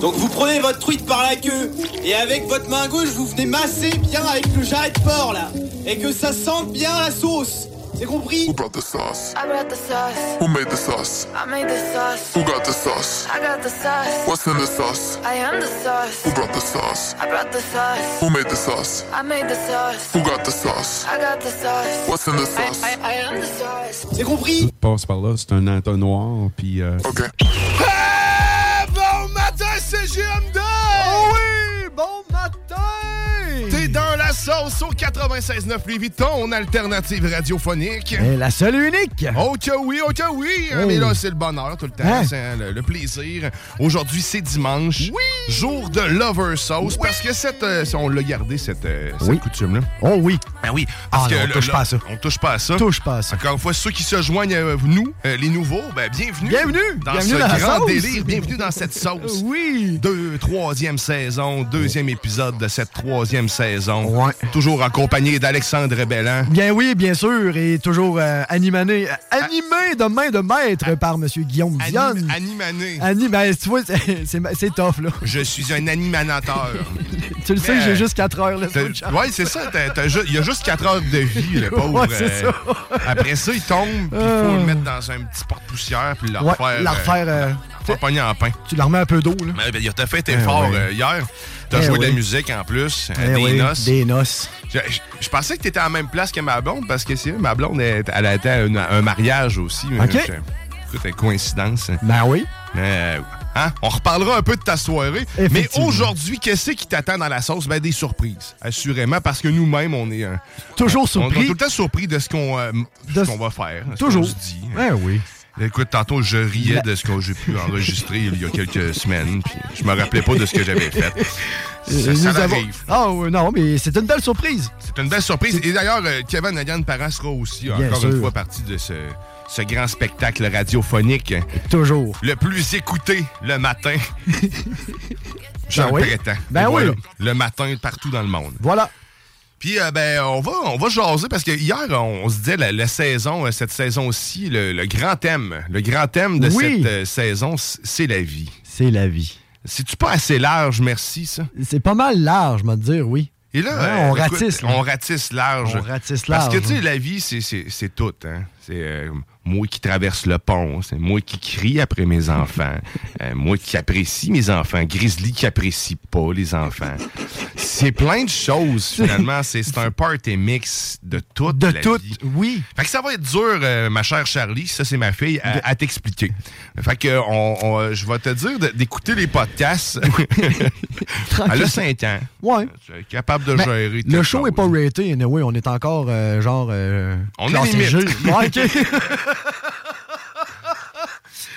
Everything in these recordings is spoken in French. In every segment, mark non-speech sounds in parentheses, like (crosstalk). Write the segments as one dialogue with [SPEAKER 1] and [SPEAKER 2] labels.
[SPEAKER 1] Donc vous prenez votre truite par la queue et avec votre main gauche vous venez masser bien avec le jarret de porc là et que ça sente bien la sauce. C'est compris
[SPEAKER 2] Who brought the sauce?
[SPEAKER 3] I brought the sauce.
[SPEAKER 2] Who made the sauce?
[SPEAKER 3] I made the sauce.
[SPEAKER 2] Who got the sauce?
[SPEAKER 3] I got the sauce.
[SPEAKER 2] What's in the sauce?
[SPEAKER 3] I am the sauce.
[SPEAKER 2] Who brought the sauce?
[SPEAKER 3] I brought the sauce.
[SPEAKER 2] Who made the sauce?
[SPEAKER 3] I made the sauce.
[SPEAKER 2] Who got the sauce?
[SPEAKER 3] I got the sauce.
[SPEAKER 2] What's in the
[SPEAKER 3] I,
[SPEAKER 2] sauce?
[SPEAKER 3] I, I am the sauce.
[SPEAKER 1] C'est compris
[SPEAKER 4] passe par là, c'est un entonnoir, puis... euh,
[SPEAKER 2] OK.
[SPEAKER 1] Bon matin c'est GMD Oh oui Bon matin
[SPEAKER 5] T'es dans la sauce au 96.9 Louis Vuitton, alternative radiophonique.
[SPEAKER 6] Et Eh, la seule unique.
[SPEAKER 5] Oh que oui, oh que oui! hein,
[SPEAKER 6] Oh.
[SPEAKER 5] Mais là, c'est le bonheur tout le temps,
[SPEAKER 6] Hein?
[SPEAKER 5] c'est hein, le, le plaisir. Aujourd'hui, c'est dimanche. Oui! Jour de Lover Sauce, parce que cette, euh, on l'a gardé, cette, euh, cette
[SPEAKER 6] Oui.
[SPEAKER 5] coutume-là.
[SPEAKER 6] Oh oui.
[SPEAKER 5] Ben oui,
[SPEAKER 6] Ah non, on touche pas à ça.
[SPEAKER 5] On touche pas à ça.
[SPEAKER 6] Touche pas à ça.
[SPEAKER 5] Encore une fois, ceux qui se joignent à nous, euh, les nouveaux, ben bienvenue.
[SPEAKER 6] Bienvenue.
[SPEAKER 5] dans
[SPEAKER 6] Bienvenue
[SPEAKER 5] ce
[SPEAKER 6] dans la
[SPEAKER 5] grand
[SPEAKER 6] sauce.
[SPEAKER 5] délire. Bienvenue
[SPEAKER 6] (laughs)
[SPEAKER 5] dans cette sauce.
[SPEAKER 6] Oui.
[SPEAKER 5] Deux, troisième saison, deuxième épisode de cette troisième saison.
[SPEAKER 6] Ouais.
[SPEAKER 5] Toujours accompagné d'Alexandre Bellan.
[SPEAKER 6] Bien oui, bien sûr, et toujours euh, animé, euh, animé de main de maître par M. Guillaume Dion.
[SPEAKER 5] Ah. Anim- Animané.
[SPEAKER 6] Anime, ben, tu vois, c'est- c'est c'est tough, là.
[SPEAKER 5] Je suis un animanateur.
[SPEAKER 6] Tu le sais,
[SPEAKER 5] Mais,
[SPEAKER 6] j'ai juste 4 heures, là. sur le chat.
[SPEAKER 5] Oui, c'est ça. t'as- t'as ju- il y a juste 4 heures de vie, le
[SPEAKER 6] (laughs)
[SPEAKER 5] pauvre.
[SPEAKER 6] Ouais, c'est
[SPEAKER 5] euh,
[SPEAKER 6] ça. Euh.
[SPEAKER 5] après ça, il tombe, puis il faut le mettre dans un petit porte-poussière, puis le
[SPEAKER 6] Ouais,
[SPEAKER 5] refaire.
[SPEAKER 6] la
[SPEAKER 5] euh,
[SPEAKER 6] refaire, euh,
[SPEAKER 5] faire pogner en pain.
[SPEAKER 6] tu la remets un peu d'eau, là.
[SPEAKER 5] Mais, ben, t'as fait tes
[SPEAKER 6] Eh
[SPEAKER 5] efforts
[SPEAKER 6] ouais.
[SPEAKER 5] euh, hier. T'as
[SPEAKER 6] Eh
[SPEAKER 5] joué de la
[SPEAKER 6] oui.
[SPEAKER 5] musique en plus, euh,
[SPEAKER 6] Eh
[SPEAKER 5] des
[SPEAKER 6] oui,
[SPEAKER 5] noces.
[SPEAKER 6] Des noces.
[SPEAKER 5] Je, je- je pensais que t'étais à la même place que ma blonde parce que c'est ma blonde, elle, elle a été à une- un mariage aussi. mais
[SPEAKER 6] Ok.
[SPEAKER 5] Euh, je- Écoute, une coïncidence.
[SPEAKER 6] Ben oui.
[SPEAKER 5] Euh, hein? On reparlera un peu de ta soirée. Mais
[SPEAKER 6] Effectivement.
[SPEAKER 5] aujourd'hui, qu'est-ce qui t'attend dans la sauce? Ben, des surprises, assurément, parce que nous-mêmes, on est euh,
[SPEAKER 6] Toujours
[SPEAKER 5] on- on est
[SPEAKER 6] surpris.
[SPEAKER 5] tout le temps surpris de ce qu'on euh, ce
[SPEAKER 6] De-
[SPEAKER 5] qu'on va faire. ce
[SPEAKER 6] Toujours.
[SPEAKER 5] qu'on se dit.
[SPEAKER 6] Ben oui.
[SPEAKER 5] Écoute, tantôt, je riais de ce que j'ai pu enregistrer il y a quelques semaines. Puis je me rappelais pas de ce que j'avais fait. Ça, ça
[SPEAKER 6] Euh, Nous avons-
[SPEAKER 5] arrive.
[SPEAKER 6] Ah oui, non, mais c'est une belle surprise.
[SPEAKER 5] C'est une belle surprise. Et d'ailleurs, euh, Kevin Nagan Parent sera aussi,
[SPEAKER 6] Bien
[SPEAKER 5] encore une
[SPEAKER 6] sûr.
[SPEAKER 5] fois, partie de ce, ce grand spectacle radiophonique
[SPEAKER 6] Toujours.
[SPEAKER 5] le plus écouté
[SPEAKER 6] (laughs)
[SPEAKER 5] le matin. J'en
[SPEAKER 6] Ben oui.
[SPEAKER 5] prétends.
[SPEAKER 6] Ben
[SPEAKER 5] Et voilà,
[SPEAKER 6] oui.
[SPEAKER 5] Le matin, partout dans le monde.
[SPEAKER 6] Voilà.
[SPEAKER 5] Puis, euh, ben, on va, on va jaser parce que hier, on, on se disait la, la saison, euh, cette saison-ci, le, le grand thème, le grand thème de
[SPEAKER 6] Oui.
[SPEAKER 5] cette euh, saison, c- c'est la vie.
[SPEAKER 6] C'est la vie.
[SPEAKER 5] C'est-tu pas assez large, merci, ça?
[SPEAKER 6] C'est pas mal large, me dire, oui.
[SPEAKER 5] Et là,
[SPEAKER 6] Ouais, on
[SPEAKER 5] euh, écoute,
[SPEAKER 6] ratisse, là.
[SPEAKER 5] On ratisse large.
[SPEAKER 6] On ratisse
[SPEAKER 5] Parce que,
[SPEAKER 6] large,
[SPEAKER 5] tu sais,
[SPEAKER 6] hein.
[SPEAKER 5] la vie, c'est- c'est c'est tout. Hein? C'est euh, moi qui traverse le pont, c'est moi qui crie après mes enfants, euh, moi qui apprécie mes enfants, Grizzly qui apprécie pas les enfants. C'est plein de choses, finalement. C'est c'est un party mix de tout.
[SPEAKER 6] De
[SPEAKER 5] la
[SPEAKER 6] tout,
[SPEAKER 5] vie.
[SPEAKER 6] oui.
[SPEAKER 5] Fait que ça va être dur, euh, ma chère Charlie, ça c'est ma (laughs) fille, à, à t'expliquer. Fait que euh, on, on, euh, je vais te dire de- d'écouter les podcasts. Elle a 5 ans. Euh,
[SPEAKER 6] Ouais.
[SPEAKER 5] Tu es capable de
[SPEAKER 6] Ben,
[SPEAKER 5] gérer.
[SPEAKER 6] le
[SPEAKER 5] tes
[SPEAKER 6] show est
[SPEAKER 5] choses.
[SPEAKER 6] pas raté, anyway, on est encore euh, genre. euh,
[SPEAKER 5] On est
[SPEAKER 6] classé
[SPEAKER 5] limite.
[SPEAKER 6] G. Ouais, ok.
[SPEAKER 5] Je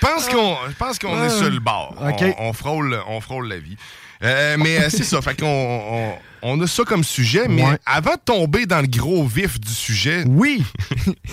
[SPEAKER 5] (laughs) pense qu'on, je pense qu'on est
[SPEAKER 6] Ah.
[SPEAKER 5] sur le bord.
[SPEAKER 6] OK.
[SPEAKER 5] On, on frôle, on frôle la vie. Euh, mais euh, c'est ça. Fait qu'on on, on a ça comme sujet. Mais
[SPEAKER 6] Ouais.
[SPEAKER 5] avant de tomber dans le gros vif du sujet,
[SPEAKER 6] oui.
[SPEAKER 5] (laughs)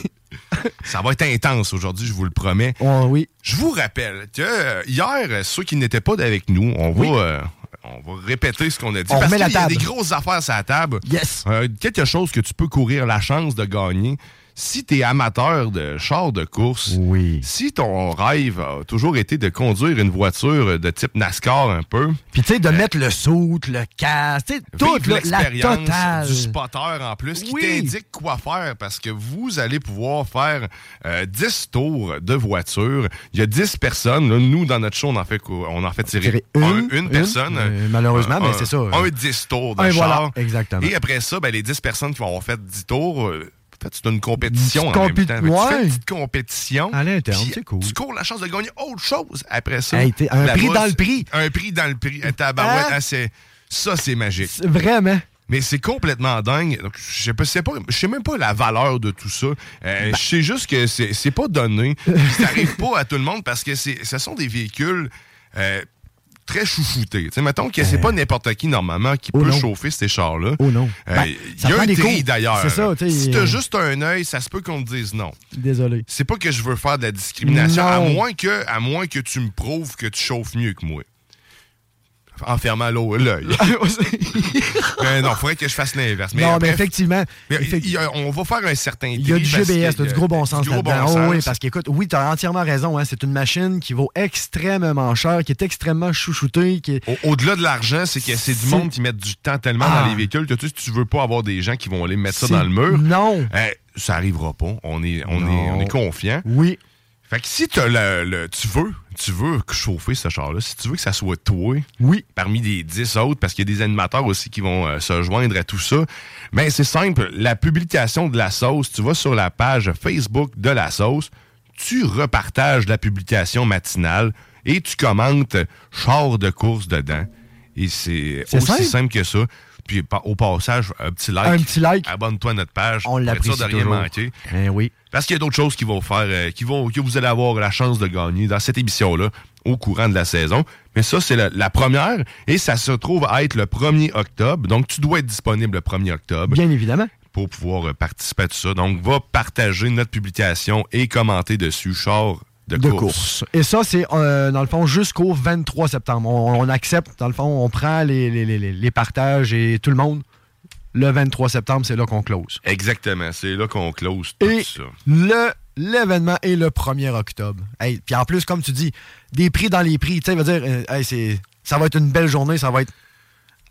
[SPEAKER 5] ça va être intense aujourd'hui, je vous le promets.
[SPEAKER 6] Oh, oui.
[SPEAKER 5] Je vous rappelle que euh, hier, euh, ceux qui n'étaient pas avec nous, on va,
[SPEAKER 6] Oui.
[SPEAKER 5] euh, on va répéter ce qu'on a dit.
[SPEAKER 6] On
[SPEAKER 5] parce
[SPEAKER 6] remet
[SPEAKER 5] qu'il
[SPEAKER 6] la
[SPEAKER 5] y a
[SPEAKER 6] table.
[SPEAKER 5] des grosses affaires sur la table.
[SPEAKER 6] Yes.
[SPEAKER 5] Euh, quelque chose que tu peux courir la chance de gagner. Si tu es amateur de chars de course,
[SPEAKER 6] Oui.
[SPEAKER 5] si ton rêve a toujours été de conduire une voiture de type NASCAR un peu,
[SPEAKER 6] Puis, tu sais, de mettre le saut, le casque, tu sais, toute
[SPEAKER 5] vivre
[SPEAKER 6] là, la
[SPEAKER 5] l'expérience
[SPEAKER 6] totale.
[SPEAKER 5] du spotter en plus qui
[SPEAKER 6] Oui.
[SPEAKER 5] t'indique quoi faire parce que vous allez pouvoir faire euh, 10 tours de voiture. Il y a 10 personnes. là, nous, dans notre show, on en fait, quoi? on en fait tirer,
[SPEAKER 6] Tirer
[SPEAKER 5] un-
[SPEAKER 6] une,
[SPEAKER 5] une
[SPEAKER 6] une,
[SPEAKER 5] personne.
[SPEAKER 6] euh, malheureusement,
[SPEAKER 5] un-
[SPEAKER 6] mais
[SPEAKER 5] un-
[SPEAKER 6] c'est ça.
[SPEAKER 5] Un 10 tours de
[SPEAKER 6] Un,
[SPEAKER 5] char.
[SPEAKER 6] voilà, exactement.
[SPEAKER 5] Et après ça, ben, les 10 personnes qui vont avoir fait 10 tours... euh, Fait que tu donnes une compétition
[SPEAKER 6] Une petite
[SPEAKER 5] en même temps.
[SPEAKER 6] compé-
[SPEAKER 5] Fait que Tu fais
[SPEAKER 6] ouais.
[SPEAKER 5] une petite compétition.
[SPEAKER 7] À l'interne,
[SPEAKER 5] puis
[SPEAKER 7] c'est cool.
[SPEAKER 5] Tu cours la chance de gagner autre chose après ça.
[SPEAKER 6] Hey, t'es- un
[SPEAKER 5] La
[SPEAKER 6] prix
[SPEAKER 5] brosse,
[SPEAKER 6] dans le prix.
[SPEAKER 5] Un prix dans le prix. Un tabarouette,
[SPEAKER 6] Hein?
[SPEAKER 5] ah, c'est- ça, c'est magique.
[SPEAKER 6] C'est Vraiment.
[SPEAKER 5] Mais c'est complètement dingue. Donc, je sais pas, c'est pas- je sais même pas la valeur de tout ça. Euh, Je sais juste que c'est c'est pas donné. Puis ça arrive pas à tout le monde parce que c'est- ce sont des véhicules euh, très chouchoutés. Tu sais, mettons que c'est pas n'importe qui normalement qui peut
[SPEAKER 6] Euh. Oh non.
[SPEAKER 5] chauffer ces chars-là.
[SPEAKER 6] Oh non.
[SPEAKER 5] Euh,
[SPEAKER 6] Ben,
[SPEAKER 5] Il
[SPEAKER 6] ça
[SPEAKER 5] y a
[SPEAKER 6] prend
[SPEAKER 5] un
[SPEAKER 6] des
[SPEAKER 5] tri
[SPEAKER 6] cours.
[SPEAKER 5] d'ailleurs.
[SPEAKER 6] C'est ça, tu sais,
[SPEAKER 5] Si t'as
[SPEAKER 6] euh,
[SPEAKER 5] juste un œil, ça se peut qu'on te dise non.
[SPEAKER 6] Désolé.
[SPEAKER 5] C'est pas que je veux faire de la discrimination,
[SPEAKER 6] Non.
[SPEAKER 5] à moins, que, à moins que tu me prouves que tu chauffes mieux que moi. En fermant l'eau-
[SPEAKER 6] (laughs)
[SPEAKER 5] l'œil. (laughs) Mais non, faudrait que je fasse l'inverse. Mais
[SPEAKER 6] non, mais
[SPEAKER 5] bref,
[SPEAKER 6] effectivement,
[SPEAKER 5] mais
[SPEAKER 6] effe-
[SPEAKER 5] il y a- on va faire un certain
[SPEAKER 6] il y a du GBS, t'as du gros bon sens là-dedans. Oh oui, parce
[SPEAKER 5] que...
[SPEAKER 6] qu'écoute, oui, t'as entièrement raison. hein, c'est une machine qui vaut extrêmement cher, qui est extrêmement chouchoutée, qui est...
[SPEAKER 5] Au-delà de l'argent, c'est que c'est du
[SPEAKER 6] C'est-
[SPEAKER 5] monde qui met du temps tellement dans
[SPEAKER 6] Ah.
[SPEAKER 5] les véhicules que tu, sais, tu veux pas avoir des gens qui vont aller mettre ça
[SPEAKER 6] C'est-
[SPEAKER 5] dans le mur.
[SPEAKER 6] Non.
[SPEAKER 5] Eh, ça arrivera pas. On est, on est, on est confiant.
[SPEAKER 6] Oui.
[SPEAKER 5] Fait que si t'as le, le- tu veux, tu veux chauffer ce char-là, si tu veux que ça soit toi,
[SPEAKER 6] Oui.
[SPEAKER 5] parmi les 10 autres, parce qu'il y a des animateurs aussi qui vont euh, se joindre à tout ça, mais c'est simple, la publication de la sauce, tu vas sur la page Facebook de la sauce, tu repartages la publication matinale et tu commentes char de course dedans. Et c'est
[SPEAKER 6] C'est
[SPEAKER 5] aussi
[SPEAKER 6] simple.
[SPEAKER 5] simple. que ça. Puis pa- au passage, un petit like.
[SPEAKER 6] Un petit like.
[SPEAKER 5] Abonne-toi à notre page.
[SPEAKER 6] On
[SPEAKER 5] pour être sûr
[SPEAKER 6] l'apprécie
[SPEAKER 5] de rien
[SPEAKER 6] toujours.
[SPEAKER 5] manquer.
[SPEAKER 6] Eh oui.
[SPEAKER 5] Parce qu'il y a d'autres choses qui vont faire, euh, qui vont, que vous allez avoir la chance de gagner dans cette émission-là au courant de la saison. Mais ça, c'est la, la première et ça se trouve à être le 1er octobre. Donc, tu dois être disponible le 1er octobre
[SPEAKER 6] Bien évidemment.
[SPEAKER 5] pour pouvoir euh, participer à tout ça. Donc, va partager notre publication et commenter dessus, char de,
[SPEAKER 6] de
[SPEAKER 5] course.
[SPEAKER 6] course. Et ça, c'est euh, dans le fond jusqu'au 23 septembre. On, on accepte, dans le fond, on prend les, les- les- les- les partages et tout le monde. Le 23 septembre, c'est là qu'on close.
[SPEAKER 5] Exactement. C'est là qu'on close tout
[SPEAKER 6] Et
[SPEAKER 5] ça.
[SPEAKER 6] le l'événement est le 1er octobre. Hey, Puis en plus, comme tu dis, des prix dans les prix. Tu sais, veut dire, euh, hey, c'est- ça va être une belle journée, ça va être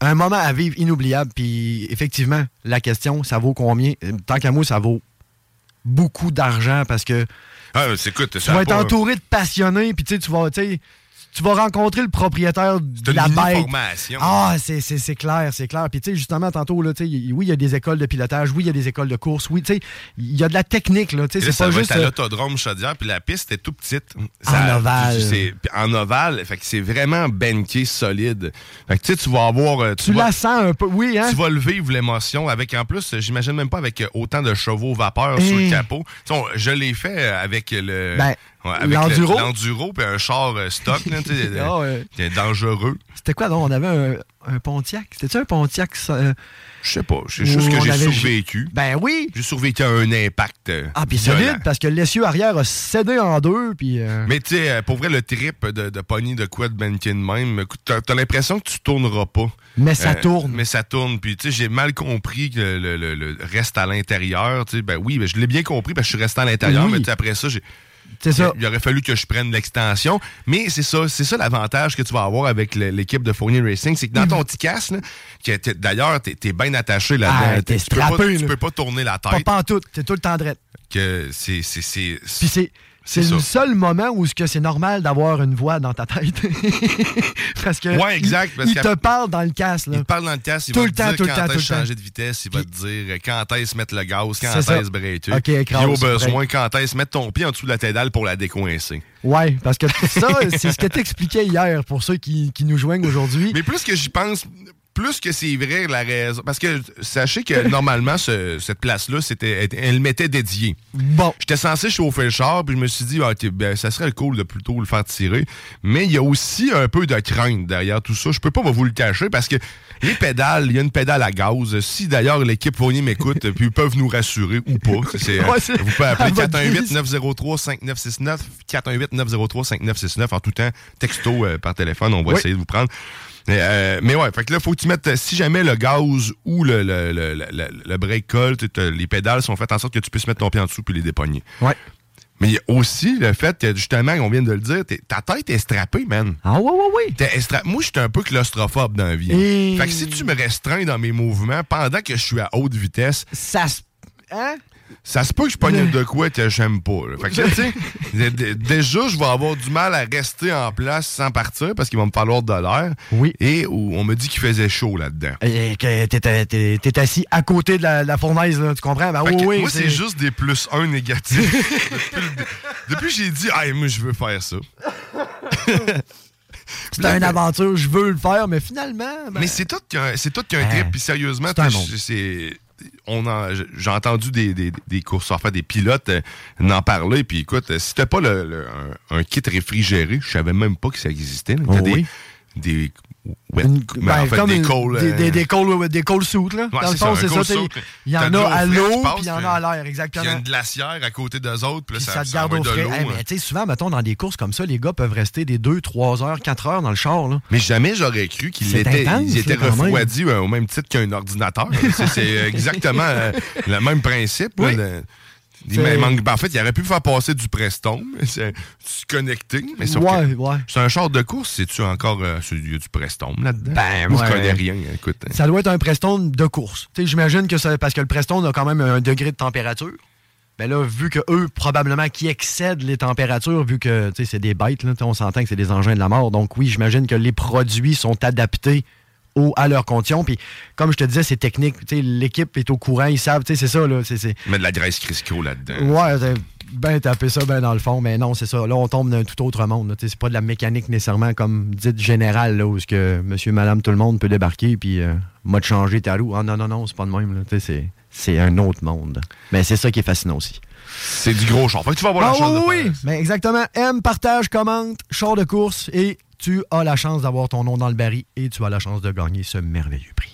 [SPEAKER 6] un moment à vivre inoubliable. Puis effectivement, la question, ça vaut combien? Euh, Tant qu'à moi, ça vaut beaucoup d'argent parce que
[SPEAKER 5] Ah, c'est- écoute,
[SPEAKER 6] tu vas être entouré de passionnés, puis tu sais, tu vas, tu sais, tu vas rencontrer le propriétaire de
[SPEAKER 5] une
[SPEAKER 6] la bête.
[SPEAKER 5] mini-formation.
[SPEAKER 6] Ah, c'est- c'est c'est clair, c'est clair. Puis tu sais, justement, tantôt, là, tu sais, y- oui, il y a des écoles de pilotage, oui, il y a des écoles de course, oui, tu sais, il y a de la technique, là, tu sais,
[SPEAKER 5] Là,
[SPEAKER 6] c'est
[SPEAKER 5] ça
[SPEAKER 6] pas
[SPEAKER 5] va
[SPEAKER 6] juste...
[SPEAKER 5] être à
[SPEAKER 6] euh,
[SPEAKER 5] l'autodrome Chaudière, puis la piste est tout petite.
[SPEAKER 6] En ovale.
[SPEAKER 5] tu- c'est- puis en ovale, fait que c'est vraiment benké solide. Fait que tu sais, tu vas avoir. euh,
[SPEAKER 6] Tu
[SPEAKER 5] vas,
[SPEAKER 6] la sens un peu, oui, hein?
[SPEAKER 5] tu vas le vivre l'émotion avec en plus, euh, j'imagine même pas avec euh, autant de chevaux vapeur sur
[SPEAKER 6] Hey.
[SPEAKER 5] le capot. Tu sais, on- je l'ai fait euh, avec le
[SPEAKER 6] Ben,
[SPEAKER 5] ouais, avec le-
[SPEAKER 6] l'enduro.
[SPEAKER 5] l'enduro puis un char euh, stock
[SPEAKER 6] (laughs)
[SPEAKER 5] là, tu sais, euh,
[SPEAKER 6] Ah ouais.
[SPEAKER 5] qui est dangereux.
[SPEAKER 6] C'était quoi, donc? On avait un, un Pontiac. C'était-tu un Pontiac? ça, euh,
[SPEAKER 5] Je sais pas, c'est
[SPEAKER 6] où
[SPEAKER 5] juste que
[SPEAKER 6] on
[SPEAKER 5] j'ai
[SPEAKER 6] avait-
[SPEAKER 5] survécu.
[SPEAKER 6] Ben oui!
[SPEAKER 5] J'ai survécu à un impact. euh,
[SPEAKER 6] Ah, puis
[SPEAKER 5] violent.
[SPEAKER 6] solide, parce que l'essieu arrière a cédé en deux, puis... euh,
[SPEAKER 5] Mais tu sais, euh, pour vrai, le trip de, de pogner de quoi de mannequin de même, écoute, t'as t'as l'impression que tu tourneras pas.
[SPEAKER 6] Mais ça
[SPEAKER 5] Euh,
[SPEAKER 6] tourne.
[SPEAKER 5] Mais ça tourne. Puis tu sais, j'ai mal compris que le, le- le reste à l'intérieur. Tu sais, ben oui, ben, je l'ai bien compris parce que je suis resté à l'intérieur.
[SPEAKER 6] Oui.
[SPEAKER 5] Mais tu sais, après ça, j'ai-
[SPEAKER 6] C'est ça.
[SPEAKER 5] il aurait fallu que je prenne l'extension. Mais c'est ça, c'est ça l'avantage que tu vas avoir avec le- l'équipe de Fournier Racing, c'est que dans
[SPEAKER 6] Mm-hmm.
[SPEAKER 5] ton petit casque, là, que t'es- d'ailleurs, t'es es, bien attaché là-dedans.
[SPEAKER 6] Ah, t'es
[SPEAKER 5] tu, peux pas,
[SPEAKER 6] strappé,
[SPEAKER 5] tu
[SPEAKER 6] là.
[SPEAKER 5] peux pas tourner la
[SPEAKER 6] Pas
[SPEAKER 5] tête.
[SPEAKER 6] pantoute, t'es tout le temps drette.
[SPEAKER 5] Que c'est c'est- c'est-
[SPEAKER 6] Puis c'est. C'est
[SPEAKER 5] C'est
[SPEAKER 6] le
[SPEAKER 5] ça.
[SPEAKER 6] seul moment où ce que c'est normal d'avoir une voix dans ta tête. (laughs) parce que
[SPEAKER 5] Ouais, exact,
[SPEAKER 6] il-
[SPEAKER 5] parce
[SPEAKER 6] il,
[SPEAKER 5] qu'à-
[SPEAKER 6] te parle dans le casque. là.
[SPEAKER 5] Il te parle dans le casque, il
[SPEAKER 6] Tout
[SPEAKER 5] va
[SPEAKER 6] le
[SPEAKER 5] te
[SPEAKER 6] temps,
[SPEAKER 5] dire
[SPEAKER 6] tout le
[SPEAKER 5] quand
[SPEAKER 6] temps, tout
[SPEAKER 5] est-ce
[SPEAKER 6] le temps.
[SPEAKER 5] changer de vitesse, il va te dire euh, quand est-ce mettre le gaz, quand
[SPEAKER 6] C'est ça.
[SPEAKER 5] est-ce breaker.
[SPEAKER 6] Ok, écrase,
[SPEAKER 5] Puis au
[SPEAKER 6] break.
[SPEAKER 5] besoin, quand est-ce mettre ton pied en dessous de la pédale pour la décoincer.
[SPEAKER 6] Ouais, parce que ça, (laughs) c'est ce que t'expliquais hier pour ceux qui, qui nous joignent aujourd'hui.
[SPEAKER 5] Mais plus que j'y pense, plus que c'est vrai la raison. Parce que
[SPEAKER 6] (laughs)
[SPEAKER 5] sachez que normalement, ce- cette place-là, c'était, elle- elle m'était dédiée.
[SPEAKER 6] Bon,
[SPEAKER 5] J'étais censé chauffer le char, puis je me suis dit, Ah, t'es- ben, ça serait cool de plutôt le faire tirer. Mais il y a aussi un peu de crainte derrière tout ça. Je peux pas vous le cacher parce que les pédales, il y a une pédale à gaz. Si d'ailleurs l'équipe Fournier m'écoute, (laughs) puis ils peuvent nous rassurer ou pas. C'est, euh,
[SPEAKER 6] Ouais, c'est-
[SPEAKER 5] vous pouvez
[SPEAKER 6] à
[SPEAKER 5] appeler
[SPEAKER 6] votre
[SPEAKER 5] 418-903-5969, 418-903-5969 en tout temps, texto euh, par téléphone, on va
[SPEAKER 6] Oui.
[SPEAKER 5] essayer de vous prendre. Mais, euh, mais ouais, fait que là, faut que tu mettes, euh, si jamais le gaz ou le, le, le, le- le- le brake colle, t'as- t'as- les pédales sont faites en sorte que tu puisses mettre ton pied en dessous puis les dépogner.
[SPEAKER 6] ouais.
[SPEAKER 5] Mais il y a aussi le fait que, justement, on vient de le dire, t'es- ta tête est strappée, man.
[SPEAKER 6] Ah ouais, ouais, ouais.
[SPEAKER 5] T'es estra- Moi, je suis un peu claustrophobe dans la vie.
[SPEAKER 6] Et-
[SPEAKER 5] Fait que si tu me restreins dans mes mouvements pendant que je suis à haute vitesse,
[SPEAKER 6] Ça se. hein?
[SPEAKER 5] Ça se peut que je pogne
[SPEAKER 6] (laughs)
[SPEAKER 5] de quoi que j'aime pas. là. Fait que, là, tu sais, d- d- déjà, je vais avoir du mal à rester en place sans partir parce qu'il va me falloir de l'air.
[SPEAKER 6] Oui.
[SPEAKER 5] Et où on me dit qu'il faisait chaud là-dedans.
[SPEAKER 6] Et que t'es- t'es t'es assis à côté de la, la fournaise, là, tu comprends? Ben
[SPEAKER 5] Fait que
[SPEAKER 6] oui, oui.
[SPEAKER 5] moi, c'est juste des plus
[SPEAKER 6] (laughs)
[SPEAKER 5] un négatifs. depuis, le dé- depuis, j'ai dit, ah, moi, je veux faire ça.
[SPEAKER 6] C'est une aventure, je veux le faire, mais finalement. ben,
[SPEAKER 5] Mais c'est tout qu'un, c'est tout qu'un
[SPEAKER 6] Hein.
[SPEAKER 5] trip. Puis sérieusement,
[SPEAKER 6] C'est un
[SPEAKER 5] tu sais,
[SPEAKER 6] monde.
[SPEAKER 5] je- c'est- on en- j- j'ai entendu des, des, des courses enfin des pilotes euh, en parler. Puis écoute, euh, si c'était pas le, le- un, un kit réfrigéré, je savais même pas que ça existait. là. T'as
[SPEAKER 6] Oh oui.
[SPEAKER 5] des, des wet-
[SPEAKER 6] une-
[SPEAKER 5] mais
[SPEAKER 6] ben,
[SPEAKER 5] en fait,
[SPEAKER 6] comme
[SPEAKER 5] des
[SPEAKER 6] une-
[SPEAKER 5] cols.
[SPEAKER 6] Des,
[SPEAKER 5] euh,
[SPEAKER 6] des, des cold, ouais, des cold suits, là. Dans
[SPEAKER 5] Ouais,
[SPEAKER 6] le
[SPEAKER 5] c'est ça,
[SPEAKER 6] fond,
[SPEAKER 5] un
[SPEAKER 6] c'est ça.
[SPEAKER 5] cold
[SPEAKER 6] t'es-
[SPEAKER 5] suit,
[SPEAKER 6] Il y
[SPEAKER 5] t'as
[SPEAKER 6] en
[SPEAKER 5] de
[SPEAKER 6] a
[SPEAKER 5] l'eau
[SPEAKER 6] à
[SPEAKER 5] fraîche, tu
[SPEAKER 6] l'eau,
[SPEAKER 5] passes,
[SPEAKER 6] puis il y en
[SPEAKER 5] puis-
[SPEAKER 6] a à l'air,
[SPEAKER 5] puis il y a
[SPEAKER 6] exactement.
[SPEAKER 5] une glacière à côté d'eux autres, puis
[SPEAKER 6] Puis
[SPEAKER 5] là, ça,
[SPEAKER 6] ça, te
[SPEAKER 5] ça
[SPEAKER 6] garde
[SPEAKER 5] envoie
[SPEAKER 6] au
[SPEAKER 5] de
[SPEAKER 6] frais.
[SPEAKER 5] l'eau,
[SPEAKER 6] Hey,
[SPEAKER 5] hein.
[SPEAKER 6] mais tu sais, souvent, mettons, dans des courses comme ça, les gars peuvent rester des 2, 3 heures, 4 heures dans le char, là.
[SPEAKER 5] Mais jamais j'aurais cru qu'ils
[SPEAKER 6] C'est
[SPEAKER 5] étaient,
[SPEAKER 6] intense,
[SPEAKER 5] ils étaient
[SPEAKER 6] là, quand même.
[SPEAKER 5] refroidis euh, au même titre qu'un ordinateur. c'est,
[SPEAKER 6] (laughs)
[SPEAKER 5] c'est exactement euh, le même principe. là,
[SPEAKER 6] Oui.
[SPEAKER 5] de- il
[SPEAKER 6] C'est-
[SPEAKER 5] manque- ben, en fait, il aurait pu faire passer du Preston, mais c'est du connecting. Mais sauf
[SPEAKER 6] Ouais,
[SPEAKER 5] que-
[SPEAKER 6] ouais.
[SPEAKER 5] C'est un char de course, c'est-tu encore euh, c'est- il y a du Preston là-dedans?
[SPEAKER 6] Ben,
[SPEAKER 5] Moi,
[SPEAKER 6] ouais.
[SPEAKER 5] je connais rien, écoute. hein.
[SPEAKER 6] Ça doit être un Preston de course. Tu sais, j'imagine que ça, parce que le Preston a quand même un degré de température. Ben là, vu que eux, probablement, qui excèdent les températures, vu que tu sais, c'est des bêtes, là, tu sais, on s'entend que c'est des engins de la mort. Donc oui, j'imagine que les produits sont adaptés au, à leurs conditions. Puis comme je te disais, c'est technique. Tu sais, L'équipe est au courant, ils savent. tu sais, C'est ça, là. c'est- c'est-
[SPEAKER 5] Mais de la graisse Crisco là-dedans.
[SPEAKER 6] Ouais, t'as ben tapé ça ben dans le fond, mais non, c'est ça. Là, on tombe dans un tout autre monde. là. T'sais, C'est pas de la mécanique nécessairement comme dite générale, là, où ce que monsieur, madame, tout le monde peut débarquer puis euh, m'a de changer ta roue. Ah non, non, non, c'est pas de même. là. T'sais, C'est c'est un autre monde. Mais c'est ça qui est fascinant aussi.
[SPEAKER 5] C'est du gros char. Fait que tu vas avoir la
[SPEAKER 6] Ah
[SPEAKER 5] chance de
[SPEAKER 6] oui,
[SPEAKER 5] faire
[SPEAKER 6] oui, mais exactement. Aime, partage, commente, char de course et tu as la chance d'avoir ton nom dans le baril et tu as la chance de gagner ce merveilleux prix.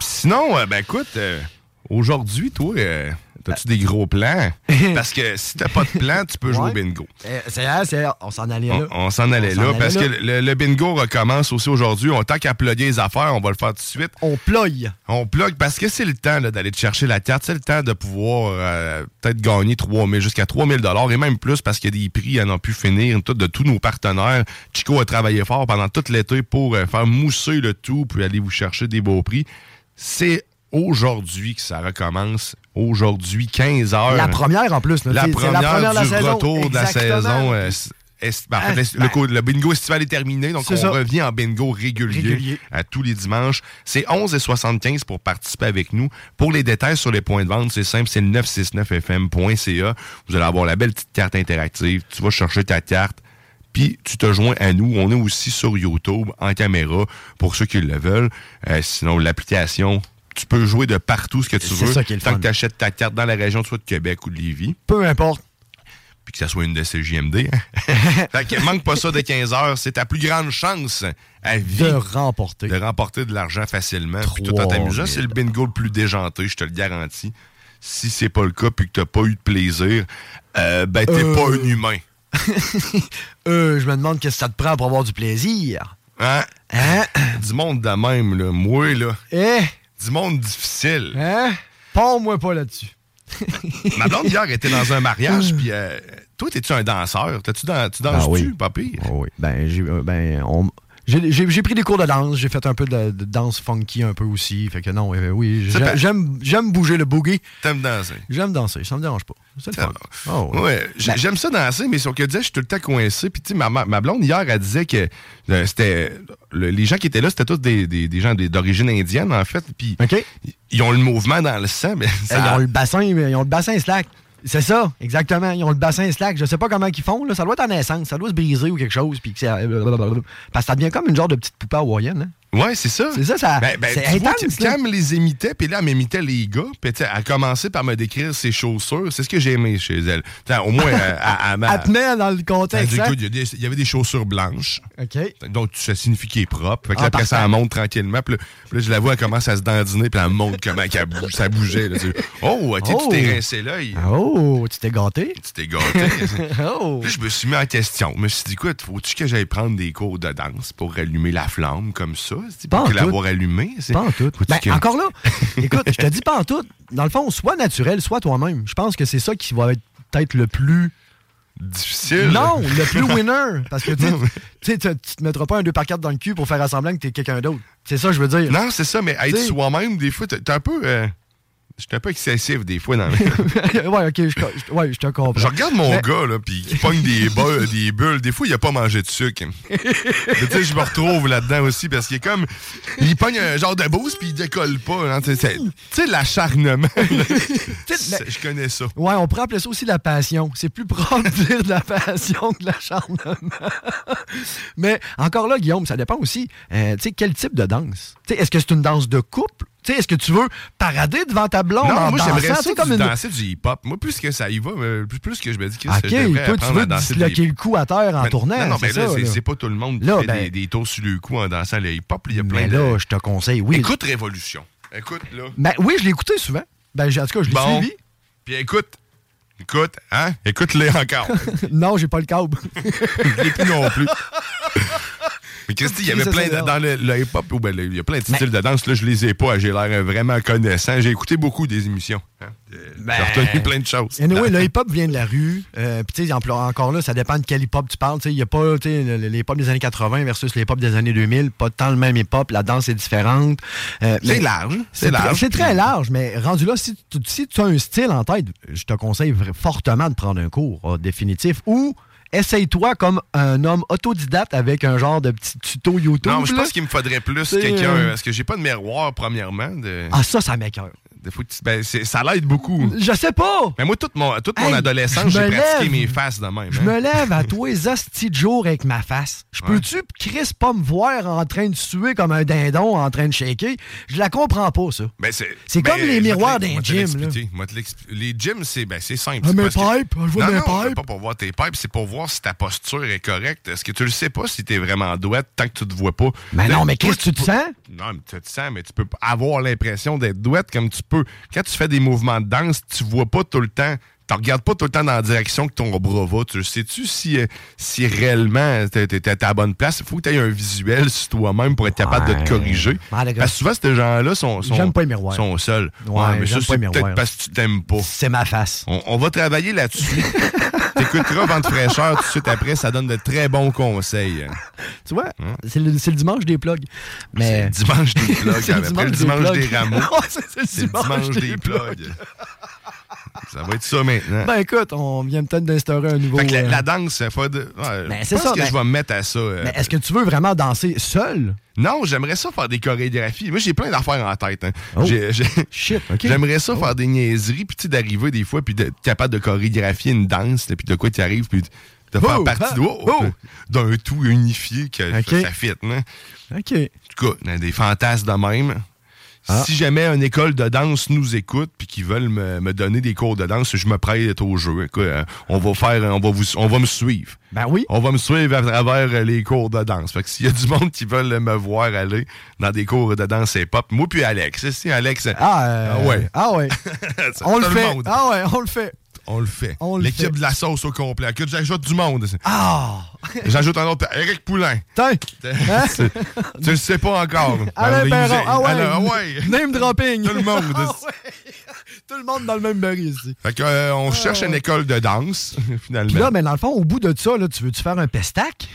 [SPEAKER 5] Sinon, euh, ben écoute, euh, aujourd'hui, toi, euh, t'as-tu des
[SPEAKER 6] (laughs)
[SPEAKER 5] gros plans? Parce que si t'as pas de plan, tu peux jouer au
[SPEAKER 6] Ouais.
[SPEAKER 5] bingo.
[SPEAKER 6] Eh, C'est c'est- on s'en allait là.
[SPEAKER 5] On, on s'en allait là, parce
[SPEAKER 6] là.
[SPEAKER 5] que le, le bingo recommence aussi aujourd'hui. On tant qu'à plugger les affaires, on va le faire tout de suite.
[SPEAKER 6] on ploye.
[SPEAKER 5] On plug parce que c'est le temps là, d'aller te chercher la carte, c'est le temps de pouvoir euh, peut-être gagner 3000 jusqu'à 3000 dollars et même plus parce qu'il y a des prix à n'en plus finir tout- de tous nos partenaires. Chico a travaillé fort pendant tout l'été pour euh, faire mousser le tout puis aller vous chercher des beaux prix. C'est aujourd'hui que ça recommence. Aujourd'hui 15 heures.
[SPEAKER 6] La première en plus. là.
[SPEAKER 5] La
[SPEAKER 6] C'est- c'est
[SPEAKER 5] première,
[SPEAKER 6] première
[SPEAKER 5] du retour de la
[SPEAKER 6] Exactement.
[SPEAKER 5] saison. euh, s- est- ben, en fait,
[SPEAKER 6] Ah,
[SPEAKER 5] le,
[SPEAKER 6] ben.
[SPEAKER 5] co- le bingo estival est terminé, donc on
[SPEAKER 6] C'est ça.
[SPEAKER 5] revient en bingo régulier,
[SPEAKER 6] Régulier.
[SPEAKER 5] à tous les dimanches. C'est 11,75 pour participer avec nous. Pour les détails sur les points de vente, c'est simple, c'est le 969fm.ca. Vous allez avoir la belle petite carte interactive. Tu vas chercher ta carte. Puis tu te joins à nous. On est aussi sur YouTube en caméra pour ceux qui le veulent. Euh, sinon, l'application, tu peux jouer de partout ce que tu
[SPEAKER 6] C'est
[SPEAKER 5] veux.
[SPEAKER 6] ça qui est le
[SPEAKER 5] tant
[SPEAKER 6] fun.
[SPEAKER 5] que tu achètes ta carte dans la région, soit de Québec ou de Lévis
[SPEAKER 6] Peu importe.
[SPEAKER 5] puis que ça soit une de ces
[SPEAKER 6] (laughs)
[SPEAKER 5] JMD. hein. fait que manque pas ça de 15 heures. C'est ta plus grande chance à vie
[SPEAKER 6] De
[SPEAKER 5] de,
[SPEAKER 6] remporter.
[SPEAKER 5] remporter de l'argent facilement. Puis tout en
[SPEAKER 6] 3 000.
[SPEAKER 5] t'amusant. C'est le bingo le plus déjanté, je te le garantis. Si c'est pas le cas puis que t'as pas eu de plaisir, euh, ben t'es
[SPEAKER 6] Euh.
[SPEAKER 5] pas un humain.
[SPEAKER 6] Euh, je me demande qu'est-ce que ça te prend pour avoir du plaisir.
[SPEAKER 5] Hein?
[SPEAKER 6] Hein?
[SPEAKER 5] Du monde de même, là. Moi, là.
[SPEAKER 6] Eh?
[SPEAKER 5] Du monde difficile.
[SPEAKER 6] Hein? Pends-moi pas là-dessus.
[SPEAKER 5] Ma blonde hier était dans
[SPEAKER 6] (laughs)
[SPEAKER 5] un mariage, puis euh, toi, t'es-tu un danseur? T'as-tu dans, tu danses-tu, papy?
[SPEAKER 6] Ben oui. Ben, j'ai euh, ben, on- j'ai- j'ai- j'ai pris des cours de danse, j'ai fait un peu de, de danse funky un peu aussi. Fait que non, euh, oui,
[SPEAKER 5] Ça
[SPEAKER 6] j'a-
[SPEAKER 5] fait-
[SPEAKER 6] j'aime j'aime bouger le boogie,
[SPEAKER 5] T'aimes danser?
[SPEAKER 6] j'aime danser, ça me dérange pas. C'est le fun. Oh,
[SPEAKER 5] ouais. j- J'aime ça danser, mais sur que disait, je suis tout le temps coincé. Puis, tu sais, ma, ma- ma blonde, hier, elle disait que euh, c'était. le- les gens qui étaient là, c'était tous des, des- des gens des- d'origine indienne, en fait. Puis,
[SPEAKER 6] OK.
[SPEAKER 5] ils- ils ont le mouvement dans le sang, mais
[SPEAKER 6] Eh, Ils
[SPEAKER 5] ça.
[SPEAKER 6] ont le bassin, ils ont le bassin slack. C'est ça, exactement. Ils ont le bassin slack. Je sais pas comment ils font. Là. Ça doit être en naissance. Ça doit se briser ou quelque chose. Puis que c'est- Parce que ça devient comme une genre de petite poupée hawaïenne. hein.
[SPEAKER 5] Ouais, c'est ça.
[SPEAKER 6] C'est ça, ça-
[SPEAKER 5] Ben, ben,
[SPEAKER 6] c'est
[SPEAKER 5] tu vois,
[SPEAKER 6] intense,
[SPEAKER 5] qu-
[SPEAKER 6] là.
[SPEAKER 5] quand elle me les imitait, puis là, elle m'imitait les gars, puis tu sais, elle a commencé par me décrire ses chaussures. C'est ce que j'ai aimé chez elle. Tu sais,
[SPEAKER 6] (laughs)
[SPEAKER 5] au moins, elle, elle- elle m'a-
[SPEAKER 6] Elle te met dans le
[SPEAKER 5] elle dit,
[SPEAKER 6] contexte. hein.
[SPEAKER 5] écoute, il y a des- il y avait des chaussures blanches.
[SPEAKER 6] OK.
[SPEAKER 5] Donc, ça signifie qu'il est propre. Fait que
[SPEAKER 6] En
[SPEAKER 5] là, après, ça
[SPEAKER 6] partant.
[SPEAKER 5] elle monte tranquillement. Puis là, puis là, je la vois, elle commence à se dandiner. Puis elle monte comment qu'elle bou- ça bougeait. là. C'est- Oh, ok,
[SPEAKER 6] Oh.
[SPEAKER 5] tu t'es rincé l'œil.
[SPEAKER 6] Oh, tu t'es gâté.
[SPEAKER 5] Tu t'es gâté.
[SPEAKER 6] (laughs) Oh.
[SPEAKER 5] Puis je me suis mis en question. Je me suis dit, écoute, faut-tu que j'aille prendre des cours de danse pour allumer la flamme comme ça? C'est
[SPEAKER 6] Pas en
[SPEAKER 5] Pour
[SPEAKER 6] tout.
[SPEAKER 5] l'avoir allumée? c'est-
[SPEAKER 6] Pas en tout.
[SPEAKER 5] Faut-tu
[SPEAKER 6] Ben,
[SPEAKER 5] que-
[SPEAKER 6] Encore
[SPEAKER 5] (laughs)
[SPEAKER 6] là, écoute, je te dis pas en tout. Dans le fond, soit naturel, soit toi-même. Je pense que c'est ça qui va être peut-être le plus
[SPEAKER 5] Difficile.
[SPEAKER 6] Non, le plus winner. Parce que tu sais,
[SPEAKER 5] Non, mais-
[SPEAKER 6] tu sais, tu tu te mettras pas un 2 par 4 dans le cul pour faire à semblant que t'es quelqu'un d'autre. C'est ça, que je veux dire.
[SPEAKER 5] Non, c'est ça, mais être
[SPEAKER 6] T'sais-
[SPEAKER 5] soi-même, des fois, t'es t'es un peu. euh, Je suis un peu excessif des fois dans
[SPEAKER 6] (laughs)
[SPEAKER 5] mes...
[SPEAKER 6] ouais, ok, je, je- ouais, je te comprends.
[SPEAKER 5] Je regarde mon
[SPEAKER 6] Mais-
[SPEAKER 5] gars, là, puis qui pogne
[SPEAKER 6] (laughs)
[SPEAKER 5] des, bu- des bulles. Des fois, il a pas mangé de sucre. Mais tu sais, je me retrouve là-dedans aussi, parce qu'il est comme. Il pogne un genre de boost, puis il décolle pas. hein. Tu sais, c'est- tu sais, l'acharnement.
[SPEAKER 6] (laughs)
[SPEAKER 5] là. C'est- Je connais ça.
[SPEAKER 6] Ouais, on pourrait appeler ça aussi la passion. C'est plus propre de dire de la passion que de l'acharnement. (laughs) Mais encore là, Guillaume, ça dépend aussi, euh, tu sais, quel type de danse. Tu sais, est-ce que c'est une danse de couple? Tu sais, est-ce que tu veux parader devant ta blonde
[SPEAKER 5] non,
[SPEAKER 6] en
[SPEAKER 5] moi,
[SPEAKER 6] dansant?
[SPEAKER 5] j'aimerais
[SPEAKER 6] Tu
[SPEAKER 5] ça
[SPEAKER 6] sais, comme
[SPEAKER 5] du
[SPEAKER 6] une-
[SPEAKER 5] danser du hip-hop. Moi, plus que ça y va, euh, plus, plus que je me dis que
[SPEAKER 6] OK,
[SPEAKER 5] je
[SPEAKER 6] toi,
[SPEAKER 5] devrais
[SPEAKER 6] tu
[SPEAKER 5] apprendre à
[SPEAKER 6] veux
[SPEAKER 5] danser du
[SPEAKER 6] disloquer
[SPEAKER 5] hip-hop.
[SPEAKER 6] le cou à terre en
[SPEAKER 5] Mais-
[SPEAKER 6] tournant,
[SPEAKER 5] Non, non, mais
[SPEAKER 6] c'est
[SPEAKER 5] là,
[SPEAKER 6] ça,
[SPEAKER 5] c'est-
[SPEAKER 6] là.
[SPEAKER 5] c'est pas tout le monde qui
[SPEAKER 6] Là,
[SPEAKER 5] fait
[SPEAKER 6] ben-
[SPEAKER 5] des, des tours sur le cou en dansant le hip-hop. Il y a plein
[SPEAKER 6] Mais
[SPEAKER 5] de...
[SPEAKER 6] là, je te conseille, oui.
[SPEAKER 5] Écoute Révolution. Écoute, là.
[SPEAKER 6] Ben oui, je l'ai écouté souvent. Ben, j'ai- en tout cas, je l'ai
[SPEAKER 5] Bon.
[SPEAKER 6] suivi. (laughs)
[SPEAKER 5] Puis écoute. Écoute, hein? Écoute-les
[SPEAKER 6] (laughs)
[SPEAKER 5] encore.
[SPEAKER 6] Non, j'ai pas le câble.
[SPEAKER 5] Je l'ai plus non plus. Mais Christy, il y avait
[SPEAKER 6] Ça,
[SPEAKER 5] plein
[SPEAKER 6] c'est
[SPEAKER 5] de,
[SPEAKER 6] drôle.
[SPEAKER 5] dans le, le hip-hop, ou ben, le- il y a plein de styles de danse. Là, je les ai pas. J'ai l'air vraiment connaissant. J'ai écouté beaucoup des émissions. hein. Euh, J'ai retenu plein de choses.
[SPEAKER 6] Ben
[SPEAKER 5] (laughs)
[SPEAKER 6] Anyway, le hip-hop vient de la rue. Euh, Puis, tu sais, en plus, encore là, ça dépend de quel hip-hop tu parles. Tu sais, Il n'y a pas tu sais, le- le- l'hip-hop des années 80 versus l'hip-hop des années 2000. Pas tant le même hip-hop. La danse est différente. Euh,
[SPEAKER 5] C'est
[SPEAKER 6] mais-
[SPEAKER 5] large, c'est
[SPEAKER 6] très-
[SPEAKER 5] large.
[SPEAKER 6] C'est très large, mais rendu là, si tu, si tu as un style en tête, je te conseille vra- fortement de prendre un cours euh, définitif ou. Essaye-toi comme un homme autodidacte avec un genre de petit tuto YouTube.
[SPEAKER 5] Non, mais je
[SPEAKER 6] là.
[SPEAKER 5] pense qu'il me faudrait plus
[SPEAKER 6] C'est,
[SPEAKER 5] quelqu'un.
[SPEAKER 6] euh,
[SPEAKER 5] Parce que j'ai pas de miroir, premièrement. De,
[SPEAKER 6] Ah, ça, ça m'écoeure.
[SPEAKER 5] de faut que tu- ben, c'est- ça l'aide beaucoup.
[SPEAKER 6] Je sais pas!
[SPEAKER 5] Mais moi, toute mon, toute mon
[SPEAKER 6] Hey,
[SPEAKER 5] adolescence,
[SPEAKER 6] je
[SPEAKER 5] j'ai
[SPEAKER 6] me
[SPEAKER 5] pratiqué
[SPEAKER 6] lève.
[SPEAKER 5] mes faces de même.
[SPEAKER 6] Je
[SPEAKER 5] hein.
[SPEAKER 6] me lève à tous les hosties de jours avec ma face. Je peux-tu, Chris, pas me voir en train de suer comme un dindon en train de shaker? Je la comprends pas, ça.
[SPEAKER 5] Ben, c'est
[SPEAKER 6] C'est
[SPEAKER 5] ben,
[SPEAKER 6] comme les
[SPEAKER 5] je vais te
[SPEAKER 6] miroirs
[SPEAKER 5] l'ex-
[SPEAKER 6] d'un
[SPEAKER 5] moi, te
[SPEAKER 6] gym,
[SPEAKER 5] l'expliquer, moi, te l'expli- Les gyms, c'est ben, c'est simple.
[SPEAKER 6] Ah,
[SPEAKER 5] c'est
[SPEAKER 6] mes
[SPEAKER 5] parce
[SPEAKER 6] pipes, je vois
[SPEAKER 5] non,
[SPEAKER 6] mes
[SPEAKER 5] non,
[SPEAKER 6] pipes.
[SPEAKER 5] pas pour voir tes pipes, c'est pour voir si ta posture est correcte. Est-ce que tu le sais pas si t'es vraiment douette tant que tu te vois pas?
[SPEAKER 6] Mais Ben
[SPEAKER 5] Là,
[SPEAKER 6] non, mais
[SPEAKER 5] Ben, toi,
[SPEAKER 6] Chris, tu te
[SPEAKER 5] peux-
[SPEAKER 6] sens?
[SPEAKER 5] Non, mais tu te sens, mais tu peux pas avoir l'impression d'être douette comme tu peux. Quand tu fais des mouvements de danse, tu vois pas tout le temps. Tu regardes pas tout le temps dans la direction que ton bras va. Tu sais-tu si, euh, si réellement euh, t'es t'es- t'es à la bonne place? Il faut que tu aies un visuel sur toi-même pour être capable de te corriger.
[SPEAKER 6] Ouais, Ah, d'accord.
[SPEAKER 5] Parce que souvent, ces gens-là sont, sont-
[SPEAKER 6] J'aime pas les miroirs.
[SPEAKER 5] sont seuls.
[SPEAKER 6] Ouais, j'aime pas
[SPEAKER 5] c'est
[SPEAKER 6] les miroirs.
[SPEAKER 5] peut-être parce que tu t'aimes pas.
[SPEAKER 6] C'est ma face.
[SPEAKER 5] On, on va
[SPEAKER 6] (laughs)
[SPEAKER 5] travailler là-dessus. T'écouteras Vente fraîcheur tout de suite après, ça donne de très bons conseils.
[SPEAKER 6] Tu vois, c'est le, c'est le dimanche des plugs.
[SPEAKER 5] Hein? C'est
[SPEAKER 6] Mais...
[SPEAKER 5] le
[SPEAKER 6] (laughs)
[SPEAKER 5] dimanche des plugs,
[SPEAKER 6] C'est
[SPEAKER 5] après le dimanche des,
[SPEAKER 6] plugs.
[SPEAKER 5] rameaux.
[SPEAKER 6] Ouais, c'est-
[SPEAKER 5] C'est le dimanche des plugs. ça va être ça maintenant.
[SPEAKER 6] Ben écoute, on vient peut-être d'instaurer un nouveau...
[SPEAKER 5] fait que la,
[SPEAKER 6] euh,
[SPEAKER 5] la danse, faut de. ouais,
[SPEAKER 6] Ben,
[SPEAKER 5] je
[SPEAKER 6] c'est
[SPEAKER 5] pense
[SPEAKER 6] ça,
[SPEAKER 5] que
[SPEAKER 6] ben-
[SPEAKER 5] je vais me mettre à ça. euh,
[SPEAKER 6] Mais est-ce que tu veux vraiment danser seul?
[SPEAKER 5] Non, j'aimerais ça faire des chorégraphies. Moi, j'ai plein d'affaires en tête. hein.
[SPEAKER 6] Oh.
[SPEAKER 5] J'ai- j'ai-
[SPEAKER 6] Shit, ok. Oh.
[SPEAKER 5] J'aimerais ça faire des niaiseries, puis tu sais, d'arriver des fois, puis d'être capable de chorégraphier une danse, là, puis de quoi tu arrives, puis de faire
[SPEAKER 6] Oh,
[SPEAKER 5] partie de-
[SPEAKER 6] ah,
[SPEAKER 5] oh,
[SPEAKER 6] oh.
[SPEAKER 5] d'un tout unifié que
[SPEAKER 6] Ok.
[SPEAKER 5] ça fit. hein.
[SPEAKER 6] OK.
[SPEAKER 5] En tout cas, on a des fantasmes de même.
[SPEAKER 6] Ah.
[SPEAKER 5] Si jamais une école de danse nous écoute puis qu'ils veulent me, me donner des cours de danse, je me prête au jeu. Écoute, euh, on va faire, on va vous, on va me suivre.
[SPEAKER 6] Ben oui.
[SPEAKER 5] On va me suivre à travers euh, les cours de danse. Fait que s'il y a du monde qui veulent me voir aller dans des cours de danse hip-hop, moi puis Alex, c'est Alex.
[SPEAKER 6] Ah, euh,
[SPEAKER 5] Ah ouais. (laughs)
[SPEAKER 6] Ah ouais.
[SPEAKER 5] C'est
[SPEAKER 6] on le
[SPEAKER 5] tout
[SPEAKER 6] fait.
[SPEAKER 5] monde.
[SPEAKER 6] ah ouais, on le fait.
[SPEAKER 5] On le fait.
[SPEAKER 6] On le fait.
[SPEAKER 5] L'équipe de la sauce au complet. Écoute, j'ajoute du monde.
[SPEAKER 6] Ah!
[SPEAKER 5] J'ajoute un autre. Eric Poulain. (laughs)
[SPEAKER 6] Tiens! Hein?
[SPEAKER 5] C'est- tu le sais pas encore.
[SPEAKER 6] Alain
[SPEAKER 5] Ben,
[SPEAKER 6] Perron. Ah ouais.
[SPEAKER 5] Alain- ouais.
[SPEAKER 6] (laughs) Name dropping.
[SPEAKER 5] Tout le monde.
[SPEAKER 6] Ah ouais. (laughs) Tout le monde dans le même baril ici.
[SPEAKER 5] Fait que, euh, on cherche une école de danse, (laughs) finalement.
[SPEAKER 6] Ah Puis là, ben, dans le fond, au bout de ça, là, tu veux-tu faire un pestac?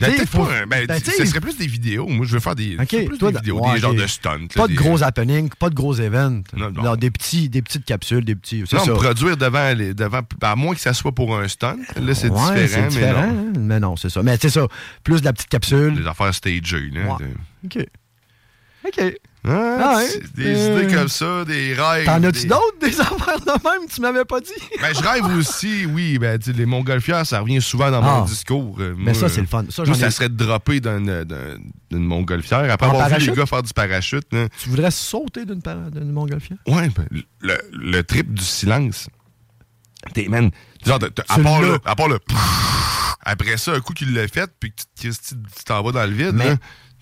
[SPEAKER 5] Ben,
[SPEAKER 6] T'sais,
[SPEAKER 5] peut-être
[SPEAKER 6] faut-
[SPEAKER 5] pas un- ben,
[SPEAKER 6] ben,
[SPEAKER 5] tu-
[SPEAKER 6] t'sais,
[SPEAKER 5] ce serait plus des vidéos. Moi, je veux faire des,
[SPEAKER 6] OK,
[SPEAKER 5] plus
[SPEAKER 6] toi,
[SPEAKER 5] des vidéos,
[SPEAKER 6] ouais,
[SPEAKER 5] des genres
[SPEAKER 6] OK.
[SPEAKER 5] de stunts.
[SPEAKER 6] Pas
[SPEAKER 5] là,
[SPEAKER 6] de
[SPEAKER 5] des-
[SPEAKER 6] gros happenings, pas de gros events.
[SPEAKER 5] Non, non.
[SPEAKER 6] Là, des, petits, des petites capsules, des petits. C'est
[SPEAKER 5] Non,
[SPEAKER 6] ça.
[SPEAKER 5] me produire devant, les, devant, ben, à moins que ça soit pour un stunt, là, c'est
[SPEAKER 6] Ouais,
[SPEAKER 5] différent,
[SPEAKER 6] c'est
[SPEAKER 5] mais
[SPEAKER 6] différent,
[SPEAKER 5] non.
[SPEAKER 6] hein, mais non, c'est ça. Mais c'est ça. Plus de la petite capsule.
[SPEAKER 5] Les affaires stagées, là.
[SPEAKER 6] Ouais.
[SPEAKER 5] de-
[SPEAKER 6] OK. OK.
[SPEAKER 5] Ah,
[SPEAKER 6] Ah, ouais.
[SPEAKER 5] c'est- Des
[SPEAKER 6] Euh,
[SPEAKER 5] idées comme ça, des rêves.
[SPEAKER 6] T'en
[SPEAKER 5] des-
[SPEAKER 6] as-tu d'autres, des (laughs) affaires de même? Tu m'avais pas dit?
[SPEAKER 5] Ben, je rêve aussi, oui. Ben, tu sais, les montgolfières, ça revient souvent dans mon
[SPEAKER 6] Ah.
[SPEAKER 5] discours. euh,
[SPEAKER 6] Mais
[SPEAKER 5] moi,
[SPEAKER 6] ça,
[SPEAKER 5] euh,
[SPEAKER 6] c'est le fun. Ça,
[SPEAKER 5] moi,
[SPEAKER 6] j'en ai-
[SPEAKER 5] ça serait de dropper d'un- euh, d'un- d'une montgolfière. Après
[SPEAKER 6] En
[SPEAKER 5] avoir vu
[SPEAKER 6] parachute?
[SPEAKER 5] les gars faire du parachute, là,
[SPEAKER 6] Tu voudrais sauter d'une para- d'une montgolfière?
[SPEAKER 5] Ouais, ben, le, le trip du silence. T'es, man, genre, t'as- t'as- à
[SPEAKER 6] Celui-là.
[SPEAKER 5] part le, à part le après ça, un coup qu'il l'a fait, puis que tu Christy, tu t'en vas dans le vide,
[SPEAKER 6] Mais-
[SPEAKER 5] là,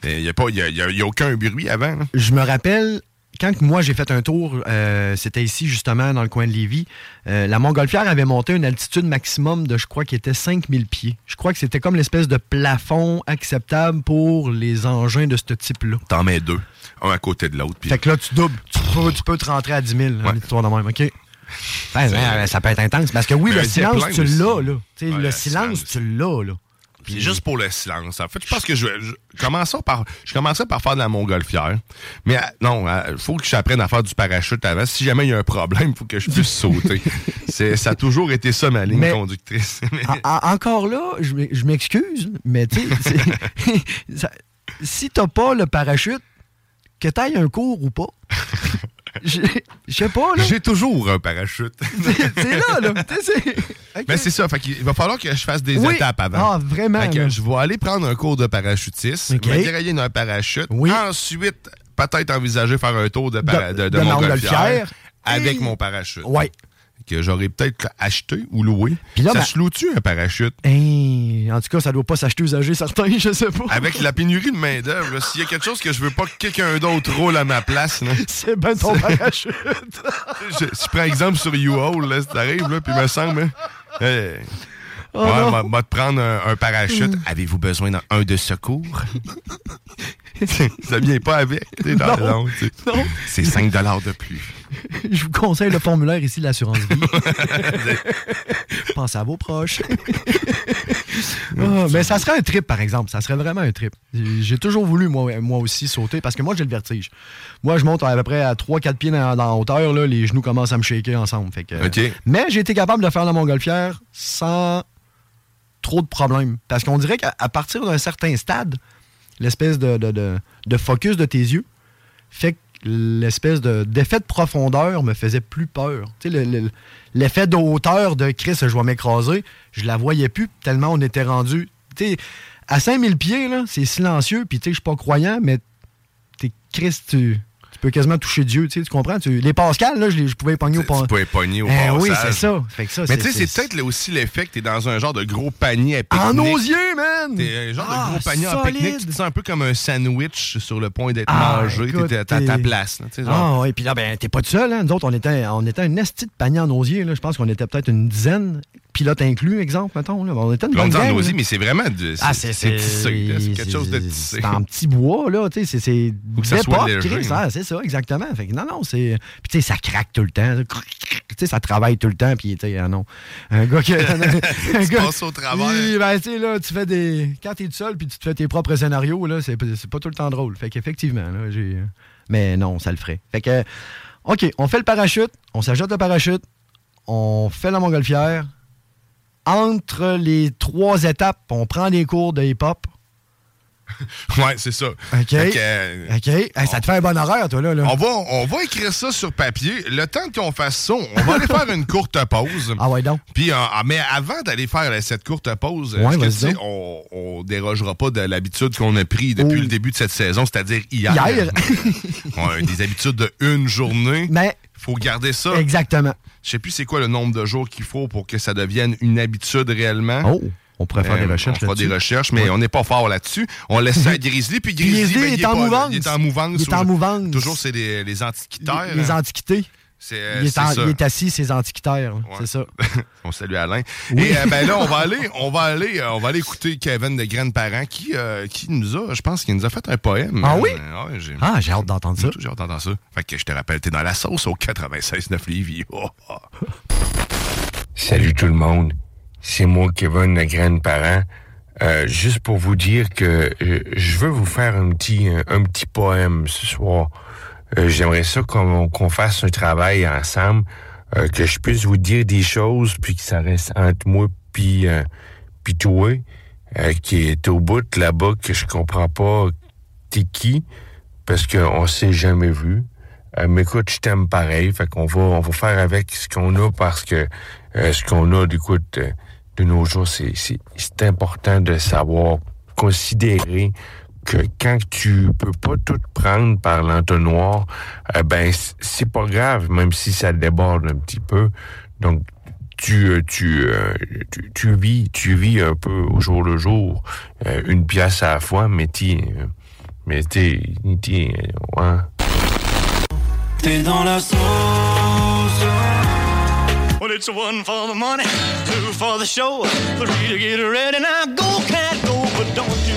[SPEAKER 5] il n'y a, pas- y a- y a- y a aucun bruit avant. là.
[SPEAKER 6] je me rappelle, quand que moi j'ai fait un tour, euh, c'était ici justement dans le coin de Lévis, euh, la montgolfière avait monté une altitude maximum de, je crois, qui était 5000 pieds. Je crois que c'était comme l'espèce de plafond acceptable pour les engins de ce type-là.
[SPEAKER 5] T'en mets deux, un à côté de l'autre. puis-
[SPEAKER 6] Fait que là, tu doubles. Tu peux, tu peux te rentrer à 10 000, une histoire de même, OK? Ben, ben, ben, ça peut être intense. Parce que oui, le
[SPEAKER 5] Mais un
[SPEAKER 6] silence,
[SPEAKER 5] zipline
[SPEAKER 6] tu
[SPEAKER 5] aussi.
[SPEAKER 6] l'as, là. Tu sais,
[SPEAKER 5] Ouais,
[SPEAKER 6] le
[SPEAKER 5] le
[SPEAKER 6] silence,
[SPEAKER 5] silence.
[SPEAKER 6] tu l'as, là.
[SPEAKER 5] C'est juste pour le silence. En fait, je pense que je, vais- je- commençons par, je commencerai par faire de la montgolfière. Mais euh, non, il faut que j'apprenne à faire du parachute avant. Si jamais il y a un problème, il faut que je
[SPEAKER 6] (laughs)
[SPEAKER 5] puisse sauter. C'est- ça a toujours été ça ma ligne
[SPEAKER 6] Mais- (laughs) Ah,
[SPEAKER 5] conductrice.
[SPEAKER 6] En- en- encore là, je m'e- je m'excuse, mais tu sais, c'est- (laughs) ça- si t'as pas le parachute, que t'ailles un cours ou pas, (laughs) je je sais pas, là.
[SPEAKER 5] J'ai toujours un parachute.
[SPEAKER 6] (laughs) C'est là, là. tu sais, c'est- Ok.
[SPEAKER 5] (laughs) Mais Ben, c'est ça, fait qu'il va falloir que je fasse des
[SPEAKER 6] Oui.
[SPEAKER 5] étapes avant.
[SPEAKER 6] Ah, vraiment,
[SPEAKER 5] Fait que
[SPEAKER 6] là.
[SPEAKER 5] je vais aller prendre un cours de parachutisme,
[SPEAKER 6] Ok.
[SPEAKER 5] me dérailler dans un parachute.
[SPEAKER 6] Oui.
[SPEAKER 5] Ensuite, peut-être envisager faire un tour de, para-
[SPEAKER 6] De-
[SPEAKER 5] de, de
[SPEAKER 6] de
[SPEAKER 5] montgolfière
[SPEAKER 6] montgolfière.
[SPEAKER 5] avec
[SPEAKER 6] Et-
[SPEAKER 5] mon parachute.
[SPEAKER 6] Ouais.
[SPEAKER 5] Que j'aurais peut-être acheté ou loué.
[SPEAKER 6] Puis là,
[SPEAKER 5] ça
[SPEAKER 6] ben-
[SPEAKER 5] se loue-tu un parachute?
[SPEAKER 6] Hey, Hein, en tout cas, ça doit pas s'acheter usagé, certains, je sais pas.
[SPEAKER 5] Avec la pénurie de main-d'œuvre, là, s'il y a quelque chose que je veux pas que quelqu'un d'autre roule à ma place, là,
[SPEAKER 6] (laughs) C'est ben ton parachute.
[SPEAKER 5] je, je prends exemple sur U-Haul, là, si t'arrives, là, puis il me semble. hein, hey, ouais,
[SPEAKER 6] Oh non. Mm.
[SPEAKER 5] m'a- m'a te prendre un, un parachute. Avez-vous besoin d'un un de secours? (laughs) ça vient pas avec. t'es dans-
[SPEAKER 6] Non.
[SPEAKER 5] non, t'sais.
[SPEAKER 6] Non.
[SPEAKER 5] C'est 5 de plus.
[SPEAKER 6] (laughs) Je vous conseille le formulaire ici de l'assurance vie. Pensez à vos proches. Ah, mais ça serait un trip, par exemple. Ça serait vraiment un trip. J'ai toujours voulu, moi, moi aussi, sauter parce que moi, j'ai le vertige. Moi, je monte à peu près à 3-4 pieds dans, dans la hauteur. là, les genoux commencent à me shaker ensemble. Fait que- euh,
[SPEAKER 5] OK.
[SPEAKER 6] Mais j'ai été capable de faire la montgolfière sans trop de problèmes. Parce qu'on dirait qu'à à partir d'un certain stade, l'espèce de, de- de- de focus de tes yeux fait que l'espèce de- d'effet de profondeur me faisait plus peur. Tu sais, le- le- l'effet de hauteur de Chris, je vais m'écraser, je la voyais plus tellement on était rendu. Tu sais, à 5000 pieds, là, c'est silencieux, puis tu sais, je suis pas croyant, mais t'es Chris, tu, tu peux quasiment toucher Dieu, tu sais, tu comprends? Tu- les Pascal, là, je, les- je pouvais pogner au
[SPEAKER 5] Tu
[SPEAKER 6] pas-
[SPEAKER 5] peux pogner au
[SPEAKER 6] Eh
[SPEAKER 5] passage.
[SPEAKER 6] oui, c'est ça. Fait que ça,
[SPEAKER 5] Mais tu sais, c'est peut-être là aussi l'effet que t'es dans un genre de gros panier à pique
[SPEAKER 6] En nos yeux, man!
[SPEAKER 5] T'es un genre
[SPEAKER 6] Ah,
[SPEAKER 5] de gros panier en
[SPEAKER 6] solide.
[SPEAKER 5] pique-nique. Tu te sens un peu comme un sandwich sur le point d'être
[SPEAKER 6] Ah,
[SPEAKER 5] mangé.
[SPEAKER 6] écoute,
[SPEAKER 5] T'es à ta-
[SPEAKER 6] t'es-
[SPEAKER 5] ta place. là, tu sais, genre.
[SPEAKER 6] Ah, ouais, puis là, ben, t'es pas tout seul, hein. Nous autres, on était, on était un esti de panier en osier, là. Je pense qu'on était peut-être une dizaine, pilote inclus, exemple, mettons, là. On était une
[SPEAKER 5] Puis on
[SPEAKER 6] bonne
[SPEAKER 5] dit en
[SPEAKER 6] gang,
[SPEAKER 5] nausée,
[SPEAKER 6] là.
[SPEAKER 5] mais c'est vraiment de-
[SPEAKER 6] Ah, c'est
[SPEAKER 5] c'est tissé. là, C'est
[SPEAKER 6] c'est-
[SPEAKER 5] quelque chose de
[SPEAKER 6] c'est-
[SPEAKER 5] tissé.
[SPEAKER 6] C'est en petit bois, là, tu sais, c'est- c'est
[SPEAKER 5] Faut que ça soit
[SPEAKER 6] d'époque,
[SPEAKER 5] léger,
[SPEAKER 6] Chris,
[SPEAKER 5] hein.
[SPEAKER 6] ah, c'est ça, exactement. Fait que non, non, c'est. Puis, tu sais, ça craque tout le temps. ça, cric, cric, Tu sais, ça travaille tout le temps, puis, tu sais, ah non. Un gars qui.
[SPEAKER 5] (laughs)
[SPEAKER 6] (laughs) un
[SPEAKER 5] Tu passes au travers.
[SPEAKER 6] Oui, ben, tu sais, là, tu fais des. Quand t'es tout seul, puis tu te fais tes propres scénarios, là, c'est c'est pas tout le temps drôle. Fait qu'effectivement, là, j'ai. Mais non, ça le ferait. Fait que. OK, on fait le parachute, on s'ajoute le parachute, on fait la montgolfière. Entre les trois étapes, on prend des cours de hip-hop.
[SPEAKER 5] (laughs) Ouais, c'est ça.
[SPEAKER 6] OK.
[SPEAKER 5] Fait que, euh,
[SPEAKER 6] OK. Hey, ça te fait un bon horaire, toi, là. là.
[SPEAKER 5] On va, on va écrire ça sur papier. Le temps qu'on fasse ça, on va aller faire une courte pause.
[SPEAKER 6] Ah ouais, donc.
[SPEAKER 5] Puis, euh, ah, mais avant d'aller faire euh, cette courte pause,
[SPEAKER 6] Ouais,
[SPEAKER 5] est-ce que
[SPEAKER 6] vas-y
[SPEAKER 5] tu sais,
[SPEAKER 6] donc.
[SPEAKER 5] on, on dérogera pas de l'habitude qu'on a pris depuis
[SPEAKER 6] Oh.
[SPEAKER 5] le début de cette saison, c'est-à-dire hier.
[SPEAKER 6] Hier.
[SPEAKER 5] (laughs) Ouais, des habitudes de une journée.
[SPEAKER 6] Mais,
[SPEAKER 5] Faut garder ça.
[SPEAKER 6] exactement.
[SPEAKER 5] Je sais plus c'est quoi le nombre de jours qu'il faut pour que ça devienne une habitude réellement.
[SPEAKER 6] Oh, on pourrait faire
[SPEAKER 5] Hein? Euh,
[SPEAKER 6] des recherches
[SPEAKER 5] on fera
[SPEAKER 6] là-dessus.
[SPEAKER 5] des recherches, mais on n'est pas fort là-dessus. On
[SPEAKER 6] (laughs)
[SPEAKER 5] laisse ça à Grizzly, puis Grizzly,
[SPEAKER 6] Grizzly
[SPEAKER 5] ben,
[SPEAKER 6] est
[SPEAKER 5] il, est
[SPEAKER 6] en
[SPEAKER 5] pas là.
[SPEAKER 6] mouvance.
[SPEAKER 5] il est en mouvance.
[SPEAKER 6] Il est en mouvance.
[SPEAKER 5] Toujours, c'est les, les antiquitaires.
[SPEAKER 6] Les
[SPEAKER 5] hein.
[SPEAKER 6] antiquités.
[SPEAKER 5] C'est, euh,
[SPEAKER 6] Il est,
[SPEAKER 5] c'est
[SPEAKER 6] en-
[SPEAKER 5] ça.
[SPEAKER 6] il est assis, ses antiquitaires. là.
[SPEAKER 5] Ouais.
[SPEAKER 6] C'est ça.
[SPEAKER 5] (laughs) on salue Alain. Et euh, ben là,
[SPEAKER 6] (laughs)
[SPEAKER 5] on va aller, on va aller, euh, on va aller écouter Kevin de Grande Parent qui, euh, qui nous a, je pense qu'il nous a fait un poème.
[SPEAKER 6] Ah oui?
[SPEAKER 5] Euh, ouais, j'ai-
[SPEAKER 6] Ah, j'ai hâte d'entendre ça.
[SPEAKER 5] Hein? j'ai toujours entendu ça. Fait que je te rappelle, t'es dans la sauce au 96.9 Lévis. (laughs) Oh, oh.
[SPEAKER 7] Salut tout le monde. C'est moi, Kevin, le grand-parent. Euh, juste pour vous dire que euh, je veux vous faire un petit, euh, un, un petit poème ce soir. Euh, J'aimerais ça qu'on qu'on fasse un travail ensemble, euh, que je puisse vous dire des choses, puis que ça reste entre moi puis, euh, puis toi, euh, qui est au bout là-bas, que je comprends pas t'es qui, parce qu'on s'est jamais vu. Euh, mais écoute, je t'aime pareil. Fait qu'on va, on va faire avec ce qu'on a parce que euh, ce qu'on a, écoute, euh, de nos jours, c'est, c'est, c'est important de savoir considérer que quand tu peux pas tout prendre par l'entonnoir, euh, ben c- c'est pas grave, même si ça déborde un petit peu. Donc tu, euh, tu, euh, tu, tu vis, tu vis un peu au jour le jour, euh, une pièce à la fois, mais t'y, euh, mais t'es, t'es, euh, ouais.
[SPEAKER 8] T'es dans la sauce. Well, it's one for the money, two for the show, three to get ready. Now go, cat, go, but don't you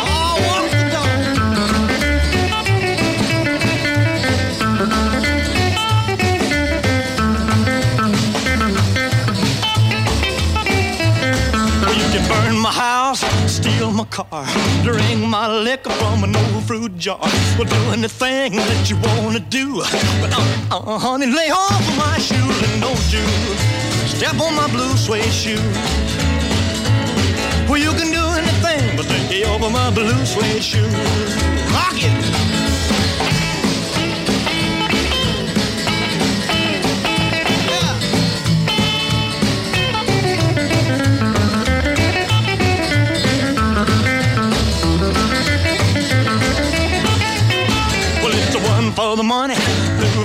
[SPEAKER 1] Oh, Well, you can burn my house, steal my car, drink my liquor from an old fruit jar. Well, do anything that you wanna do, but uh, uh, honey, lay off of my shoe and don't you step on my blue suede shoe. Well, you can do anything, but lay over my blue suede shoe. Rock it. Well, it's a one for the money, two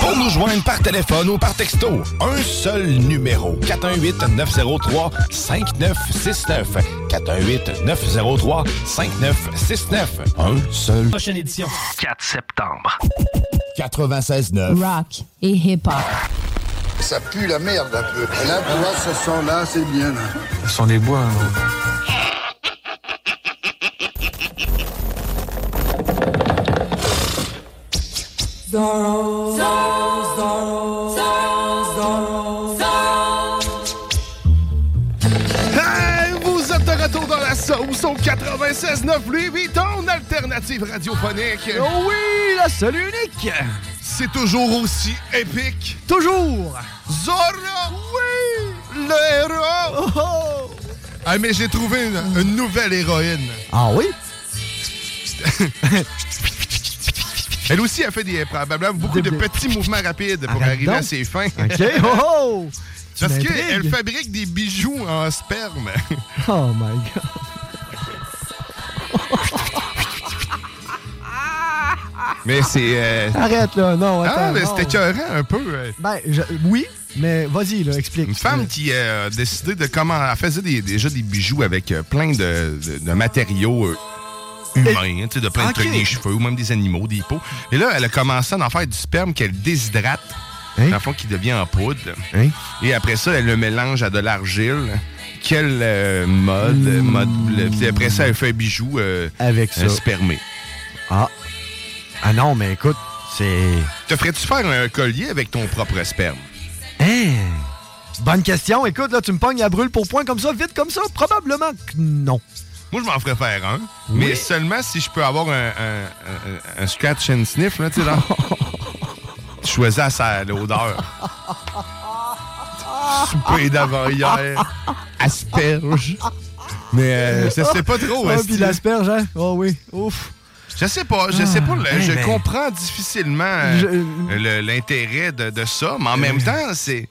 [SPEAKER 3] Pour nous joindre par téléphone ou par texto, un seul numéro 418 903 5969 418 903 5969 un seul
[SPEAKER 9] Prochaine édition. 4 septembre.
[SPEAKER 3] 969
[SPEAKER 10] Rock et hip-hop.
[SPEAKER 11] Ça pue la merde un peu. Là, tu vois, ce son-là, c'est bien.
[SPEAKER 12] Ce sont des bois.
[SPEAKER 13] Zorro, Zorro, Zorro, Zorro,
[SPEAKER 5] Hey, vous êtes de retour dans la sauce au 96.9 Louis Vuitton, alternative radiophonique.
[SPEAKER 6] Oh oui, la seule et unique.
[SPEAKER 5] C'est toujours aussi épique.
[SPEAKER 6] Toujours.
[SPEAKER 5] Zorro, oui, le héros. Ah, mais j'ai trouvé une, une nouvelle héroïne.
[SPEAKER 6] Ah oui?
[SPEAKER 5] Elle aussi a fait des, probablement beaucoup de petits mouvements rapides pour
[SPEAKER 6] Arrête
[SPEAKER 5] arriver
[SPEAKER 6] donc.
[SPEAKER 5] à ses fins.
[SPEAKER 6] OK, oh, oh. Tu
[SPEAKER 5] (laughs) Parce
[SPEAKER 6] m'intrigues.
[SPEAKER 5] qu'elle fabrique des bijoux en sperme. (laughs)
[SPEAKER 6] Oh my God.
[SPEAKER 5] Mais c'est... euh,
[SPEAKER 6] Arrête là, non. Attends,
[SPEAKER 5] Ah, mais
[SPEAKER 6] non.
[SPEAKER 5] c'était écœurant un peu. euh.
[SPEAKER 6] Ben, je- oui, mais vas-y, là, explique.
[SPEAKER 5] Une femme qui euh, a décidé de comment. Elle faisait des- déjà des bijoux avec euh, plein de, de- de matériaux euh, humains, hein, tu sais, de plein
[SPEAKER 6] Ok.
[SPEAKER 5] de trucs, des cheveux ou même des animaux, des peaux. Et là, elle a commencé à en faire du sperme qu'elle déshydrate,
[SPEAKER 6] Hein?
[SPEAKER 5] dans le fond, qui devient en poudre. Et après ça, elle le mélange à de l'argile. Quel euh, mode, mode. le- puis après ça, elle fait un bijou euh,
[SPEAKER 6] Mmh. Avec ça.
[SPEAKER 5] euh, spermé.
[SPEAKER 6] Ah. Ah non, mais écoute, c'est.
[SPEAKER 5] Te ferais-tu faire un collier avec ton propre sperme?
[SPEAKER 6] Hein? Bonne question. Écoute, là, tu me pognes à brûle pour point comme ça, vite comme ça, probablement que non.
[SPEAKER 5] Moi, je m'en ferais faire un, mais seulement si je peux avoir un, un- un- un scratch and sniff, là, tu sais, là.
[SPEAKER 6] (laughs)
[SPEAKER 5] tu choisis à sa- l'odeur. Soupé d'avant-hier,
[SPEAKER 6] (laughs)
[SPEAKER 5] asperge. Mais euh, je sais pas trop,
[SPEAKER 6] Ah,
[SPEAKER 5] est-ce
[SPEAKER 6] puis
[SPEAKER 5] que-
[SPEAKER 6] l'asperge, hein? Oh oui, ouf.
[SPEAKER 5] Je sais pas, je sais pas, le-
[SPEAKER 6] Ah,
[SPEAKER 5] je
[SPEAKER 6] ben,
[SPEAKER 5] comprends difficilement euh, le- l'intérêt de, de ça, mais en
[SPEAKER 6] Euh,
[SPEAKER 5] même temps, c'est...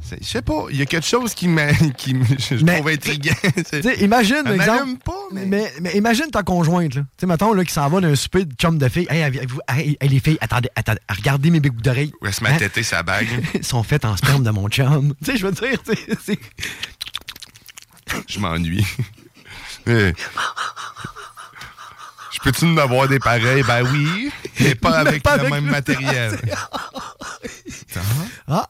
[SPEAKER 5] c'est- Je sais pas, il y a quelque chose qui m'a- (laughs) qui me je je trouve intriguant. (laughs)
[SPEAKER 6] Tu sais, imagine,
[SPEAKER 5] Elle
[SPEAKER 6] exemple.
[SPEAKER 5] m'allume pas,
[SPEAKER 6] mais... Mais, imagine ta conjointe, là. Tu sais, mettons, là, qui s'en va d'un souper de chum de filles. Hey, avez-vous- hey, hey, les filles, attendez, attendez, regardez mes bigots d'oreilles. Hein?
[SPEAKER 5] Ouais, se m'a tété sa bague.
[SPEAKER 6] (laughs) Ils sont faits en sperme de mon chum. (laughs) Tu sais, je veux dire, tu sais, c'est. (laughs)
[SPEAKER 5] Je m'ennuie. (laughs) Euh, Je peux-tu en avoir des pareils? Ben oui, mais
[SPEAKER 6] (laughs)
[SPEAKER 5] pas
[SPEAKER 6] Mais
[SPEAKER 5] avec
[SPEAKER 6] pas
[SPEAKER 5] le
[SPEAKER 6] avec
[SPEAKER 5] même
[SPEAKER 6] le-
[SPEAKER 5] matériel.
[SPEAKER 6] Ah,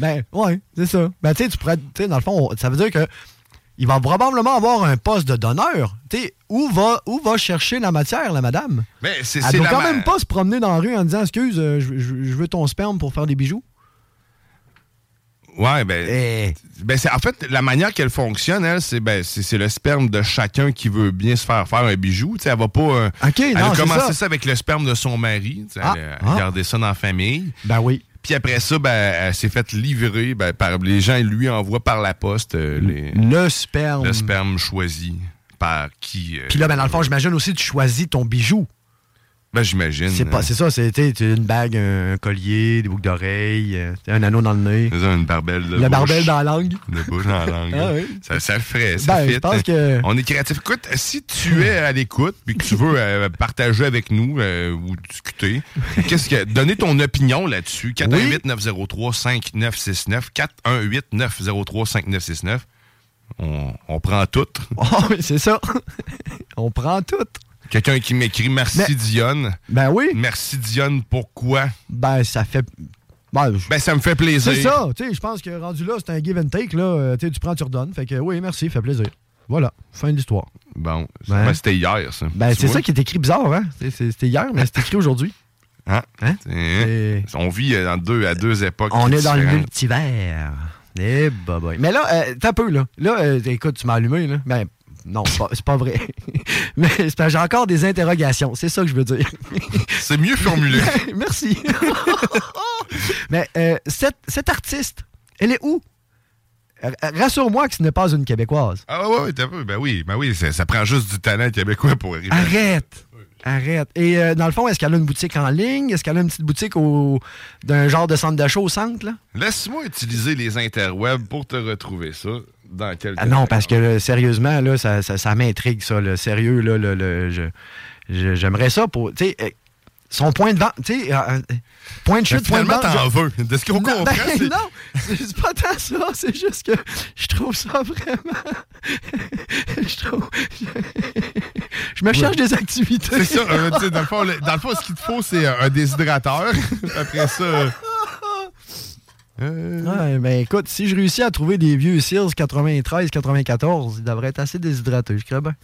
[SPEAKER 6] ben, ouais, c'est ça. Ben, tu sais, tu pourrais, tu sais, dans le fond, on- ça veut dire que il va probablement avoir un poste de donneur. Tu sais, où va, où va chercher la matière, la madame?
[SPEAKER 5] Mais c'est
[SPEAKER 6] Elle
[SPEAKER 5] c'est
[SPEAKER 6] doit
[SPEAKER 5] la
[SPEAKER 6] Ah, quand
[SPEAKER 5] ma-
[SPEAKER 6] même pas se promener dans la rue en disant, excuse, euh, je, je- je veux ton sperme pour faire des bijoux.
[SPEAKER 5] Ouais, ben.
[SPEAKER 6] Eh.
[SPEAKER 5] ben, c'est, en fait, la manière qu'elle fonctionne, elle, c'est, ben, c'est, c'est le sperme de chacun qui veut bien se faire faire un bijou. Tu sais, elle va pas. euh, elle
[SPEAKER 6] non,
[SPEAKER 5] a
[SPEAKER 6] c'est
[SPEAKER 5] commencé
[SPEAKER 6] ça.
[SPEAKER 5] ça. avec le sperme de son mari. tu sais, elle a
[SPEAKER 6] ah.
[SPEAKER 5] gardé ça dans la famille.
[SPEAKER 6] Ben oui.
[SPEAKER 5] Puis après ça, ben, elle s'est faite livrer ben, par les gens lui envoient par la poste euh, les-
[SPEAKER 6] Le sperme.
[SPEAKER 5] le sperme choisi par qui. euh,
[SPEAKER 6] mm. Puis là, ben, dans le fond, j'imagine aussi, tu choisis ton bijou.
[SPEAKER 5] ben, j'imagine.
[SPEAKER 6] C'est pas- c'est ça, c'était une bague, un collier, des boucles d'oreilles, euh, un anneau dans le nez.
[SPEAKER 5] C'est ça, une barbelle de
[SPEAKER 6] La
[SPEAKER 5] bouche.
[SPEAKER 6] barbelle dans la langue. (laughs)
[SPEAKER 5] De bouche dans la langue.
[SPEAKER 6] Ah oui.
[SPEAKER 5] ça, ça le ferait, ça
[SPEAKER 6] Ben, je
[SPEAKER 5] fit.
[SPEAKER 6] pense que-
[SPEAKER 5] On est créatif. Écoute, si tu es à l'écoute puis que tu veux euh, partager avec nous euh, ou discuter, qu'est-ce que donner ton opinion là-dessus 418 903 5969 418 903 5969. On, on prend tout.
[SPEAKER 6] Oh, oui, c'est ça. (laughs) On prend tout.
[SPEAKER 5] Quelqu'un qui m'écrit merci
[SPEAKER 6] Mais-
[SPEAKER 5] Dionne.
[SPEAKER 6] Ben oui.
[SPEAKER 5] Merci Dionne, pourquoi
[SPEAKER 6] Ben, ça fait. Ben, je-
[SPEAKER 5] Ben ça me fait plaisir.
[SPEAKER 6] C'est ça, tu sais, je pense que rendu là, c'est un give and take, là. euh, Tu sais, tu prends, tu redonnes. Fait que oui, merci, fait plaisir. Voilà, fin de l'histoire.
[SPEAKER 5] Bon,
[SPEAKER 6] Ben.
[SPEAKER 5] ben, c'était hier ça.
[SPEAKER 6] Ben,
[SPEAKER 5] Tu
[SPEAKER 6] c'est
[SPEAKER 5] vois?
[SPEAKER 6] ça qui est écrit bizarre, hein? C'est- c'est- C'était hier, mais c'est écrit aujourd'hui.
[SPEAKER 5] Hein? C'est- On vit euh, dans deux, à deux époques.
[SPEAKER 6] On est dans le
[SPEAKER 5] différentes.
[SPEAKER 6] multivers. Eh, bah, bah. Mais là, euh, t'as peu, là. Là, euh, écoute, tu m'as allumé, là. Ben, non, c'est pas, c'est pas vrai. (laughs) Mais c'est parce que j'ai encore des interrogations. C'est ça que je veux dire.
[SPEAKER 5] C'est
[SPEAKER 6] (laughs)
[SPEAKER 5] mieux formulé.
[SPEAKER 6] Merci. Mais euh, cette, cette artiste, elle est où? R- Rassure-moi que ce n'est pas une Québécoise.
[SPEAKER 5] Ah ouais, ouais, t'as vu. Ben oui, ben oui, ça, ça prend juste du talent québécois pour arriver.
[SPEAKER 6] Arrête! Arrête. Et euh, dans le fond, est-ce qu'elle a une boutique en ligne? Est-ce qu'elle a une petite boutique au... d'un genre de centre d'achat au centre, là?
[SPEAKER 5] Laisse-moi utiliser les interwebs pour te retrouver ça dans quelques...
[SPEAKER 6] Ah non, parce que là, sérieusement, là, ça, ça, ça m'intrigue, ça. Le sérieux, là, le- le- je- je- j'aimerais ça pour. Tu sais, euh, son point de vente. Tu sais, euh, euh, point de
[SPEAKER 5] Mais
[SPEAKER 6] chute, point de
[SPEAKER 5] finalement,
[SPEAKER 6] vente.
[SPEAKER 5] t'en
[SPEAKER 6] je-
[SPEAKER 5] veux. De ce qu'on
[SPEAKER 6] Non,
[SPEAKER 5] comprend,
[SPEAKER 6] ben,
[SPEAKER 5] c'est-
[SPEAKER 6] non, c'est c'est pas tant ça. C'est juste que je trouve ça vraiment. (laughs) je trouve. Je me cherche des activités.
[SPEAKER 5] C'est ça. euh, tu sais, dans, le fond, le- dans le fond, ce qu'il te faut, c'est euh, un déshydrateur. (laughs) Après ça... euh,
[SPEAKER 6] Ouais, ben écoute, si je réussis à trouver des vieux Sears 93-94, ils devraient être assez déshydratés, je crois bien.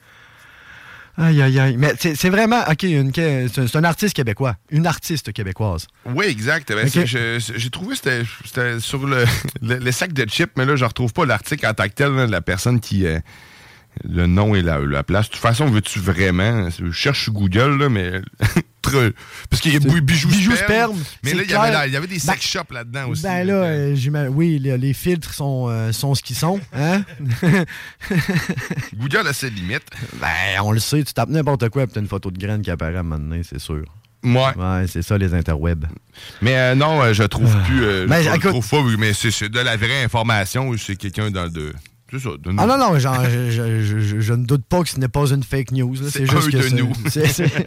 [SPEAKER 6] Aïe, aïe, aïe. Mais c'est c'est vraiment, OK, une que- c'est c'est un artiste québécois. Une artiste québécoise.
[SPEAKER 5] Oui, exact. Ben,
[SPEAKER 6] Ok.
[SPEAKER 5] c'est- je- J'ai trouvé, c'était c'était sur le, (laughs) le, le sac de chips, mais là, je retrouve pas l'article en tant que tel là, de la personne qui. euh, le nom et la, la place. De toute façon, veux-tu vraiment. Je cherche sur Google, là, mais. (laughs) Entre- parce qu'il y a bou- bijoux,
[SPEAKER 6] bijoux
[SPEAKER 5] sperme.
[SPEAKER 6] sperme,
[SPEAKER 5] Mais
[SPEAKER 6] c'est
[SPEAKER 5] là, il y avait
[SPEAKER 6] clair.
[SPEAKER 5] la- il y avait des
[SPEAKER 6] Ben-
[SPEAKER 5] sex shops là-dedans aussi.
[SPEAKER 6] Ben là, euh, j'ima- oui, les, les filtres sont, euh, sont ce qu'ils sont. (laughs) Hein?
[SPEAKER 5] Google a ses limites.
[SPEAKER 6] ben, on le sait, tu tapes n'importe quoi et t'as une photo de graine qui apparaît à un moment donné, c'est sûr.
[SPEAKER 5] Ouais.
[SPEAKER 6] Ouais, c'est ça, les interwebs.
[SPEAKER 5] Mais euh, non, euh, je trouve plus. euh,
[SPEAKER 6] Ben,
[SPEAKER 5] je le
[SPEAKER 6] écoute-
[SPEAKER 5] trouve pas, oui, mais c'est c'est de la vraie information. C'est quelqu'un dans de. C'est ça. de
[SPEAKER 6] Ah
[SPEAKER 5] nous.
[SPEAKER 6] non, non, (laughs) genre, je, je- je- je- je ne doute pas que ce n'est pas une fake news. là,
[SPEAKER 5] C'est
[SPEAKER 6] C'est juste
[SPEAKER 5] un
[SPEAKER 6] que
[SPEAKER 5] de
[SPEAKER 6] c'est-
[SPEAKER 5] nous.
[SPEAKER 6] (laughs) c'est- c'est-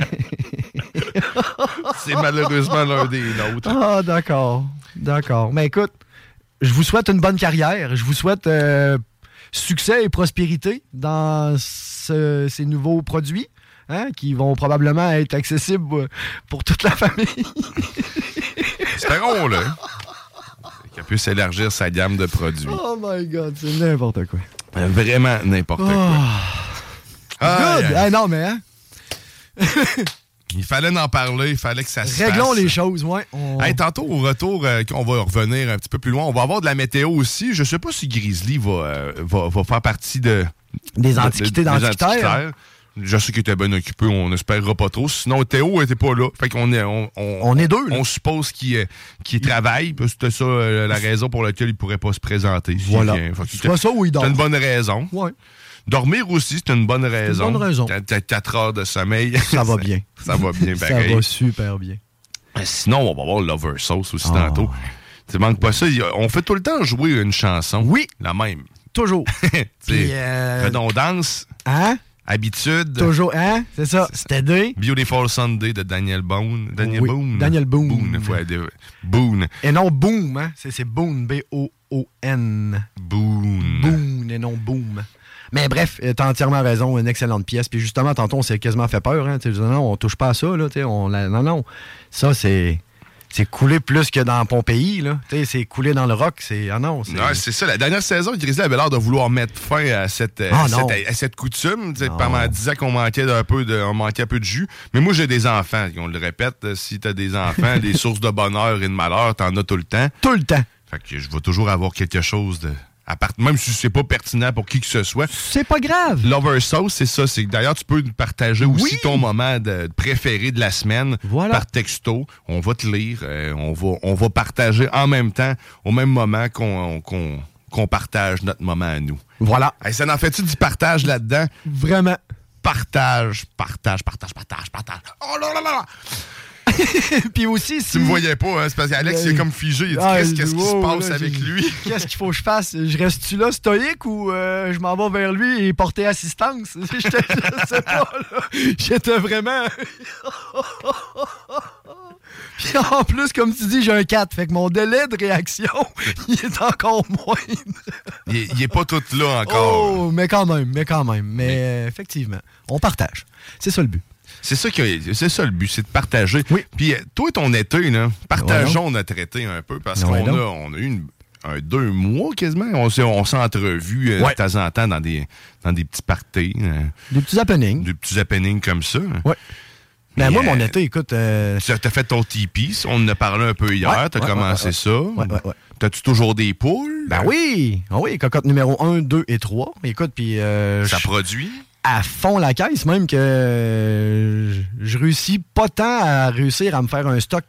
[SPEAKER 5] C'est malheureusement l'un des nôtres.
[SPEAKER 6] Ah, d'accord. D'accord. Mais écoute, je vous souhaite une bonne carrière. Je vous souhaite euh, succès et prospérité dans ce- ces nouveaux produits hein, qui vont probablement être accessibles euh, pour toute la famille.
[SPEAKER 5] Espérons, là. Qu'elle puisse élargir sa gamme de produits.
[SPEAKER 6] (laughs) oh my God, c'est n'importe quoi.
[SPEAKER 5] Euh, Vraiment n'importe quoi.
[SPEAKER 6] Ah.
[SPEAKER 5] Ah,
[SPEAKER 6] Good!
[SPEAKER 5] yeah.
[SPEAKER 6] Ah, non, mais hein,
[SPEAKER 5] Il fallait en parler, il fallait que ça se
[SPEAKER 6] réglons
[SPEAKER 5] fasse.
[SPEAKER 6] les choses, ouais. On-
[SPEAKER 5] Hey, tantôt, au retour, euh, on va revenir un petit peu plus loin. On va avoir de la météo aussi. Je sais pas si Grizzly va, euh, va, va faire partie de...
[SPEAKER 6] Des
[SPEAKER 5] de-
[SPEAKER 6] antiquités
[SPEAKER 5] de- des
[SPEAKER 6] d'antiquitaires.
[SPEAKER 5] antiquitaires. Je sais qu'il était bien occupé, on n'espérera pas trop. Sinon, Théo était pas là. Fait qu'on est, on,
[SPEAKER 6] On est deux, là.
[SPEAKER 5] On suppose qu'il euh, qu'il travaille. parce que C'était ça euh, la raison pour laquelle il pourrait pas se présenter. S'il
[SPEAKER 6] Voilà.
[SPEAKER 5] vient. Fait que
[SPEAKER 6] Soit ça ou il dort.
[SPEAKER 5] C'est une bonne raison.
[SPEAKER 6] Ouais.
[SPEAKER 5] Dormir aussi, c'est une bonne raison.
[SPEAKER 6] bonne raison.
[SPEAKER 5] T'as- T'as 4 heures de sommeil.
[SPEAKER 6] Ça va bien.
[SPEAKER 5] (laughs) Ça va bien,
[SPEAKER 6] (laughs) Ça
[SPEAKER 5] pareil.
[SPEAKER 6] va super bien.
[SPEAKER 5] Sinon, on va voir Lover Sauce aussi
[SPEAKER 6] Ah,
[SPEAKER 5] tantôt. Tu manques pas ça. Il y a- On fait tout le temps jouer une chanson.
[SPEAKER 6] Oui.
[SPEAKER 5] La même.
[SPEAKER 6] Toujours.
[SPEAKER 5] (laughs) Tu
[SPEAKER 6] Puis,
[SPEAKER 5] sais,
[SPEAKER 6] euh,
[SPEAKER 5] Redondance,
[SPEAKER 6] hein?
[SPEAKER 5] habitude.
[SPEAKER 6] Toujours, hein? C'est ça. C'était deux.
[SPEAKER 5] Beautiful Sunday de Daniel Boone. Daniel
[SPEAKER 6] Oui,
[SPEAKER 5] Boone.
[SPEAKER 6] Daniel Boone.
[SPEAKER 5] faut aider. Boone.
[SPEAKER 6] Et non Boom, hein? C'est c'est Boone, B-O-O-N.
[SPEAKER 5] Boone.
[SPEAKER 6] Boone et non Boom. Mais bref, euh, t'as entièrement raison, une excellente pièce. Puis justement, tantôt, on s'est quasiment fait peur. Hein? Tu sais, je dis, non, on touche pas à ça. Là, tu sais, on, la- non, non. Ça, c'est c'est coulé plus que dans Pompéi. là. Tu sais, C'est coulé dans le rock. C'est ah non, c'est-
[SPEAKER 5] Ouais, C'est ça. La dernière saison, Grizzly avait l'air de vouloir mettre fin à cette, euh,
[SPEAKER 6] Ah,
[SPEAKER 5] à cette-
[SPEAKER 6] non.
[SPEAKER 5] à cette coutume. Tu sais, Pendant 10 ans qu'on manquait d'un peu de, on manquait un peu de jus. Mais moi, j'ai des enfants. On le répète, euh, si t'as
[SPEAKER 6] (laughs)
[SPEAKER 5] des enfants, des sources de bonheur et de malheur, t'en as tout le temps.
[SPEAKER 6] tout le temps.
[SPEAKER 5] Fait que je vais toujours avoir quelque chose de, À part- même si c'est pas pertinent pour qui que ce soit.
[SPEAKER 6] C'est pas grave.
[SPEAKER 5] Lover Sauce, c'est ça. C'est que D'ailleurs, tu peux nous partager aussi ton moment de- préféré de la semaine par texto. On va te lire. euh, on, va, on va partager en même temps, au même moment qu'on qu'on- qu'on partage notre moment à nous.
[SPEAKER 6] Voilà.
[SPEAKER 5] ça en fait-tu du partage là-dedans?
[SPEAKER 6] Vraiment. (laughs)
[SPEAKER 5] Partage, partage, partage, partage, partage. Oh là là là là!
[SPEAKER 6] Puis aussi, si.
[SPEAKER 5] Tu me voyais pas, hein? C'est parce qu'Alex, il est comme figé. Il dit,
[SPEAKER 6] Ah,
[SPEAKER 5] Chris, qu'est-ce qui se
[SPEAKER 6] wow,
[SPEAKER 5] passe
[SPEAKER 6] là,
[SPEAKER 5] avec
[SPEAKER 6] j'ai-
[SPEAKER 5] lui?
[SPEAKER 6] (laughs) Qu'est-ce qu'il faut que je fasse? Je reste-tu là, stoïque, ou euh, je m'en vais vers lui et porter assistance? (laughs) J'étais- je sais pas, là. J'étais vraiment. (laughs) Puis en plus, comme tu dis, j'ai un 4. Fait que mon délai de réaction, (laughs) il est encore moindre.
[SPEAKER 5] Il, est- il est pas tout là encore.
[SPEAKER 6] Oh, mais quand même, mais quand même. Mais euh, effectivement, on partage. C'est ça le but.
[SPEAKER 5] C'est ça, que- c'est ça le but, c'est de partager. Puis euh, toi, ton été, là, partageons notre été un peu parce
[SPEAKER 6] Ben
[SPEAKER 14] Ouais,
[SPEAKER 5] qu'on
[SPEAKER 14] donc.
[SPEAKER 5] a, on a eu une- un deux mois quasiment. On s'est, on s'est entrevus euh, de temps en temps dans des, dans des petits parties, euh,
[SPEAKER 6] Des petits happenings.
[SPEAKER 5] des petits happenings comme ça.
[SPEAKER 6] Ouais. Mais
[SPEAKER 5] Mais,
[SPEAKER 6] moi, mon
[SPEAKER 5] euh,
[SPEAKER 6] été, écoute. euh,
[SPEAKER 5] Tu as t'as fait ton Tipeee, on en a parlé un peu hier,
[SPEAKER 6] Ouais,
[SPEAKER 5] t'as
[SPEAKER 6] ouais,
[SPEAKER 5] commencé
[SPEAKER 6] ouais, ouais.
[SPEAKER 5] ça. T'as-tu toujours des poules?
[SPEAKER 6] Ben oui! Ah oui, cocotte numéro 1, 2 et 3. Écoute, puis euh,
[SPEAKER 5] Ça
[SPEAKER 6] je-
[SPEAKER 5] produit?
[SPEAKER 6] à fond la caisse, même que euh, je- je réussis pas tant à réussir à me faire un stock.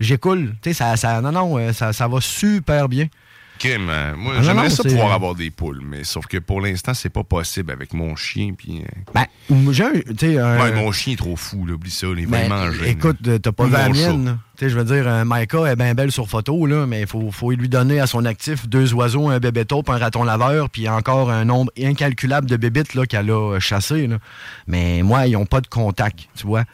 [SPEAKER 6] J'écoule. Tu sais, ça, ça, non, non, euh, ça, ça va super bien.
[SPEAKER 5] Ok, mais euh, moi,
[SPEAKER 6] Ah, non,
[SPEAKER 5] j'aimerais
[SPEAKER 6] non,
[SPEAKER 5] ça
[SPEAKER 6] c'est-
[SPEAKER 5] pouvoir avoir des poules, mais sauf que pour l'instant, c'est pas possible avec mon chien. Puis, euh,
[SPEAKER 6] Ben, moi, j'ai un- tu sais, un-
[SPEAKER 5] ouais, mon chien est trop fou, là, oublie ça, il va
[SPEAKER 6] ben,
[SPEAKER 5] y manger.
[SPEAKER 6] écoute,
[SPEAKER 5] là.
[SPEAKER 6] euh, t'as pas
[SPEAKER 5] Ou
[SPEAKER 6] vu la
[SPEAKER 5] mon chat.
[SPEAKER 6] mienne. là. Tu sais, je veux dire, euh, Micah est bien belle sur photo, là, mais il faut, faut lui donner à son actif deux oiseaux, un bébé taupe, un raton laveur, puis encore un nombre incalculable de bébites là, qu'elle a euh, chassées. là. Mais moi, ils ont pas de contact, tu vois.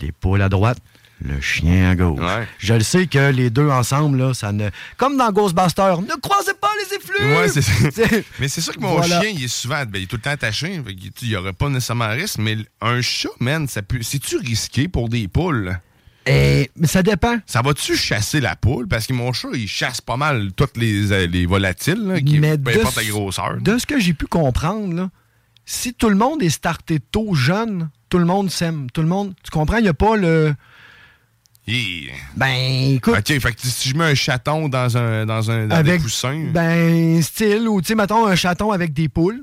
[SPEAKER 6] Les poules à droite, le chien à gauche. Je le sais que les deux ensemble, là, ça ne. Comme dans Ghostbusters, ne croisez pas les effluves!
[SPEAKER 5] Ouais, c'est ça.
[SPEAKER 6] (laughs) C'est-
[SPEAKER 5] mais c'est sûr que mon
[SPEAKER 6] Voilà.
[SPEAKER 5] chien, il est souvent, ben, il est tout le temps attaché. fait qu'il- Il n'y aurait pas nécessairement un risque, mais l- un chat, man, ça peut. C'est-tu risqué pour des poules?
[SPEAKER 6] Eh, mais ça dépend.
[SPEAKER 5] Ça va-tu chasser la poule? Parce que mon chat, il chasse pas mal toutes les, euh, les volatiles, là, qui,
[SPEAKER 6] Mais
[SPEAKER 5] peu
[SPEAKER 6] de
[SPEAKER 5] importe la
[SPEAKER 6] ce-
[SPEAKER 5] grosseur.
[SPEAKER 6] De ce que j'ai pu comprendre, là, si tout le monde est starté tôt jeune, tout le monde s'aime. Tout le monde. Tu comprends? Il n'y a pas le.
[SPEAKER 5] Yeah.
[SPEAKER 6] Ben, écoute.
[SPEAKER 5] Ok, fait que si je mets un chaton dans un, dans un, dans des
[SPEAKER 6] avec.
[SPEAKER 5] coussins,
[SPEAKER 6] Ben, style, ou tu sais, mettons un chaton avec des poules.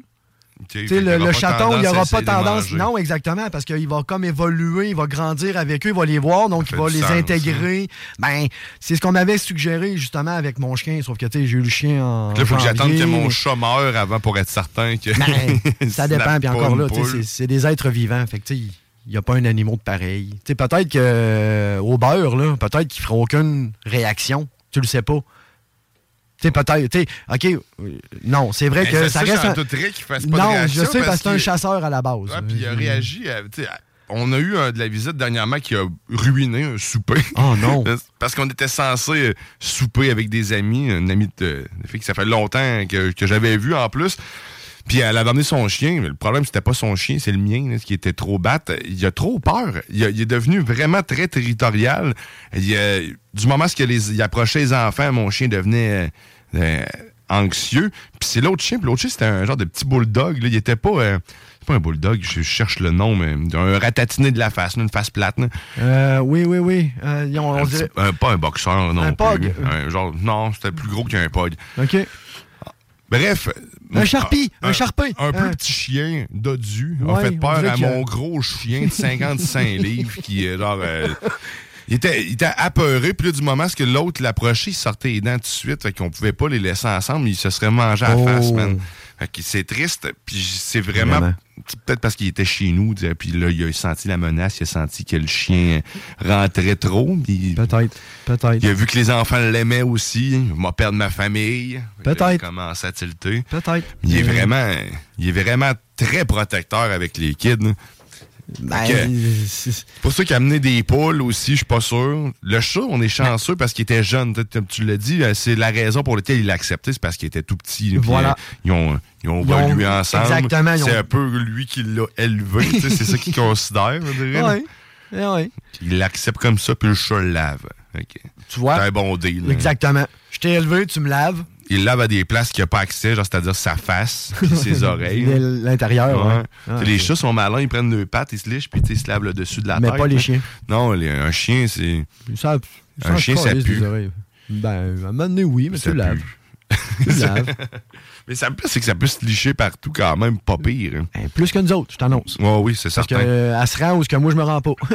[SPEAKER 5] ok,
[SPEAKER 6] Tu
[SPEAKER 5] fait
[SPEAKER 6] sais,
[SPEAKER 5] qu'il
[SPEAKER 6] le,
[SPEAKER 5] aura
[SPEAKER 6] le
[SPEAKER 5] pas
[SPEAKER 6] chaton, il
[SPEAKER 5] tendance à
[SPEAKER 6] n'aura
[SPEAKER 5] essayer
[SPEAKER 6] pas
[SPEAKER 5] de
[SPEAKER 6] tendance.
[SPEAKER 5] manger.
[SPEAKER 6] Non, exactement, parce qu'il va comme évoluer, il va grandir avec eux, il va les voir, donc il va
[SPEAKER 5] du
[SPEAKER 6] les
[SPEAKER 5] sens,
[SPEAKER 6] intégrer. Ben, c'est ce qu'on m'avait suggéré justement avec mon chien, sauf que tu sais, j'ai eu le chien en.
[SPEAKER 5] Fait que Là, faut que j'attende
[SPEAKER 6] janvier,
[SPEAKER 5] que mon
[SPEAKER 6] mais-
[SPEAKER 5] chat meure avant pour être certain que. (laughs)
[SPEAKER 6] Ben, ça
[SPEAKER 5] c'est
[SPEAKER 6] dépend.
[SPEAKER 5] la
[SPEAKER 6] Puis encore
[SPEAKER 5] poule,
[SPEAKER 6] là, tu sais,
[SPEAKER 5] poule.
[SPEAKER 6] c'est c'est des êtres vivants. Fait que, tu sais, il n'y a pas un animal de pareil. Tu sais, peut-être que euh, au beurre, là, peut-être qu'ils feront aucune réaction. Tu le sais pas. Tu sais, peut-être. tu sais, OK, euh, non, c'est vrai
[SPEAKER 5] Ben,
[SPEAKER 6] que
[SPEAKER 5] ça,
[SPEAKER 6] ça,
[SPEAKER 5] ça,
[SPEAKER 6] reste.
[SPEAKER 5] j'en
[SPEAKER 6] un-
[SPEAKER 5] douterais qu'il fasse pas de
[SPEAKER 6] non,
[SPEAKER 5] réaction
[SPEAKER 6] je sais, parce que c'est un
[SPEAKER 5] qu'il-
[SPEAKER 6] chasseur à la base.
[SPEAKER 5] Ouais, puis il a réagi. à- tu sais, à- on a eu euh, de la visite dernièrement qui a ruiné un souper.
[SPEAKER 6] Oh
[SPEAKER 5] (laughs)
[SPEAKER 6] non!
[SPEAKER 5] Parce qu'on était censé euh, souper avec des amis, une amie de, de fille que ça fait longtemps que, que j'avais vu en plus. Puis elle avait amené son chien. mais Le problème, c'était pas son chien, c'est le mien, là, qui était trop batte. Il a trop peur. Il, a- il est devenu vraiment très territorial. Il, euh, du moment où les, il approchait les enfants, mon chien devenait euh, euh, anxieux. Puis c'est l'autre chien. Puis l'autre chien, c'était un genre de petit bulldog. là. Il était pas... euh, c'est pas un bulldog, je cherche le nom, mais un ratatiné de la face, là, une face plate. là.
[SPEAKER 6] Euh, oui, oui, oui. Euh, ils ont- on
[SPEAKER 5] Un
[SPEAKER 6] dirait-
[SPEAKER 5] petit- un- pas un boxeur, non.
[SPEAKER 6] Un
[SPEAKER 5] plus.
[SPEAKER 6] pog.
[SPEAKER 5] Un genre, non, c'était plus gros qu'un pog.
[SPEAKER 6] OK.
[SPEAKER 5] Bref.
[SPEAKER 6] Un charpie, un charpin.
[SPEAKER 5] Un, peu
[SPEAKER 6] Un-
[SPEAKER 5] petit chien dodu
[SPEAKER 6] Ouais,
[SPEAKER 5] a fait
[SPEAKER 6] on
[SPEAKER 5] peur
[SPEAKER 6] dirait
[SPEAKER 5] à
[SPEAKER 6] qu'il y a-
[SPEAKER 5] mon gros chien
[SPEAKER 6] (laughs)
[SPEAKER 5] de 55 livres qui est genre. euh, il, était, il était apeuré, puis là, du moment ce que l'autre l'approchait, il sortait les dents tout de suite, fait qu'on pouvait pas les laisser ensemble, il se serait mangé à la
[SPEAKER 6] Oh.
[SPEAKER 5] face, man. Fait que c'est triste, puis c'est vraiment.
[SPEAKER 6] Vraiment.
[SPEAKER 5] c'est Peut-être parce qu'il était chez nous, tu sais, puis là, il a senti la menace, il a senti que le chien rentrait trop, puis
[SPEAKER 6] Peut-être, peut-être.
[SPEAKER 5] il a vu que les enfants l'aimaient aussi. Il m'a perdu ma famille.
[SPEAKER 6] Peut-être.
[SPEAKER 5] Il commence à tilter.
[SPEAKER 6] Peut-être.
[SPEAKER 5] Il est
[SPEAKER 6] Euh,
[SPEAKER 5] vraiment, il est vraiment très protecteur avec les kids.
[SPEAKER 6] Ben,
[SPEAKER 5] Fait que,
[SPEAKER 6] c'est-
[SPEAKER 5] c'est pour ça qu'il a amené des poules aussi, je suis pas sûr. Le chat, on est chanceux parce qu'il était jeune. Tu- tu- Tu l'as dit, euh, c'est la raison pour laquelle il l'a accepté, c'est parce qu'il était tout petit. puis,
[SPEAKER 6] Voilà.
[SPEAKER 5] euh, Ils ont, ils ont
[SPEAKER 6] Ils ont-
[SPEAKER 5] évolué ensemble.
[SPEAKER 6] exactement, ils
[SPEAKER 5] C'est
[SPEAKER 6] ont-
[SPEAKER 5] un peu lui qui l'a élevé. tu sais, c'est
[SPEAKER 6] (laughs)
[SPEAKER 5] ça qu'il considère, je dirais.
[SPEAKER 6] Ouais. Eh ouais.
[SPEAKER 5] Il l'accepte comme ça, puis le chat le lave.
[SPEAKER 6] Tu vois?
[SPEAKER 5] C'est un bon deal. hein.
[SPEAKER 6] Exactement. Je t'ai élevé, tu me laves.
[SPEAKER 5] il lave à des places qu'il n'a pas accès, genre c'est-à-dire sa
[SPEAKER 6] (laughs)
[SPEAKER 5] face, puis ses oreilles.
[SPEAKER 6] L'intérieur, hein.
[SPEAKER 5] Ouais. Ah.
[SPEAKER 6] ouais.
[SPEAKER 5] Tu
[SPEAKER 6] Ouais.
[SPEAKER 5] sais, les chats sont malins, ils prennent deux pattes, ils se lichent, puis tu sais, ils se lavent le dessus de la
[SPEAKER 6] Mais
[SPEAKER 5] tête.
[SPEAKER 6] pas les
[SPEAKER 5] hein.
[SPEAKER 6] chiens.
[SPEAKER 5] Non, les- un
[SPEAKER 6] (laughs)
[SPEAKER 5] chien, c'est.
[SPEAKER 6] Ça, ça
[SPEAKER 5] Un chien, ça
[SPEAKER 6] calisse
[SPEAKER 5] pue.
[SPEAKER 6] des oreilles. Ben, à un moment donné, oui, mais
[SPEAKER 5] Ça
[SPEAKER 6] tu laves.
[SPEAKER 5] pue. Ça- (laughs) Mais ça me plaît, c'est que ça peut se licher partout quand même, pas pire. hein.
[SPEAKER 6] Plus que nous autres, je t'annonce.
[SPEAKER 5] Ouais, oui, c'est
[SPEAKER 6] Parce
[SPEAKER 5] certain.
[SPEAKER 6] qu'elle se rend où ce que moi, je me rends pas. (laughs)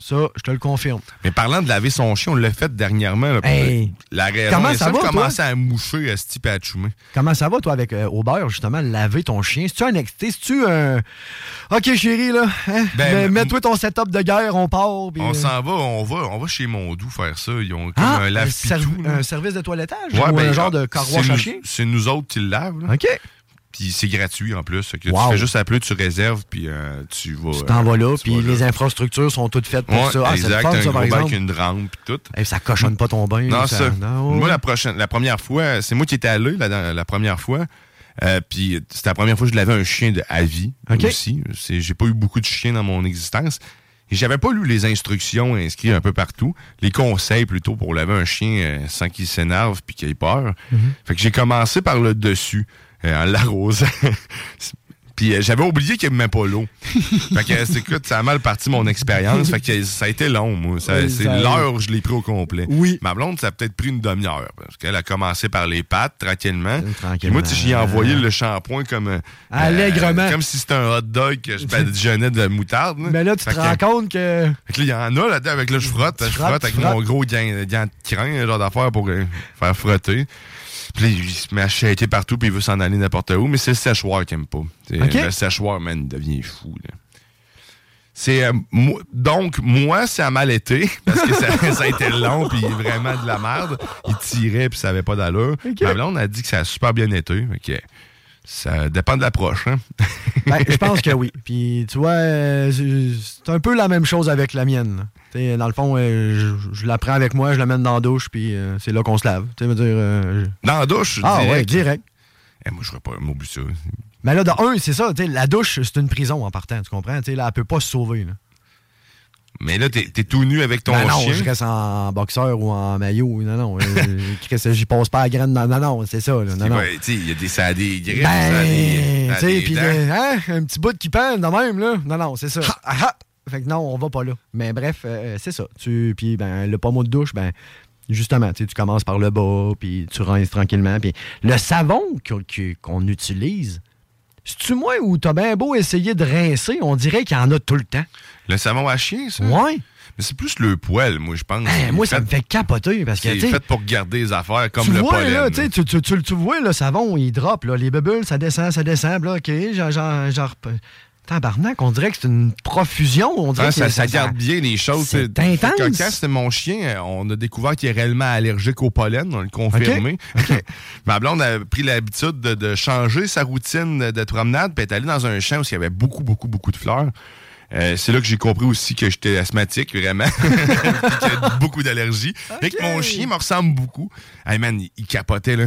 [SPEAKER 6] Ça, je te le confirme.
[SPEAKER 5] Mais parlant de laver son chien, on l'a fait dernièrement. là, pour
[SPEAKER 6] Hey.
[SPEAKER 5] La raison
[SPEAKER 6] Comment
[SPEAKER 5] est
[SPEAKER 6] ça
[SPEAKER 5] simple,
[SPEAKER 6] va,
[SPEAKER 5] commencer
[SPEAKER 6] toi?
[SPEAKER 5] à moucher, à se typer à choumer.
[SPEAKER 6] Comment ça va, toi, avec euh, Aubert, justement, laver ton chien? C'est-tu un excité? C'est-tu un. Ok, chérie, là. hein?
[SPEAKER 5] Ben,
[SPEAKER 6] Ben,
[SPEAKER 5] m-
[SPEAKER 6] Mets-toi ton setup de guerre, on part. puis,
[SPEAKER 5] On
[SPEAKER 6] euh,
[SPEAKER 5] s'en va, on va, on va chez Mondou faire ça. Ils ont comme
[SPEAKER 6] Ah,
[SPEAKER 5] un
[SPEAKER 6] un,
[SPEAKER 5] lave
[SPEAKER 6] servi- un service de toilettage?
[SPEAKER 5] Ouais,
[SPEAKER 6] ou
[SPEAKER 5] ben,
[SPEAKER 6] un genre de
[SPEAKER 5] c'est
[SPEAKER 6] carwash à
[SPEAKER 5] nous-
[SPEAKER 6] chien?
[SPEAKER 5] C'est nous autres qui le lavent. là.
[SPEAKER 6] OK.
[SPEAKER 5] Puis c'est gratuit en plus. Fait que
[SPEAKER 6] Wow.
[SPEAKER 5] Tu fais juste appeler, tu réserves, puis euh, tu vas.
[SPEAKER 6] Tu t'en vas là, puis les infrastructures sont toutes faites pour
[SPEAKER 5] Ouais,
[SPEAKER 6] ça. Ah, c'est le
[SPEAKER 5] exact,
[SPEAKER 6] fun,
[SPEAKER 5] un
[SPEAKER 6] ça,
[SPEAKER 5] gros
[SPEAKER 6] par
[SPEAKER 5] bac,
[SPEAKER 6] exemple.
[SPEAKER 5] une rampe, puis tout.
[SPEAKER 6] Eh, ça cochonne pas ton bain.
[SPEAKER 5] Non,
[SPEAKER 6] là,
[SPEAKER 5] ça.
[SPEAKER 6] non.
[SPEAKER 5] Moi, la, prochaine, la première fois, c'est moi qui étais allé la, la- la première fois. euh, puis c'était la première fois que je l'avais un chien de à vie
[SPEAKER 6] Ok.
[SPEAKER 5] aussi. C'est- J'ai pas eu beaucoup de chiens dans mon existence. Et j'avais pas lu les instructions inscrites un peu partout, les conseils plutôt pour laver un chien euh, sans qu'il s'énerve puis qu'il ait peur.
[SPEAKER 15] Mm-hmm.
[SPEAKER 5] Fait que j'ai commencé par le dessus, euh, en l'arrosant. (laughs) puis euh, j'avais oublié qu'il aimait pas
[SPEAKER 15] (laughs)
[SPEAKER 5] l'eau. fait que, euh, c'est- écoute, ça a mal parti mon expérience. fait que ça a été long, moi. Ça-
[SPEAKER 15] Oui,
[SPEAKER 5] c'est
[SPEAKER 15] ça-
[SPEAKER 5] l'heure je l'ai pris au complet. Oui. Ma blonde, ça a peut-être pris une demi-heure. Parce qu'elle a commencé par les pattes,
[SPEAKER 6] Euh,
[SPEAKER 5] tranquillement. Puis moi, tu sais, j'y ai envoyé le shampoing comme. euh,
[SPEAKER 6] Allègrement.
[SPEAKER 5] comme si c'était un hot dog
[SPEAKER 6] (laughs)
[SPEAKER 5] que je badigeonnais de moutarde.
[SPEAKER 6] Mais là, tu
[SPEAKER 5] Fait
[SPEAKER 6] te
[SPEAKER 5] que-
[SPEAKER 6] rends compte que.
[SPEAKER 5] Fait que là, il y en a là-dedans. Avec là, je frotte. Je
[SPEAKER 6] frottes,
[SPEAKER 5] frotte
[SPEAKER 6] tu
[SPEAKER 5] avec
[SPEAKER 6] frottes.
[SPEAKER 5] mon gros gant, gant de crin, genre d'affaire pour euh, faire frotter. Puis là, il se met à chahuter partout, puis il veut s'en aller n'importe où. Mais c'est le séchoir qu'il aime pas. C'est-
[SPEAKER 15] Ok.
[SPEAKER 5] Le séchoir, man, il devient fou. là. C'est, euh, moi- donc, moi, ça a mal été, parce que ça, (laughs) ça a été long, puis vraiment de la merde. Il tirait, puis ça avait pas d'allure. Ma blonde a dit que ça a super bien été. Fait que ça dépend de l'approche. Hein?
[SPEAKER 6] Ben, je pense que oui. Puis tu vois, euh, c'est c'est un peu la même chose avec la mienne. là. Tu sais, Dans le fond, euh, je, je la prends avec moi, je la mène dans la douche, puis euh, c'est là qu'on se lave. Tu sais, veux dire, euh, je-
[SPEAKER 5] Dans la douche,
[SPEAKER 6] Ah
[SPEAKER 5] direct.
[SPEAKER 6] ouais, direct.
[SPEAKER 5] Eh, moi, je serais pas un mot ça.
[SPEAKER 6] Mais là, de un, c'est ça, tu sais, la douche, c'est une prison en partant, tu comprends? Tu sais, là, elle peut pas se sauver. Là.
[SPEAKER 5] Mais là, t'es t'es tout nu avec ton
[SPEAKER 6] Ben non,
[SPEAKER 5] chien.
[SPEAKER 6] je reste en boxeur ou en maillot. Non, non,
[SPEAKER 5] (laughs)
[SPEAKER 6] euh, Chris, j'y passe pas à graine. Non, non, non, c'est ça. là, non,
[SPEAKER 5] Il
[SPEAKER 6] non.
[SPEAKER 5] va- tu sais, il y a des, ça a des griffes, ça a des,
[SPEAKER 6] Ben,
[SPEAKER 5] ça a
[SPEAKER 6] tu sais,
[SPEAKER 5] des
[SPEAKER 6] puis
[SPEAKER 5] dents.
[SPEAKER 6] le- hein, un petit bout qui pend de même, là. Non, non, c'est ça. Ah, ah. Fait que non, on va pas là. Mais bref, euh, c'est ça. Tu, puis ben, le pommeau de douche, ben, justement, tu sais, tu commences par le bas, puis tu rinces tranquillement. Puis le savon qu'on que- qu'on utilise, c'est-tu moi ou t'as bien beau essayer de rincer, on dirait qu'il y en a tout le temps.
[SPEAKER 5] Le savon à chien, ça?
[SPEAKER 6] Ouais.
[SPEAKER 5] Mais c'est plus le poil, moi, je pense.
[SPEAKER 6] Ben, moi, ça me fait capoter parce que,
[SPEAKER 5] C'est
[SPEAKER 6] tu sais,
[SPEAKER 5] fait pour garder les affaires comme
[SPEAKER 6] tu
[SPEAKER 5] le
[SPEAKER 6] vois,
[SPEAKER 5] pollen.
[SPEAKER 6] là, tu, sais, tu, tu, tu, tu vois, le savon, il drop, là, les bulles, ça descend, ça descend, là, OK, genre, genre, genre, p- tabarnak, on dirait que c'est une profusion, on dirait
[SPEAKER 5] Ah,
[SPEAKER 6] que
[SPEAKER 5] ça, ça garde bien les choses.
[SPEAKER 6] c'est intense.
[SPEAKER 5] Quand c'est mon chien, on a découvert qu'il est réellement allergique au pollen, on l'a confirmé. (laughs) Ma blonde a pris l'habitude de, de changer sa routine de, de promenade, puis elle est allée dans un champ où il y avait beaucoup, beaucoup, beaucoup de fleurs. Euh, c'est là que j'ai compris aussi que j'étais asthmatique, vraiment. (laughs) Puis qu'il y a beaucoup d'allergies. Et que mon chien me ressemble beaucoup. Hey man, il, il
[SPEAKER 6] (laughs)
[SPEAKER 5] capotait, là.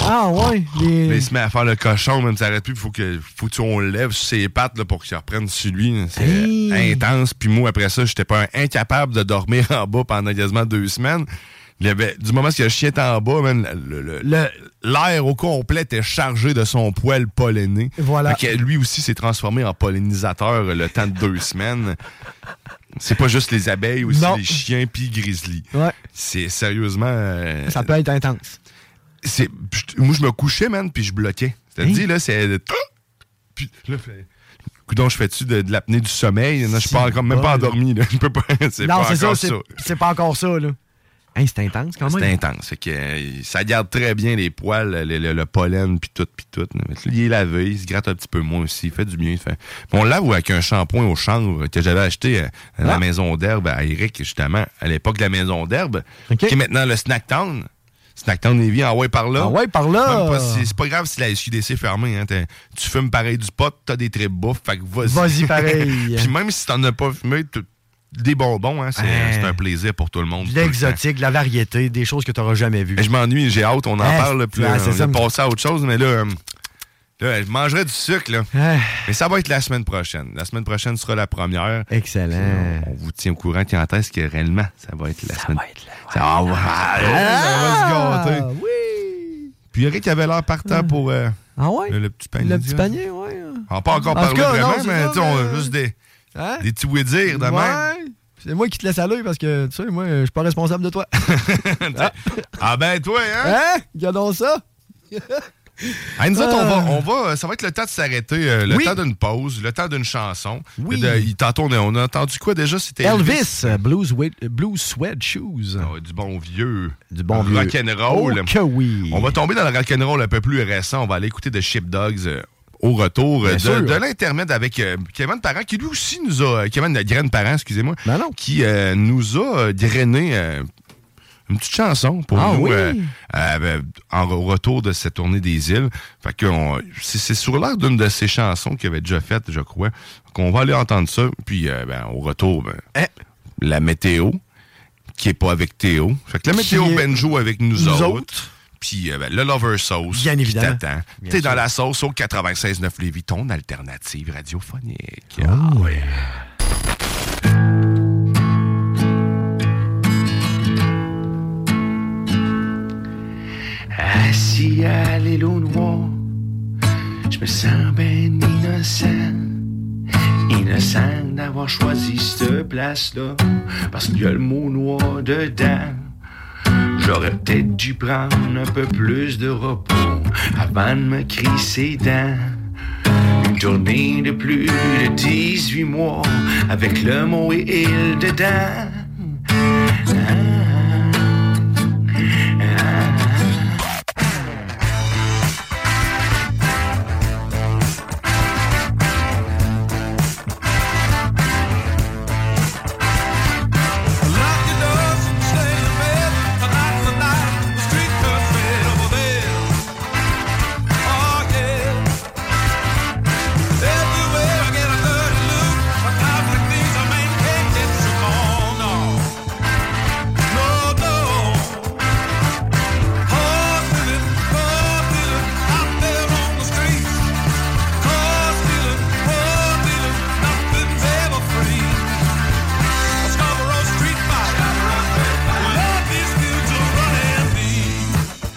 [SPEAKER 6] Ah, ouais, les-
[SPEAKER 5] Mais il se met à faire le cochon, même, ça arrête plus. Faut que, faut que tu- on le lève sur ses pattes là, pour qu'il reprenne sur lui. là. C'est euh, intense. Puis moi, après ça, j'étais pas incapable de dormir (laughs) en bas pendant quasiment deux semaines. Il y avait, du moment que le chien était en bas, man, le- le- l'air au complet était chargé de son poil polliné.
[SPEAKER 6] Voilà.
[SPEAKER 5] Fait que lui aussi s'est transformé en pollinisateur euh, le temps de deux semaines. C'est pas juste les abeilles, aussi
[SPEAKER 6] Non.
[SPEAKER 5] les chiens puis grizzly.
[SPEAKER 6] Ouais.
[SPEAKER 5] C'est sérieusement. euh,
[SPEAKER 6] ça peut être intense.
[SPEAKER 5] c'est- je- moi, je me couchais, man, puis je bloquais.
[SPEAKER 6] Hein?
[SPEAKER 5] C'est-à-dire, là, c'est. euh, Puis là, fait- Coudon, je fais-tu de, de l'apnée du sommeil? Non, je suis pas encore, même pas endormi, là. (laughs) Je peux pas. C'est
[SPEAKER 6] Non,
[SPEAKER 5] pas
[SPEAKER 6] c'est ça,
[SPEAKER 5] encore
[SPEAKER 6] c'est
[SPEAKER 5] ça.
[SPEAKER 6] c'est pas encore ça, là. Hey, c'est intense quand
[SPEAKER 5] C'est
[SPEAKER 6] même.
[SPEAKER 5] intense. Fait que, euh, ça garde très bien les poils, le, le- le pollen, puis tout, puis tout. là. Fait que là, il est lavé, il se gratte un petit peu moins aussi, il fait du bien. il Fait... Puis on le lave avec un shampoing au chanvre que j'avais acheté euh, à
[SPEAKER 6] Ah.
[SPEAKER 5] la maison d'herbe à Eric, justement, à l'époque de la maison d'herbe, qui est maintenant le Snack Town. Snack Town Lévis, en ouais par là.
[SPEAKER 6] En Ah ouais par là.
[SPEAKER 5] Même pas si- c'est pas grave si la SQDC est fermée. hein. T'as- Tu fumes pareil du pot, t'as des très bouffes, fait que vas-y.
[SPEAKER 6] Vas-y pareil.
[SPEAKER 5] (laughs) puis même si t'en as pas fumé, t- des bonbons, hein, c'est
[SPEAKER 6] Hein.
[SPEAKER 5] c'est un plaisir pour tout le monde. tout le temps.
[SPEAKER 6] L'exotique, la variété, des choses que t'auras jamais vues.
[SPEAKER 5] Mais je m'ennuie, j'ai hâte, on en
[SPEAKER 6] Ah,
[SPEAKER 5] parle. Puis là,
[SPEAKER 6] ah, c'est
[SPEAKER 5] on
[SPEAKER 6] ça,
[SPEAKER 5] a
[SPEAKER 6] mais-
[SPEAKER 5] passé à autre chose, mais là, euh, là, je mangerai du sucre. Là.
[SPEAKER 6] Ah,
[SPEAKER 5] Mais ça va être la semaine prochaine. La semaine prochaine sera la première.
[SPEAKER 6] Excellent.
[SPEAKER 5] On, on vous tient au courant quand est-ce que réellement ça va être la semaine. Ça va être
[SPEAKER 6] Ah,
[SPEAKER 5] on va se gâter. Puis Eric avait l'air partant pour euh,
[SPEAKER 6] Ah ouais?
[SPEAKER 5] le, le petit panier.
[SPEAKER 6] Le petit
[SPEAKER 5] là.
[SPEAKER 6] panier, ouais.
[SPEAKER 5] On n'a pas encore
[SPEAKER 6] En tout
[SPEAKER 5] parlé
[SPEAKER 6] cas,
[SPEAKER 5] vraiment,
[SPEAKER 6] non, c'est
[SPEAKER 5] mais
[SPEAKER 6] ça,
[SPEAKER 5] tu sais, on a
[SPEAKER 6] mais-
[SPEAKER 5] juste des,
[SPEAKER 6] Hein?
[SPEAKER 5] des petits oui-dire de
[SPEAKER 6] Ouais.
[SPEAKER 5] même.
[SPEAKER 6] C'est moi qui te laisse aller parce que, tu sais, moi, je suis pas responsable de toi.
[SPEAKER 5] ah. ah ben, toi, hein?
[SPEAKER 6] hein? Regardons ça.
[SPEAKER 5] Hey, nous autres,
[SPEAKER 16] Euh.
[SPEAKER 5] on va, on va- ça va être le temps de s'arrêter, euh, le temps d'une pause, le temps d'une chanson.
[SPEAKER 16] Oui.
[SPEAKER 5] Et de- il- tantôt, on a, on a entendu quoi déjà? C'était
[SPEAKER 16] Elvis, euh, Blue, Swe- euh, Blue Sweat Shoes.
[SPEAKER 5] Ah ouais, du bon vieux. Du
[SPEAKER 16] bon vieux.
[SPEAKER 5] Rock'n'roll.
[SPEAKER 16] Oh que oui.
[SPEAKER 5] On va tomber dans le rock'n'roll un peu plus récent. On va aller écouter The Ship Dogs euh, au retour euh,
[SPEAKER 16] Bien sûr.
[SPEAKER 5] de, de l'intermède avec euh, Kevin Parent, qui lui aussi nous a. Kevin euh, Graine Parent, excusez-moi.
[SPEAKER 16] Ben
[SPEAKER 5] Qui euh, nous a euh, drainé. euh, une petite chanson pour
[SPEAKER 16] Ah
[SPEAKER 5] nous
[SPEAKER 16] oui?
[SPEAKER 5] euh, euh, ben, en re- au retour de cette tournée des îles. Fait que on- c'est c'est sur l'air d'une de ces chansons qu'il avait déjà faite, je crois, qu'on va aller entendre ça. Puis euh, ben, au retour, ben,
[SPEAKER 16] Eh.
[SPEAKER 5] la météo qui est pas avec Théo. Fait que la
[SPEAKER 16] Qui
[SPEAKER 5] météo
[SPEAKER 16] est-
[SPEAKER 5] Benjo avec nous,
[SPEAKER 16] nous
[SPEAKER 5] autres.
[SPEAKER 16] autres.
[SPEAKER 5] Puis euh, ben, le Lover Sauce.
[SPEAKER 16] Bien
[SPEAKER 5] qui
[SPEAKER 16] évidemment.
[SPEAKER 5] t'attend.
[SPEAKER 16] Bien
[SPEAKER 5] T'es dans
[SPEAKER 16] sûr.
[SPEAKER 5] la sauce au 96.9 Lévis, ton alternative radiophonique.
[SPEAKER 16] Oh.
[SPEAKER 17] Assis à l'îlot noir, je me sens ben innocent. Innocent d'avoir choisi cette place-là, parce qu'il y a le mot noir dedans. J'aurais peut-être dû prendre un peu plus de repos avant de me crisser dents. Une journée de plus de 18 mois, avec le mot et il dedans.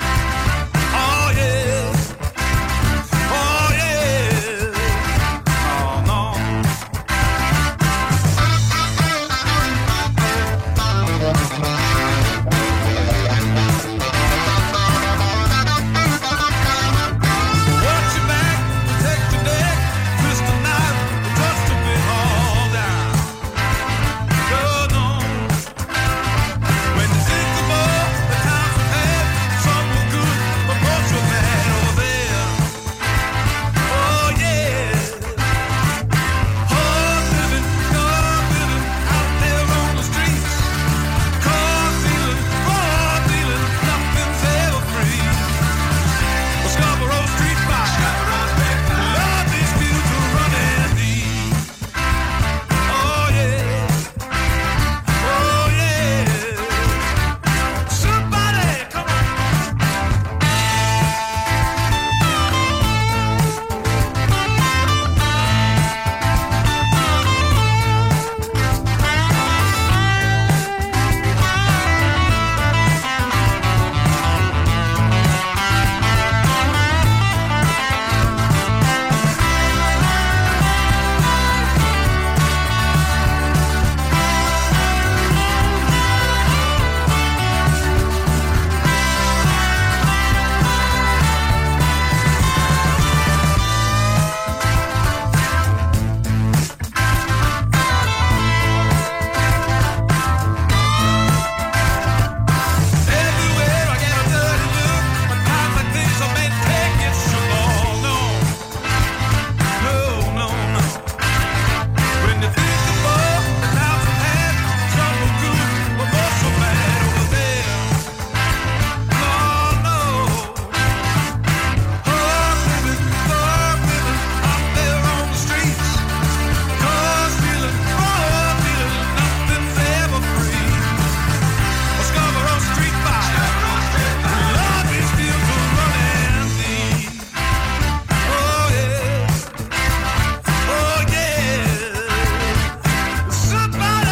[SPEAKER 3] Oh yeah. Oh yeah. Oh no. Watch your back, protect your neck, twist a knife, just a bit all down. Oh no. When you think about the times we had, some were good, but most were bad. Oh there. Oh yeah. Hard living, hard living, out there on the streets. Car dealing, car dealing, nothing's ever free. Scarborough Street by Love is beautiful running deep. Oh yeah. Oh yeah. Somebody come on. Everywhere I get a dirty look, but times like these I may take it so long. No, no, no, no. When you think about the times I had, some were good, but most were bad over there. No, no. Hard living, hard living, out there on the streets. Cause feeling, hard feeling, nothing's ever free. Scarborough Street by. Love is beautiful running deep. Oh yeah. Oh yeah. Somebody.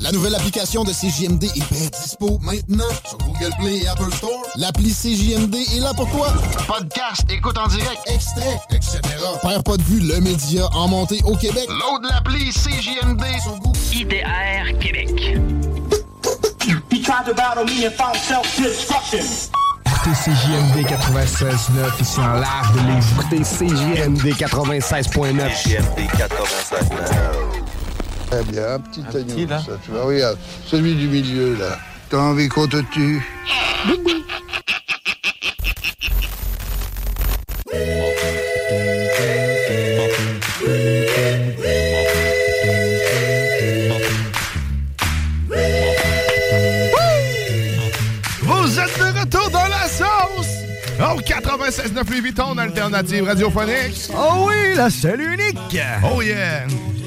[SPEAKER 18] La nouvelle application de CJMD est bien dispo maintenant sur Google Play et Apple Store. L'appli CJMD est là pour toi. Podcast, écoute en direct, extrait, etc. Père pas de vue, le média en montée au Québec. Load l'appli CJMD sur Google.
[SPEAKER 19] IDR Québec.
[SPEAKER 8] He tried to battle me and found self-destruction.
[SPEAKER 20] Écoutez CJMD 96.9 ici en live de Lévis. Écoutez CJMD 96.9. CJMD 96.9.
[SPEAKER 21] Eh bien, un petit agneau, ça, tu vois. Regarde, celui du milieu, là. T'as envie qu'on te tue
[SPEAKER 5] Vous êtes de retour dans la sauce! Ah, Au 96.9 Louis Vuitton, alternative radiophonique.
[SPEAKER 6] Oh oui, la seule unique!
[SPEAKER 5] Oh yeah!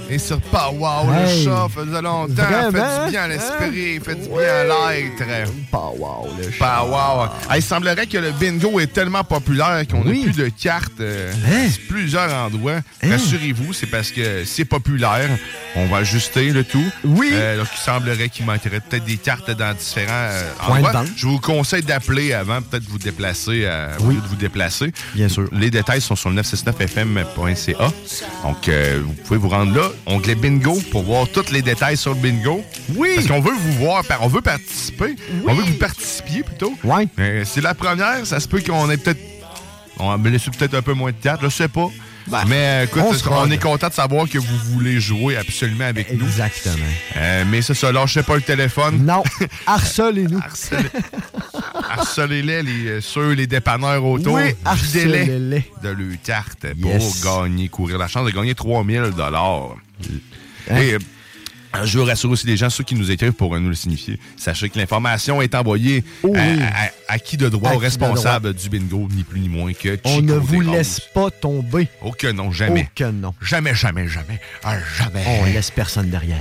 [SPEAKER 5] Et sur Power,
[SPEAKER 6] Hey.
[SPEAKER 5] le chat faisait longtemps. Faites
[SPEAKER 6] Vraiment?
[SPEAKER 5] du
[SPEAKER 16] hein?
[SPEAKER 5] bien à l'esprit, faites du bien à l'être. Power, le chat. Power. Ah, il semblerait que le bingo est tellement populaire qu'on n'a plus de cartes euh, dans plusieurs endroits. Rassurez-vous, c'est parce que c'est populaire. On va ajuster le tout. Oui. donc, il semblerait qu'il manquerait peut-être des cartes dans différents euh,
[SPEAKER 6] Point de
[SPEAKER 5] endroits.
[SPEAKER 6] vente.
[SPEAKER 5] Je vous conseille d'appeler avant, peut-être vous déplacer, euh, au lieu de vous déplacer. Bien sûr. Les détails sont sur le 969fm.ca. Donc, euh, vous pouvez vous rendre là, onglet bingo, pour voir tous les détails sur le bingo. Oui. Parce qu'on veut vous voir, par- on veut participer. On veut que vous participiez plutôt. Oui. c'est la première, ça se peut qu'on ait peut-être. On a laissé peut-être un peu moins de théâtre, je sais pas. mais euh, écoute,
[SPEAKER 6] Ben, on
[SPEAKER 5] on,
[SPEAKER 6] se rend.
[SPEAKER 5] est content de savoir que vous voulez jouer absolument avec nous. Exactement. (laughs) mais c'est ça, lâchez pas le téléphone. Non.
[SPEAKER 6] Harcelez-nous.
[SPEAKER 5] (laughs) Harcelez-les, les, euh, ceux, les dépanneurs autour.
[SPEAKER 6] Oui,
[SPEAKER 5] Videz-les
[SPEAKER 6] harcelez-les.
[SPEAKER 5] De leur carte pour
[SPEAKER 6] Yes.
[SPEAKER 5] gagner, courir la chance de gagner 3000 dollars.
[SPEAKER 6] Hein?
[SPEAKER 5] Et euh, je veux rassurer aussi les gens, ceux qui nous écrivent pour euh, nous le signifier. Sachez que l'information est envoyée
[SPEAKER 6] oui.
[SPEAKER 5] à, à- à qui de droit,
[SPEAKER 6] À
[SPEAKER 5] au
[SPEAKER 6] qui de droit.
[SPEAKER 5] responsable du bingo, ni plus ni moins que Chico
[SPEAKER 6] On ne vous
[SPEAKER 5] Desroses.
[SPEAKER 6] laisse pas tomber.
[SPEAKER 5] Oh que non, jamais.
[SPEAKER 6] Oh que non.
[SPEAKER 5] Jamais, jamais, jamais. Ah, jamais.
[SPEAKER 6] On laisse personne derrière.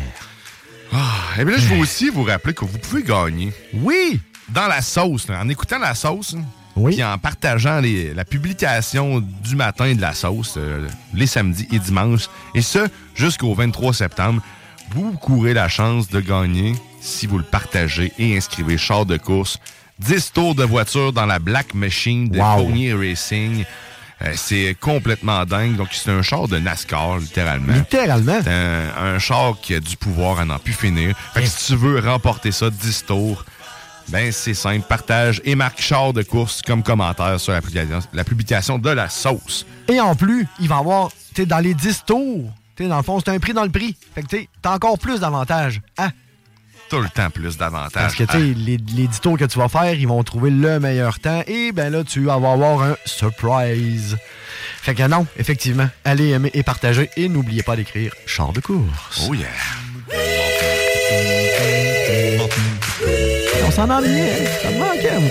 [SPEAKER 5] Ah, et bien là, je veux aussi vous rappeler que vous pouvez gagner. Oui! Dans la sauce, là, en écoutant la sauce, oui. puis en partageant les- la publication du matin de la sauce, euh, les samedis et dimanches, et ce, jusqu'au 23 septembre, vous courez la chance de gagner si vous le partagez et inscrivez char de course, 10 tours de voiture dans la Black Machine de
[SPEAKER 6] Wow.
[SPEAKER 5] Fournier Racing. Euh, c'est complètement dingue. Donc, c'est un char de NASCAR, littéralement.
[SPEAKER 6] Littéralement.
[SPEAKER 5] C'est un, un char qui a du pouvoir à n'en plus finir. Fait que si tu veux remporter ça 10 tours, ben c'est simple. Partage et marque char de course comme commentaire sur la publication, la publication de la sauce.
[SPEAKER 6] Et en plus, il va avoir, tu sais, dans les 10 tours, tu sais, dans le fond, c'est un prix dans le prix. Fait que tu sais, t'as encore plus d'avantages. Hein?
[SPEAKER 5] Tout le temps plus d'avantages.
[SPEAKER 6] Parce que tu sais,
[SPEAKER 5] ah.
[SPEAKER 6] les, les 10 tours que tu vas faire, ils vont trouver le meilleur temps. Et ben là, tu vas avoir un surprise. Fait que non, effectivement, allez aimer et partager. Et n'oubliez pas d'écrire champ de course.
[SPEAKER 5] Oh yeah.
[SPEAKER 6] On s'en ennuyait, hein? ça me manquait, vous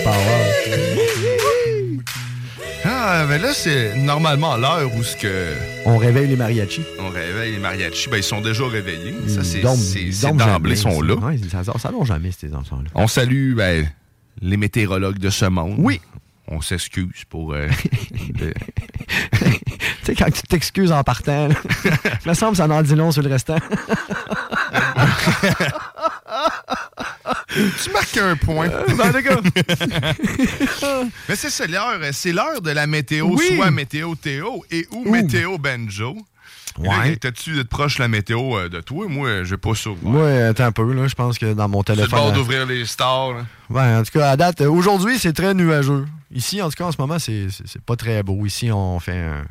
[SPEAKER 5] Ah, ben là, c'est normalement l'heure où ce que
[SPEAKER 6] (laughs) On réveille les mariachis.
[SPEAKER 5] on réveille les mariachis. Ben, ils sont déjà réveillés. Ça, Ah, c'est
[SPEAKER 6] Ils dorment-
[SPEAKER 5] c'est-
[SPEAKER 6] ils
[SPEAKER 5] c'est
[SPEAKER 6] dorment
[SPEAKER 5] d'emblée, ils
[SPEAKER 6] jamais,
[SPEAKER 5] sont là.
[SPEAKER 6] ça. Ouais, ils- ça, ça dort jamais, ces
[SPEAKER 5] (laughs)
[SPEAKER 6] enfants-là.
[SPEAKER 5] On salue ben, les météorologues de ce monde. Oui. On s'excuse pour. euh, (laughs) le-
[SPEAKER 6] (laughs) tu sais, quand tu t'excuses en partant,
[SPEAKER 5] (laughs)
[SPEAKER 6] là, me semble que ça en dit long sur le restant.
[SPEAKER 5] tu marques
[SPEAKER 6] (laughs)
[SPEAKER 5] un point. Mais c'est ça, l'heure. euh, C'est l'heure de la météo,
[SPEAKER 22] Oui.
[SPEAKER 5] soit météo Théo et ou météo Benjo. Et là,
[SPEAKER 6] Ouais.
[SPEAKER 5] T'as-tu de proche la météo euh, de toi? Moi, j'ai pas sur.
[SPEAKER 6] Ouais, attends un peu, là. Je pense que dans mon
[SPEAKER 5] C'est le
[SPEAKER 6] téléphone. euh,
[SPEAKER 5] bord
[SPEAKER 6] là-
[SPEAKER 5] d'ouvrir les stars. là.
[SPEAKER 6] Ouais, en tout cas, à date, euh, aujourd'hui, c'est très nuageux. Ici, en tout cas, en ce moment, c'est c'est- c'est pas très beau. Ici, on fait un.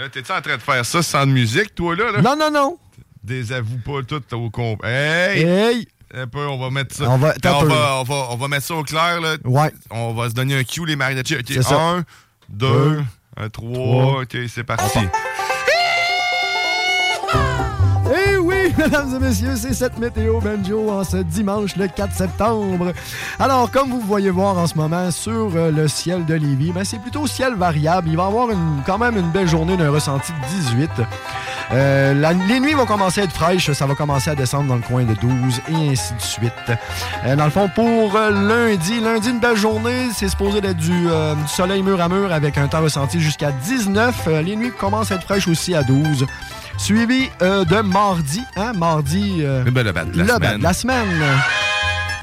[SPEAKER 5] Là, t'es-tu en train de faire ça sans de musique, toi, là? là?
[SPEAKER 6] Non, non, non.
[SPEAKER 5] Désavoue pas tout au compte. Hey!
[SPEAKER 6] Hey!
[SPEAKER 5] Un peu, on va mettre ça.
[SPEAKER 6] Eh. On va-
[SPEAKER 5] Là,
[SPEAKER 6] attends un
[SPEAKER 5] on
[SPEAKER 6] peu.
[SPEAKER 5] va- on va- on va mettre ça au clair, là.
[SPEAKER 6] Ouais.
[SPEAKER 5] On va se donner un cue, les mariachis. OK,
[SPEAKER 6] C'est ça.
[SPEAKER 5] un, deux,
[SPEAKER 6] Deux.
[SPEAKER 5] un, trois.
[SPEAKER 6] Trois.
[SPEAKER 5] OK, c'est parti.
[SPEAKER 6] Eh oui, (laughs) mesdames et messieurs, c'est cette météo banjo en ce dimanche le 4 septembre. Alors, comme vous voyez voir en ce moment sur euh, le ciel de Lévis, ben, c'est plutôt ciel variable. Il va y avoir une- quand même une belle journée d'un ressenti de 18. Euh, la- les nuits vont commencer à être fraîches. Ça va commencer à descendre dans le coin de 12 et ainsi de suite. Euh, dans le fond, pour euh, lundi, lundi, une belle journée. C'est supposé d'être du, euh, du soleil mur à mur avec un temps ressenti jusqu'à 19. Euh, les nuits commencent à être fraîches aussi à 12. Suivi euh, de mardi. Hein? Mardi. euh,
[SPEAKER 5] Eh ben, le bat de la
[SPEAKER 6] le bat
[SPEAKER 5] semaine.
[SPEAKER 6] de la semaine.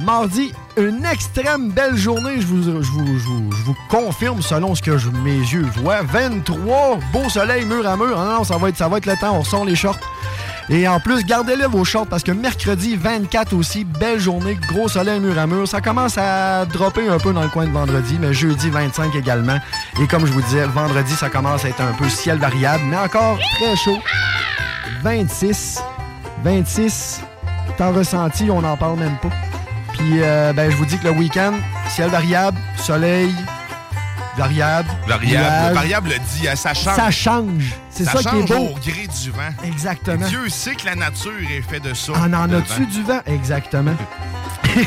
[SPEAKER 6] Mardi, une extrême belle journée, je vous, je vous- je vous- je vous confirme selon ce que je- mes yeux voient. 23, beau soleil mur à mur. Ah non, ça va être, ça va être le temps, on ressort les shorts. Et en plus, gardez-le vos shorts parce que mercredi 24 aussi, belle journée, gros soleil mur à mur. Ça commence à dropper un peu dans le coin de vendredi, mais jeudi 25 également. Et comme je vous disais, vendredi, ça commence à être un peu ciel variable, mais encore très chaud. 26. 26. T'en ressenti, on n'en parle même pas. Puis, euh, ben, je vous dis que le week-end, ciel variable, soleil, variable.
[SPEAKER 5] Variable.
[SPEAKER 6] nuage.
[SPEAKER 5] Variable dit, euh, ça change.
[SPEAKER 6] Ça change. C'est ça, qui est
[SPEAKER 5] change
[SPEAKER 6] beau.
[SPEAKER 5] au gré du vent.
[SPEAKER 6] Exactement.
[SPEAKER 5] Dieu sait que la nature est faite de ça.
[SPEAKER 6] On en
[SPEAKER 5] de
[SPEAKER 6] a-tu
[SPEAKER 5] vent.
[SPEAKER 6] du vent? Exactement. (laughs)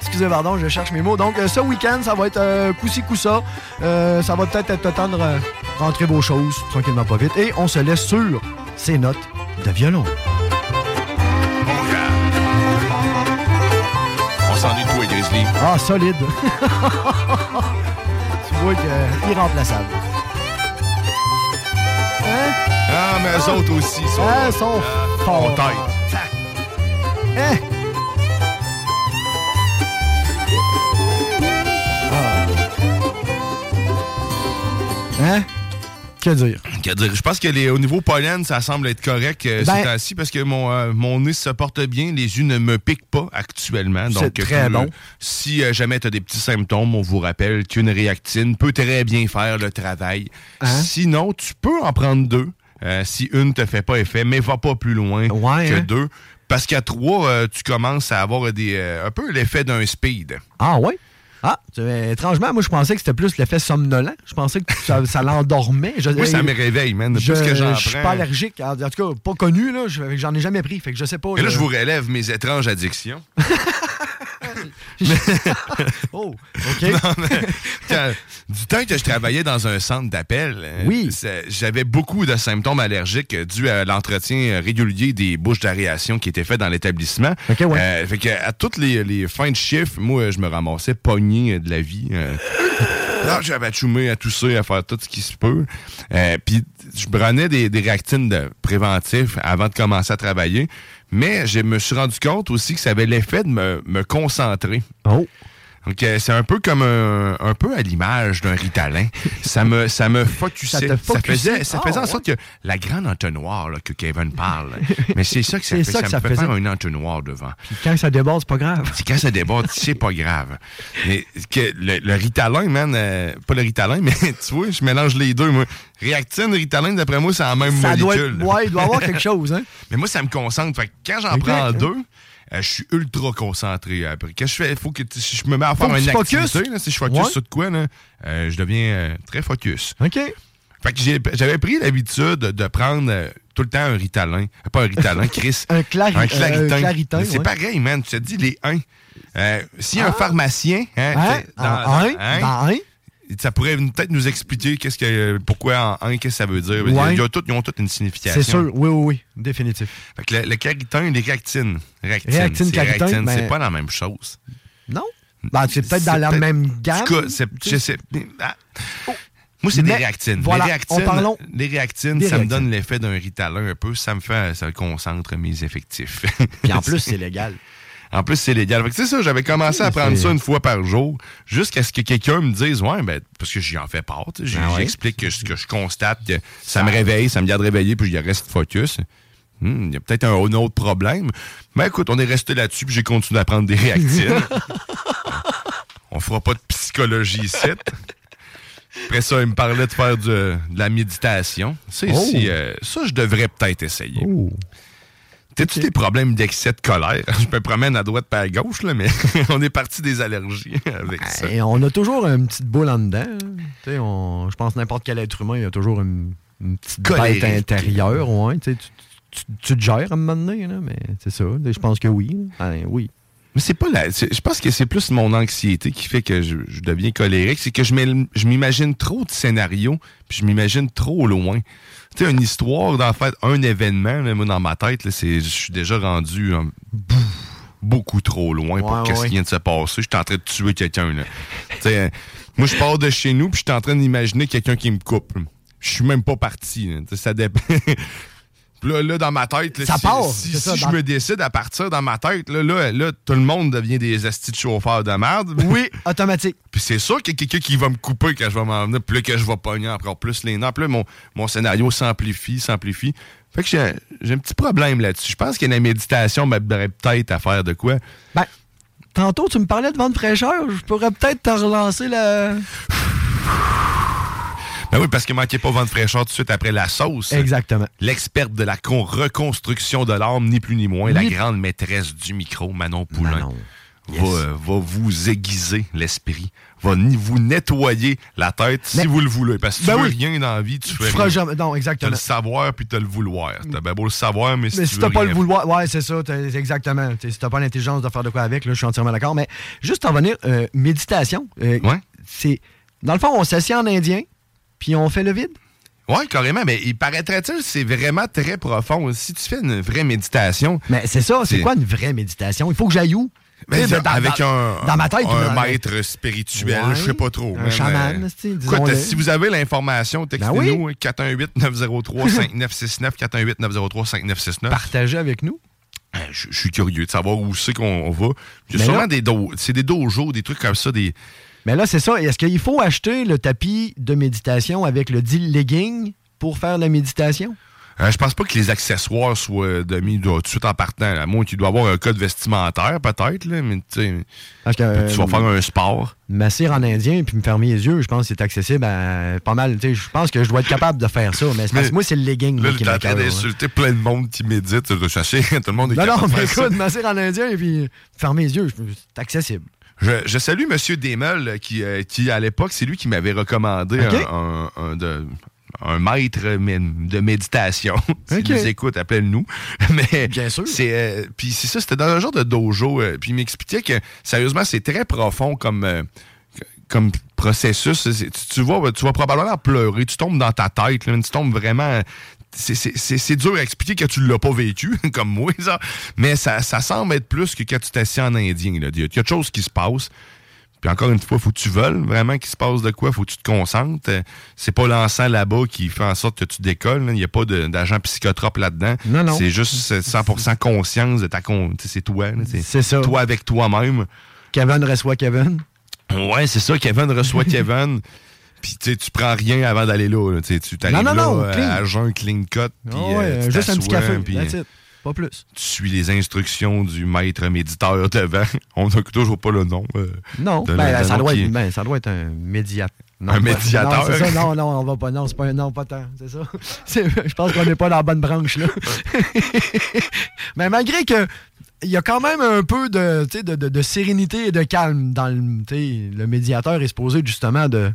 [SPEAKER 6] Excusez, pardon, je cherche mes mots. Donc, euh, ce week-end, ça va être euh, coup-ci, coup-ça. Euh, ça va peut-être être le temps de re- rentrer vos choses tranquillement, pas vite. Et on se laisse sur ces notes de violon.
[SPEAKER 5] Mon gars. On s'ennuie de toi, Grizzly.
[SPEAKER 6] Ah, solide. (laughs) tu vois que irremplaçable. Hein?
[SPEAKER 5] Ah, mais eux autres aussi ils sont. euh,
[SPEAKER 6] Hein, sont forts.
[SPEAKER 5] on t'aide.
[SPEAKER 6] Hein? Ah. Hein? Que dire?
[SPEAKER 5] Que dire, Je pense que les, au niveau pollen, ça semble être correct euh,
[SPEAKER 6] Ben-
[SPEAKER 5] ces temps-ci parce que mon, euh, mon nez se porte bien, les yeux ne me piquent pas actuellement.
[SPEAKER 6] C'est
[SPEAKER 5] Donc,
[SPEAKER 6] très
[SPEAKER 5] euh,
[SPEAKER 6] bon.
[SPEAKER 5] Si euh, jamais tu as des petits symptômes, on vous rappelle qu'une réactine peut très bien faire le travail.
[SPEAKER 6] Hein?
[SPEAKER 5] Sinon, tu peux en prendre deux euh, si une te fait pas effet, mais va pas plus loin que
[SPEAKER 6] hein?
[SPEAKER 5] deux. Parce qu'à trois, euh, tu commences à avoir des, euh, un peu l'effet d'un speed.
[SPEAKER 6] Ah ouais? Ah, tu- euh, étrangement, moi je pensais que c'était plus l'effet somnolent. Je pensais que ça, ça l'endormait. Je-
[SPEAKER 5] Moi, ça me réveille, man.
[SPEAKER 6] Je,
[SPEAKER 5] Plus que j'en
[SPEAKER 6] je suis
[SPEAKER 5] prends.
[SPEAKER 6] pas allergique. En en tout cas, pas connu, là. Je- J'en ai jamais pris. Fait que je sais pas.
[SPEAKER 5] Et là,
[SPEAKER 6] euh,
[SPEAKER 5] je vous relève mes étranges addictions. (laughs)
[SPEAKER 6] Oh,
[SPEAKER 5] OK. du temps que je travaillais dans un centre d'appel, euh, c'est- j'avais beaucoup de symptômes allergiques euh, dus à l'entretien euh, régulier des bouches d'aération qui étaient faites dans l'établissement. Euh, fait que à toutes les, les fins de chiffre, moi, je me ramassais pogné euh, de la vie. euh. Non, j'avais à choumer, à tousser, à faire tout ce qui se peut. Euh, Puis je prenais des, des réactines de préventifs avant de commencer à travailler. Mais je me suis rendu compte aussi que ça avait l'effet de me, me concentrer.
[SPEAKER 6] Oh.
[SPEAKER 5] Donc, euh, c'est un peu comme un, un peu à l'image d'un ritalin. ça me, ça me focusait.
[SPEAKER 23] Ça te focusait?
[SPEAKER 5] faisait, ça
[SPEAKER 23] Ah,
[SPEAKER 5] faisait en
[SPEAKER 23] ouais.
[SPEAKER 5] sorte que la grande entonnoir là, que Kevin parle, mais c'est ça que ça
[SPEAKER 6] C'est
[SPEAKER 5] fait.
[SPEAKER 6] ça que
[SPEAKER 5] me
[SPEAKER 6] ça
[SPEAKER 5] fait
[SPEAKER 6] faisait.
[SPEAKER 5] faire un entonnoir devant.
[SPEAKER 6] Puis quand ça déborde, c'est pas grave.
[SPEAKER 5] C'est quand ça déborde, c'est pas grave. Mais que le, le Ritalin, man, euh, pas le Ritalin, mais (laughs) tu vois, je mélange les deux, moi. Réactine, Ritalin, d'après moi, c'est la même
[SPEAKER 6] Ça doit
[SPEAKER 5] molécule.
[SPEAKER 6] être- ouais, il doit y avoir (laughs) quelque chose, hein?
[SPEAKER 5] mais moi, ça me concentre. Fait que quand j'en
[SPEAKER 6] Exact,
[SPEAKER 5] prends
[SPEAKER 6] hein.
[SPEAKER 5] deux, euh, je suis ultra concentré euh, après. Quand je fais, il faut que tu- si je me mets à
[SPEAKER 23] Faut
[SPEAKER 5] faire
[SPEAKER 23] que tu
[SPEAKER 5] une
[SPEAKER 23] focuses.
[SPEAKER 5] activité, là, si je focus
[SPEAKER 23] Ouais.
[SPEAKER 5] sur de quoi, là, euh, je deviens euh, très focus.
[SPEAKER 6] OK.
[SPEAKER 5] Fait que j'ai- j'avais pris l'habitude de prendre euh, tout le temps un Ritalin. Euh, Pas un
[SPEAKER 6] (laughs)
[SPEAKER 5] Ritalin, Chris.
[SPEAKER 6] Un clari-
[SPEAKER 5] Un claritin.
[SPEAKER 6] euh, un claritin,
[SPEAKER 5] Mais C'est
[SPEAKER 6] ouais.
[SPEAKER 5] pareil, man. Tu te dis les 1. Euh, si un
[SPEAKER 6] Ah.
[SPEAKER 5] pharmacien. Hein,
[SPEAKER 6] Hein?
[SPEAKER 5] t'es- dans- hein?
[SPEAKER 6] En
[SPEAKER 5] dans
[SPEAKER 6] un?
[SPEAKER 5] un,
[SPEAKER 6] Dans un?
[SPEAKER 5] Ça pourrait peut-être nous expliquer qu'est-ce que, pourquoi en 1, qu'est-ce que ça veut dire. Ils ont-
[SPEAKER 6] Ouais.
[SPEAKER 5] Ils, ont tout- ils ont toutes une signification.
[SPEAKER 6] C'est sûr, oui, oui, oui, définitif.
[SPEAKER 5] Fait que le, le caritin et les réactines. Réactine,
[SPEAKER 6] Réactine,
[SPEAKER 5] c'est
[SPEAKER 6] caritin,
[SPEAKER 5] réactine,
[SPEAKER 6] ben-
[SPEAKER 5] c'est pas la même chose.
[SPEAKER 6] Non? Ben, c'est peut-être dans
[SPEAKER 5] C'est
[SPEAKER 6] la
[SPEAKER 5] peut-être-
[SPEAKER 6] même gamme.
[SPEAKER 5] En tout cas, c'est- je sais- ah. Moi, c'est des
[SPEAKER 6] Mais,
[SPEAKER 5] réactines.
[SPEAKER 6] voilà,
[SPEAKER 5] les réactines,
[SPEAKER 6] on parlons
[SPEAKER 5] les réactines
[SPEAKER 6] des
[SPEAKER 5] ça me
[SPEAKER 6] réactines.
[SPEAKER 5] donne l'effet d'un ritalin un peu. Ça me fait, ça concentre mes effectifs.
[SPEAKER 6] Puis
[SPEAKER 5] (laughs)
[SPEAKER 6] en plus, c'est légal.
[SPEAKER 5] En plus, c'est légal. Fait que c'est ça, j'avais commencé à
[SPEAKER 6] Oui,
[SPEAKER 5] prendre
[SPEAKER 6] c'est-
[SPEAKER 5] ça une fois par jour, jusqu'à ce que quelqu'un me dise, ouais, ben, parce que j'y en fais part, tu sais, j'-
[SPEAKER 23] Ah ouais?
[SPEAKER 5] j'explique que ce que je constate, que ça me réveille, ça me garde réveillé, puis je reste focus. Hmm, Il y a peut-être un, un autre problème. Mais écoute, on est resté là-dessus, puis j'ai continué à prendre
[SPEAKER 23] (laughs)
[SPEAKER 5] des réactines. on fera pas de psychologie ici. Après ça, il me parlait de faire du- de la méditation. Ça,
[SPEAKER 23] Oh.
[SPEAKER 5] si, euh, ça je devrais peut-être essayer. T'as-tu des problèmes d'excès de colère? (laughs) Je me promène à droite pas à gauche, là, mais (laughs) on est parti des allergies avec ça.
[SPEAKER 6] Et on a toujours une petite boule en dedans. hein. Tu sais, on- je pense n'importe quel être humain, il y a toujours une, une petite
[SPEAKER 5] Colérique.
[SPEAKER 6] bête intérieure. Ouais, tu, sais, tu, tu- tu te gères à un moment donné, là, mais c'est ça. Je pense que oui. là. Ben, oui.
[SPEAKER 5] Mais c'est pas la. c'est- Je pense que c'est plus mon anxiété qui fait que je, je deviens colérique. C'est que je m'él- je m'imagine trop de scénarios, puis je m'imagine trop loin. Tu sais, une histoire, en fait, un événement, là, moi, dans ma tête, là, c'est- je suis déjà rendu hein, beaucoup trop loin pour
[SPEAKER 23] Ouais,
[SPEAKER 5] qu'est-ce
[SPEAKER 23] ouais.
[SPEAKER 5] qui vient de se passer. Je suis en train de tuer quelqu'un, là. Tu sais, euh, moi, je pars de chez nous, puis je suis en train d'imaginer quelqu'un qui me coupe. Je suis même pas parti, là. Tu sais, ça dépend. (laughs) Puis Là, là, dans ma tête, là,
[SPEAKER 23] Ça
[SPEAKER 5] si,
[SPEAKER 23] part,
[SPEAKER 5] si-
[SPEAKER 23] c'est ça,
[SPEAKER 5] si
[SPEAKER 23] dans-
[SPEAKER 5] je me décide à partir dans ma tête, là, là, là, tout le monde devient des astis de chauffeurs de merde.
[SPEAKER 6] Oui, (laughs) automatique.
[SPEAKER 5] (laughs) Puis c'est sûr qu'il y a quelqu'un qui va me couper quand je vais m'en venir, puis là, que je vais pogner encore plus les nerfs. Puis là, mon, mon scénario s'amplifie, s'amplifie. Fait que j'ai un- j'ai un petit problème là-dessus. Je pense que la méditation m'aiderait peut-être à faire de quoi.
[SPEAKER 6] Ben, tantôt, tu me parlais de vente fraîcheur. Je pourrais peut-être te relancer la.
[SPEAKER 5] Ben oui, parce que manquait pas vent de fraîcheur tout de suite après la sauce.
[SPEAKER 6] Exactement.
[SPEAKER 5] L'experte de la con- reconstruction de l'âme, ni plus ni moins, la
[SPEAKER 6] Ni-
[SPEAKER 5] grande maîtresse du micro, Manon Poulain, va, euh, va vous aiguiser l'esprit, va ni vous nettoyer la tête si vous le voulez. Parce que si
[SPEAKER 6] Ben
[SPEAKER 5] tu veux
[SPEAKER 6] oui.
[SPEAKER 5] rien dans la vie, tu, fais
[SPEAKER 6] Tu feras
[SPEAKER 5] rien.
[SPEAKER 6] jamais. Non,
[SPEAKER 5] T'as le
[SPEAKER 6] exactement.
[SPEAKER 5] savoir puis t'as le vouloir. T'as bien beau le savoir, mais si
[SPEAKER 6] mais
[SPEAKER 5] tu
[SPEAKER 6] si
[SPEAKER 5] veux
[SPEAKER 6] t'as pas
[SPEAKER 5] rien
[SPEAKER 6] le vouloir, ouais, c'est ça, t'as- exactement. T'sais, si t'as pas l'intelligence de faire de quoi avec, là, je suis entièrement d'accord. Mais juste en venir, euh, méditation, euh, c'est. Dans le fond, on s'assied en indien, puis on fait le vide.
[SPEAKER 5] Oui, carrément, mais il paraîtrait-il que c'est vraiment très profond. Si tu fais une vraie méditation.
[SPEAKER 6] Mais c'est ça, c'est quoi une vraie méditation? Il faut que j'aille où?
[SPEAKER 5] Mais
[SPEAKER 6] Tu sais, dans-
[SPEAKER 5] avec
[SPEAKER 6] dans-
[SPEAKER 5] un,
[SPEAKER 6] Dans ma tête, puis
[SPEAKER 5] un
[SPEAKER 6] dans-
[SPEAKER 5] maître spirituel,
[SPEAKER 6] Ouais.
[SPEAKER 5] je sais pas trop.
[SPEAKER 6] Un
[SPEAKER 5] mais-
[SPEAKER 6] chaman,
[SPEAKER 5] mais-
[SPEAKER 6] c'est-tu,
[SPEAKER 5] Écoute,
[SPEAKER 6] disons-le. Ben
[SPEAKER 5] si vous avez l'information, textez-nous hein, 418-903-5969, 418-903-5969.
[SPEAKER 6] Partagez avec nous.
[SPEAKER 5] Euh, Je je suis curieux de savoir où c'est qu'on on va. Il y a
[SPEAKER 6] Mais
[SPEAKER 5] sûrement
[SPEAKER 6] Ben là-
[SPEAKER 5] des, do- c'est des dojos, des trucs comme ça, des,
[SPEAKER 6] Mais là, c'est ça. Est-ce qu'il faut acheter le tapis de méditation avec le dit legging pour faire la méditation?
[SPEAKER 5] Euh, je pense pas que les accessoires soient euh, de mis de- tout de suite en partant. À moins qu'il doit avoir un code vestimentaire, peut-être, là, mais tu sais,
[SPEAKER 6] Parce que,
[SPEAKER 5] tu vas
[SPEAKER 6] euh,
[SPEAKER 5] faire un sport.
[SPEAKER 6] M'asseoir en indien puis me fermer les yeux, je pense que c'est accessible à pas mal. Tu sais, Je pense que je dois être capable de faire ça. Mais c'est parce que moi, c'est le legging
[SPEAKER 5] Là,
[SPEAKER 6] moi, qui
[SPEAKER 5] t'es en train
[SPEAKER 6] m'écoeure, là.
[SPEAKER 5] d'insulter plein de monde qui médite. Je chercher, (laughs) tout le monde est
[SPEAKER 6] hein. Non,
[SPEAKER 5] capable
[SPEAKER 6] non,
[SPEAKER 5] de
[SPEAKER 6] mais
[SPEAKER 5] faire ça.
[SPEAKER 6] écoute, m'asseoir en indien et puis fermer les yeux, je- c'est accessible.
[SPEAKER 5] Je, je salue M. Desmeules, euh, qui, euh, qui, à l'époque, c'est lui qui m'avait recommandé
[SPEAKER 6] Ok.
[SPEAKER 5] un, un- un de- un maître mé- de méditation. (laughs) Si
[SPEAKER 23] Ok.
[SPEAKER 5] tu nous écoutes, appelle-nous. (laughs) Mais Bien
[SPEAKER 6] sûr.
[SPEAKER 5] puis c'est ça, c'était dans un genre de dojo. euh, puis il m'expliquait que, sérieusement, c'est très profond comme... euh, comme processus, C'est- tu, tu vas, tu vas probablement pleurer, tu tombes dans ta tête, là, tu tombes vraiment. c'est- C'est c'est- c'est dur à expliquer que tu l'as pas vécu, (laughs) comme moi, ça. Mais ça, ça semble être plus que quand tu t'assieds en indien. là. Il y a quelque chose qui se passe. Puis encore une fois, faut que tu veuilles vraiment qu'il se passe de quoi, faut que tu te concentres. Euh, C'est pas l'encens là-bas qui fait en sorte que tu décolles. là. Il n'y a pas de- d'agent psychotrope là-dedans.
[SPEAKER 6] Non, non.
[SPEAKER 5] C'est juste euh, 100% conscience de ta con. tu sais, C'est toi. là.
[SPEAKER 6] C'est ça.
[SPEAKER 5] Toi avec toi-même.
[SPEAKER 6] Kevin reçoit Kevin.
[SPEAKER 5] Ouais, c'est ça, Kevin reçoit Kevin. Puis tu sais, tu prends rien avant d'aller là. là. Tu sais, tu t'arrives
[SPEAKER 24] Non,
[SPEAKER 5] là
[SPEAKER 24] non, non,
[SPEAKER 5] euh,
[SPEAKER 24] clean.
[SPEAKER 5] à jeun, clean cut. puis,
[SPEAKER 24] Ah ouais,
[SPEAKER 5] euh, tu
[SPEAKER 24] juste un petit
[SPEAKER 5] t'assois,
[SPEAKER 24] café.
[SPEAKER 5] puis, euh,
[SPEAKER 24] that's it. Pas plus.
[SPEAKER 5] tu suis les instructions du maître méditeur devant. (laughs) On n'a toujours pas le nom. euh,
[SPEAKER 6] Non,
[SPEAKER 5] de-
[SPEAKER 6] ben,
[SPEAKER 5] de- de
[SPEAKER 6] ça,
[SPEAKER 5] nom
[SPEAKER 6] doit
[SPEAKER 5] qui
[SPEAKER 6] être,
[SPEAKER 5] est-
[SPEAKER 6] ben, ça doit être un médiateur.
[SPEAKER 5] Un
[SPEAKER 6] Non,
[SPEAKER 5] médiateur.
[SPEAKER 6] c'est ça, non, non, on va pas. Non, c'est pas un non, pas tant. C'est ça. (laughs) C'est- je pense qu'on n'est pas dans la bonne branche, là. (laughs) Mais malgré que. Il y a quand même un peu de, tu sais, de, de- de sérénité et de calme dans le. tu sais, Le médiateur est supposé justement de.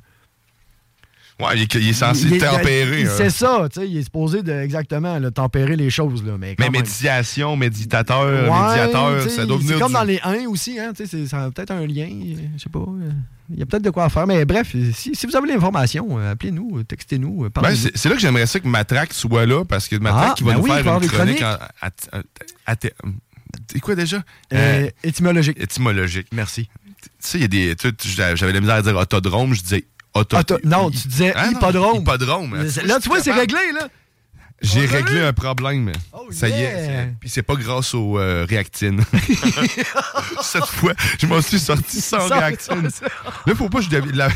[SPEAKER 5] Ouais, il, est- il est censé
[SPEAKER 6] il est-
[SPEAKER 5] tempérer.
[SPEAKER 6] il-
[SPEAKER 5] Ah, hein.
[SPEAKER 6] C'est ça, tu sais, il est supposé de, exactement là, tempérer les choses. Là, mais quand
[SPEAKER 5] Mais
[SPEAKER 6] même.
[SPEAKER 5] médiation, méditateur,
[SPEAKER 6] Ouais,
[SPEAKER 5] médiateur,
[SPEAKER 6] t'sais,
[SPEAKER 5] ça doit
[SPEAKER 6] C'est
[SPEAKER 5] venir
[SPEAKER 6] comme
[SPEAKER 5] du-
[SPEAKER 6] dans les 1 aussi, hein, t'sais, c'est- ça a peut-être un lien, euh, je sais pas. euh, Il y a peut-être de quoi à faire, mais bref, si, si vous avez l'information, euh, appelez-nous, euh, textez-nous, euh,
[SPEAKER 5] Ben,
[SPEAKER 6] parlez-nous.
[SPEAKER 5] c'est c'est là que j'aimerais ça que Matraque soit là, parce que Matraque
[SPEAKER 6] Ah,
[SPEAKER 5] qui va
[SPEAKER 6] ben
[SPEAKER 5] nous
[SPEAKER 6] oui, il va
[SPEAKER 5] faire une
[SPEAKER 6] avoir des
[SPEAKER 5] chronique. en-
[SPEAKER 6] chroniques.
[SPEAKER 5] à- à- à- C'est quoi déjà?
[SPEAKER 6] Euh, étymologique.
[SPEAKER 5] Étymologique.
[SPEAKER 6] Merci.
[SPEAKER 5] Tu sais, il y a des. tu sais, tu- J'avais la misère à dire autodrome, je disais auto.
[SPEAKER 6] Auto- non, tu disais
[SPEAKER 5] Ah, non,
[SPEAKER 6] hippodrome.
[SPEAKER 5] hippodrome. hein,
[SPEAKER 6] Là, tu vois, c'est réglé, là.
[SPEAKER 5] J'ai réglé un problème. ça y
[SPEAKER 6] yeah.
[SPEAKER 5] est. c'est- Puis c'est pas grâce aux euh, réactines. Cette fois, je m'en suis sorti sans
[SPEAKER 25] Sans-
[SPEAKER 5] réactine.
[SPEAKER 25] sans-
[SPEAKER 5] Là, faut pas que je devienne. la-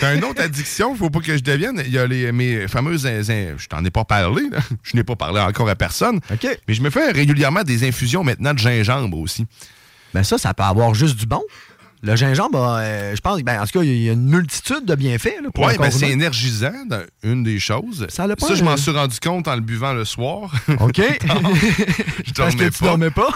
[SPEAKER 5] T'as une autre addiction, faut pas que je devienne. Il y a les, mes fameuses. in- in- Je t'en ai pas parlé, là. Je n'ai pas parlé encore à personne. Mais je me fais régulièrement des infusions maintenant de gingembre aussi.
[SPEAKER 6] Ben ça, ça peut avoir juste du bon. Le gingembre, euh, je pense, ben, en tout cas, il y a une multitude de bienfaits. Là, pour
[SPEAKER 5] Oui,
[SPEAKER 6] le
[SPEAKER 5] ben
[SPEAKER 6] corps
[SPEAKER 5] c'est
[SPEAKER 6] humain.
[SPEAKER 5] énergisant, dans- une des choses. Ça,
[SPEAKER 6] pas,
[SPEAKER 5] je
[SPEAKER 6] euh,
[SPEAKER 5] m'en suis rendu compte en le buvant le soir.
[SPEAKER 6] OK.
[SPEAKER 5] (laughs) je
[SPEAKER 6] Parce que
[SPEAKER 5] dormais
[SPEAKER 6] tu
[SPEAKER 5] pas.
[SPEAKER 6] dormais pas.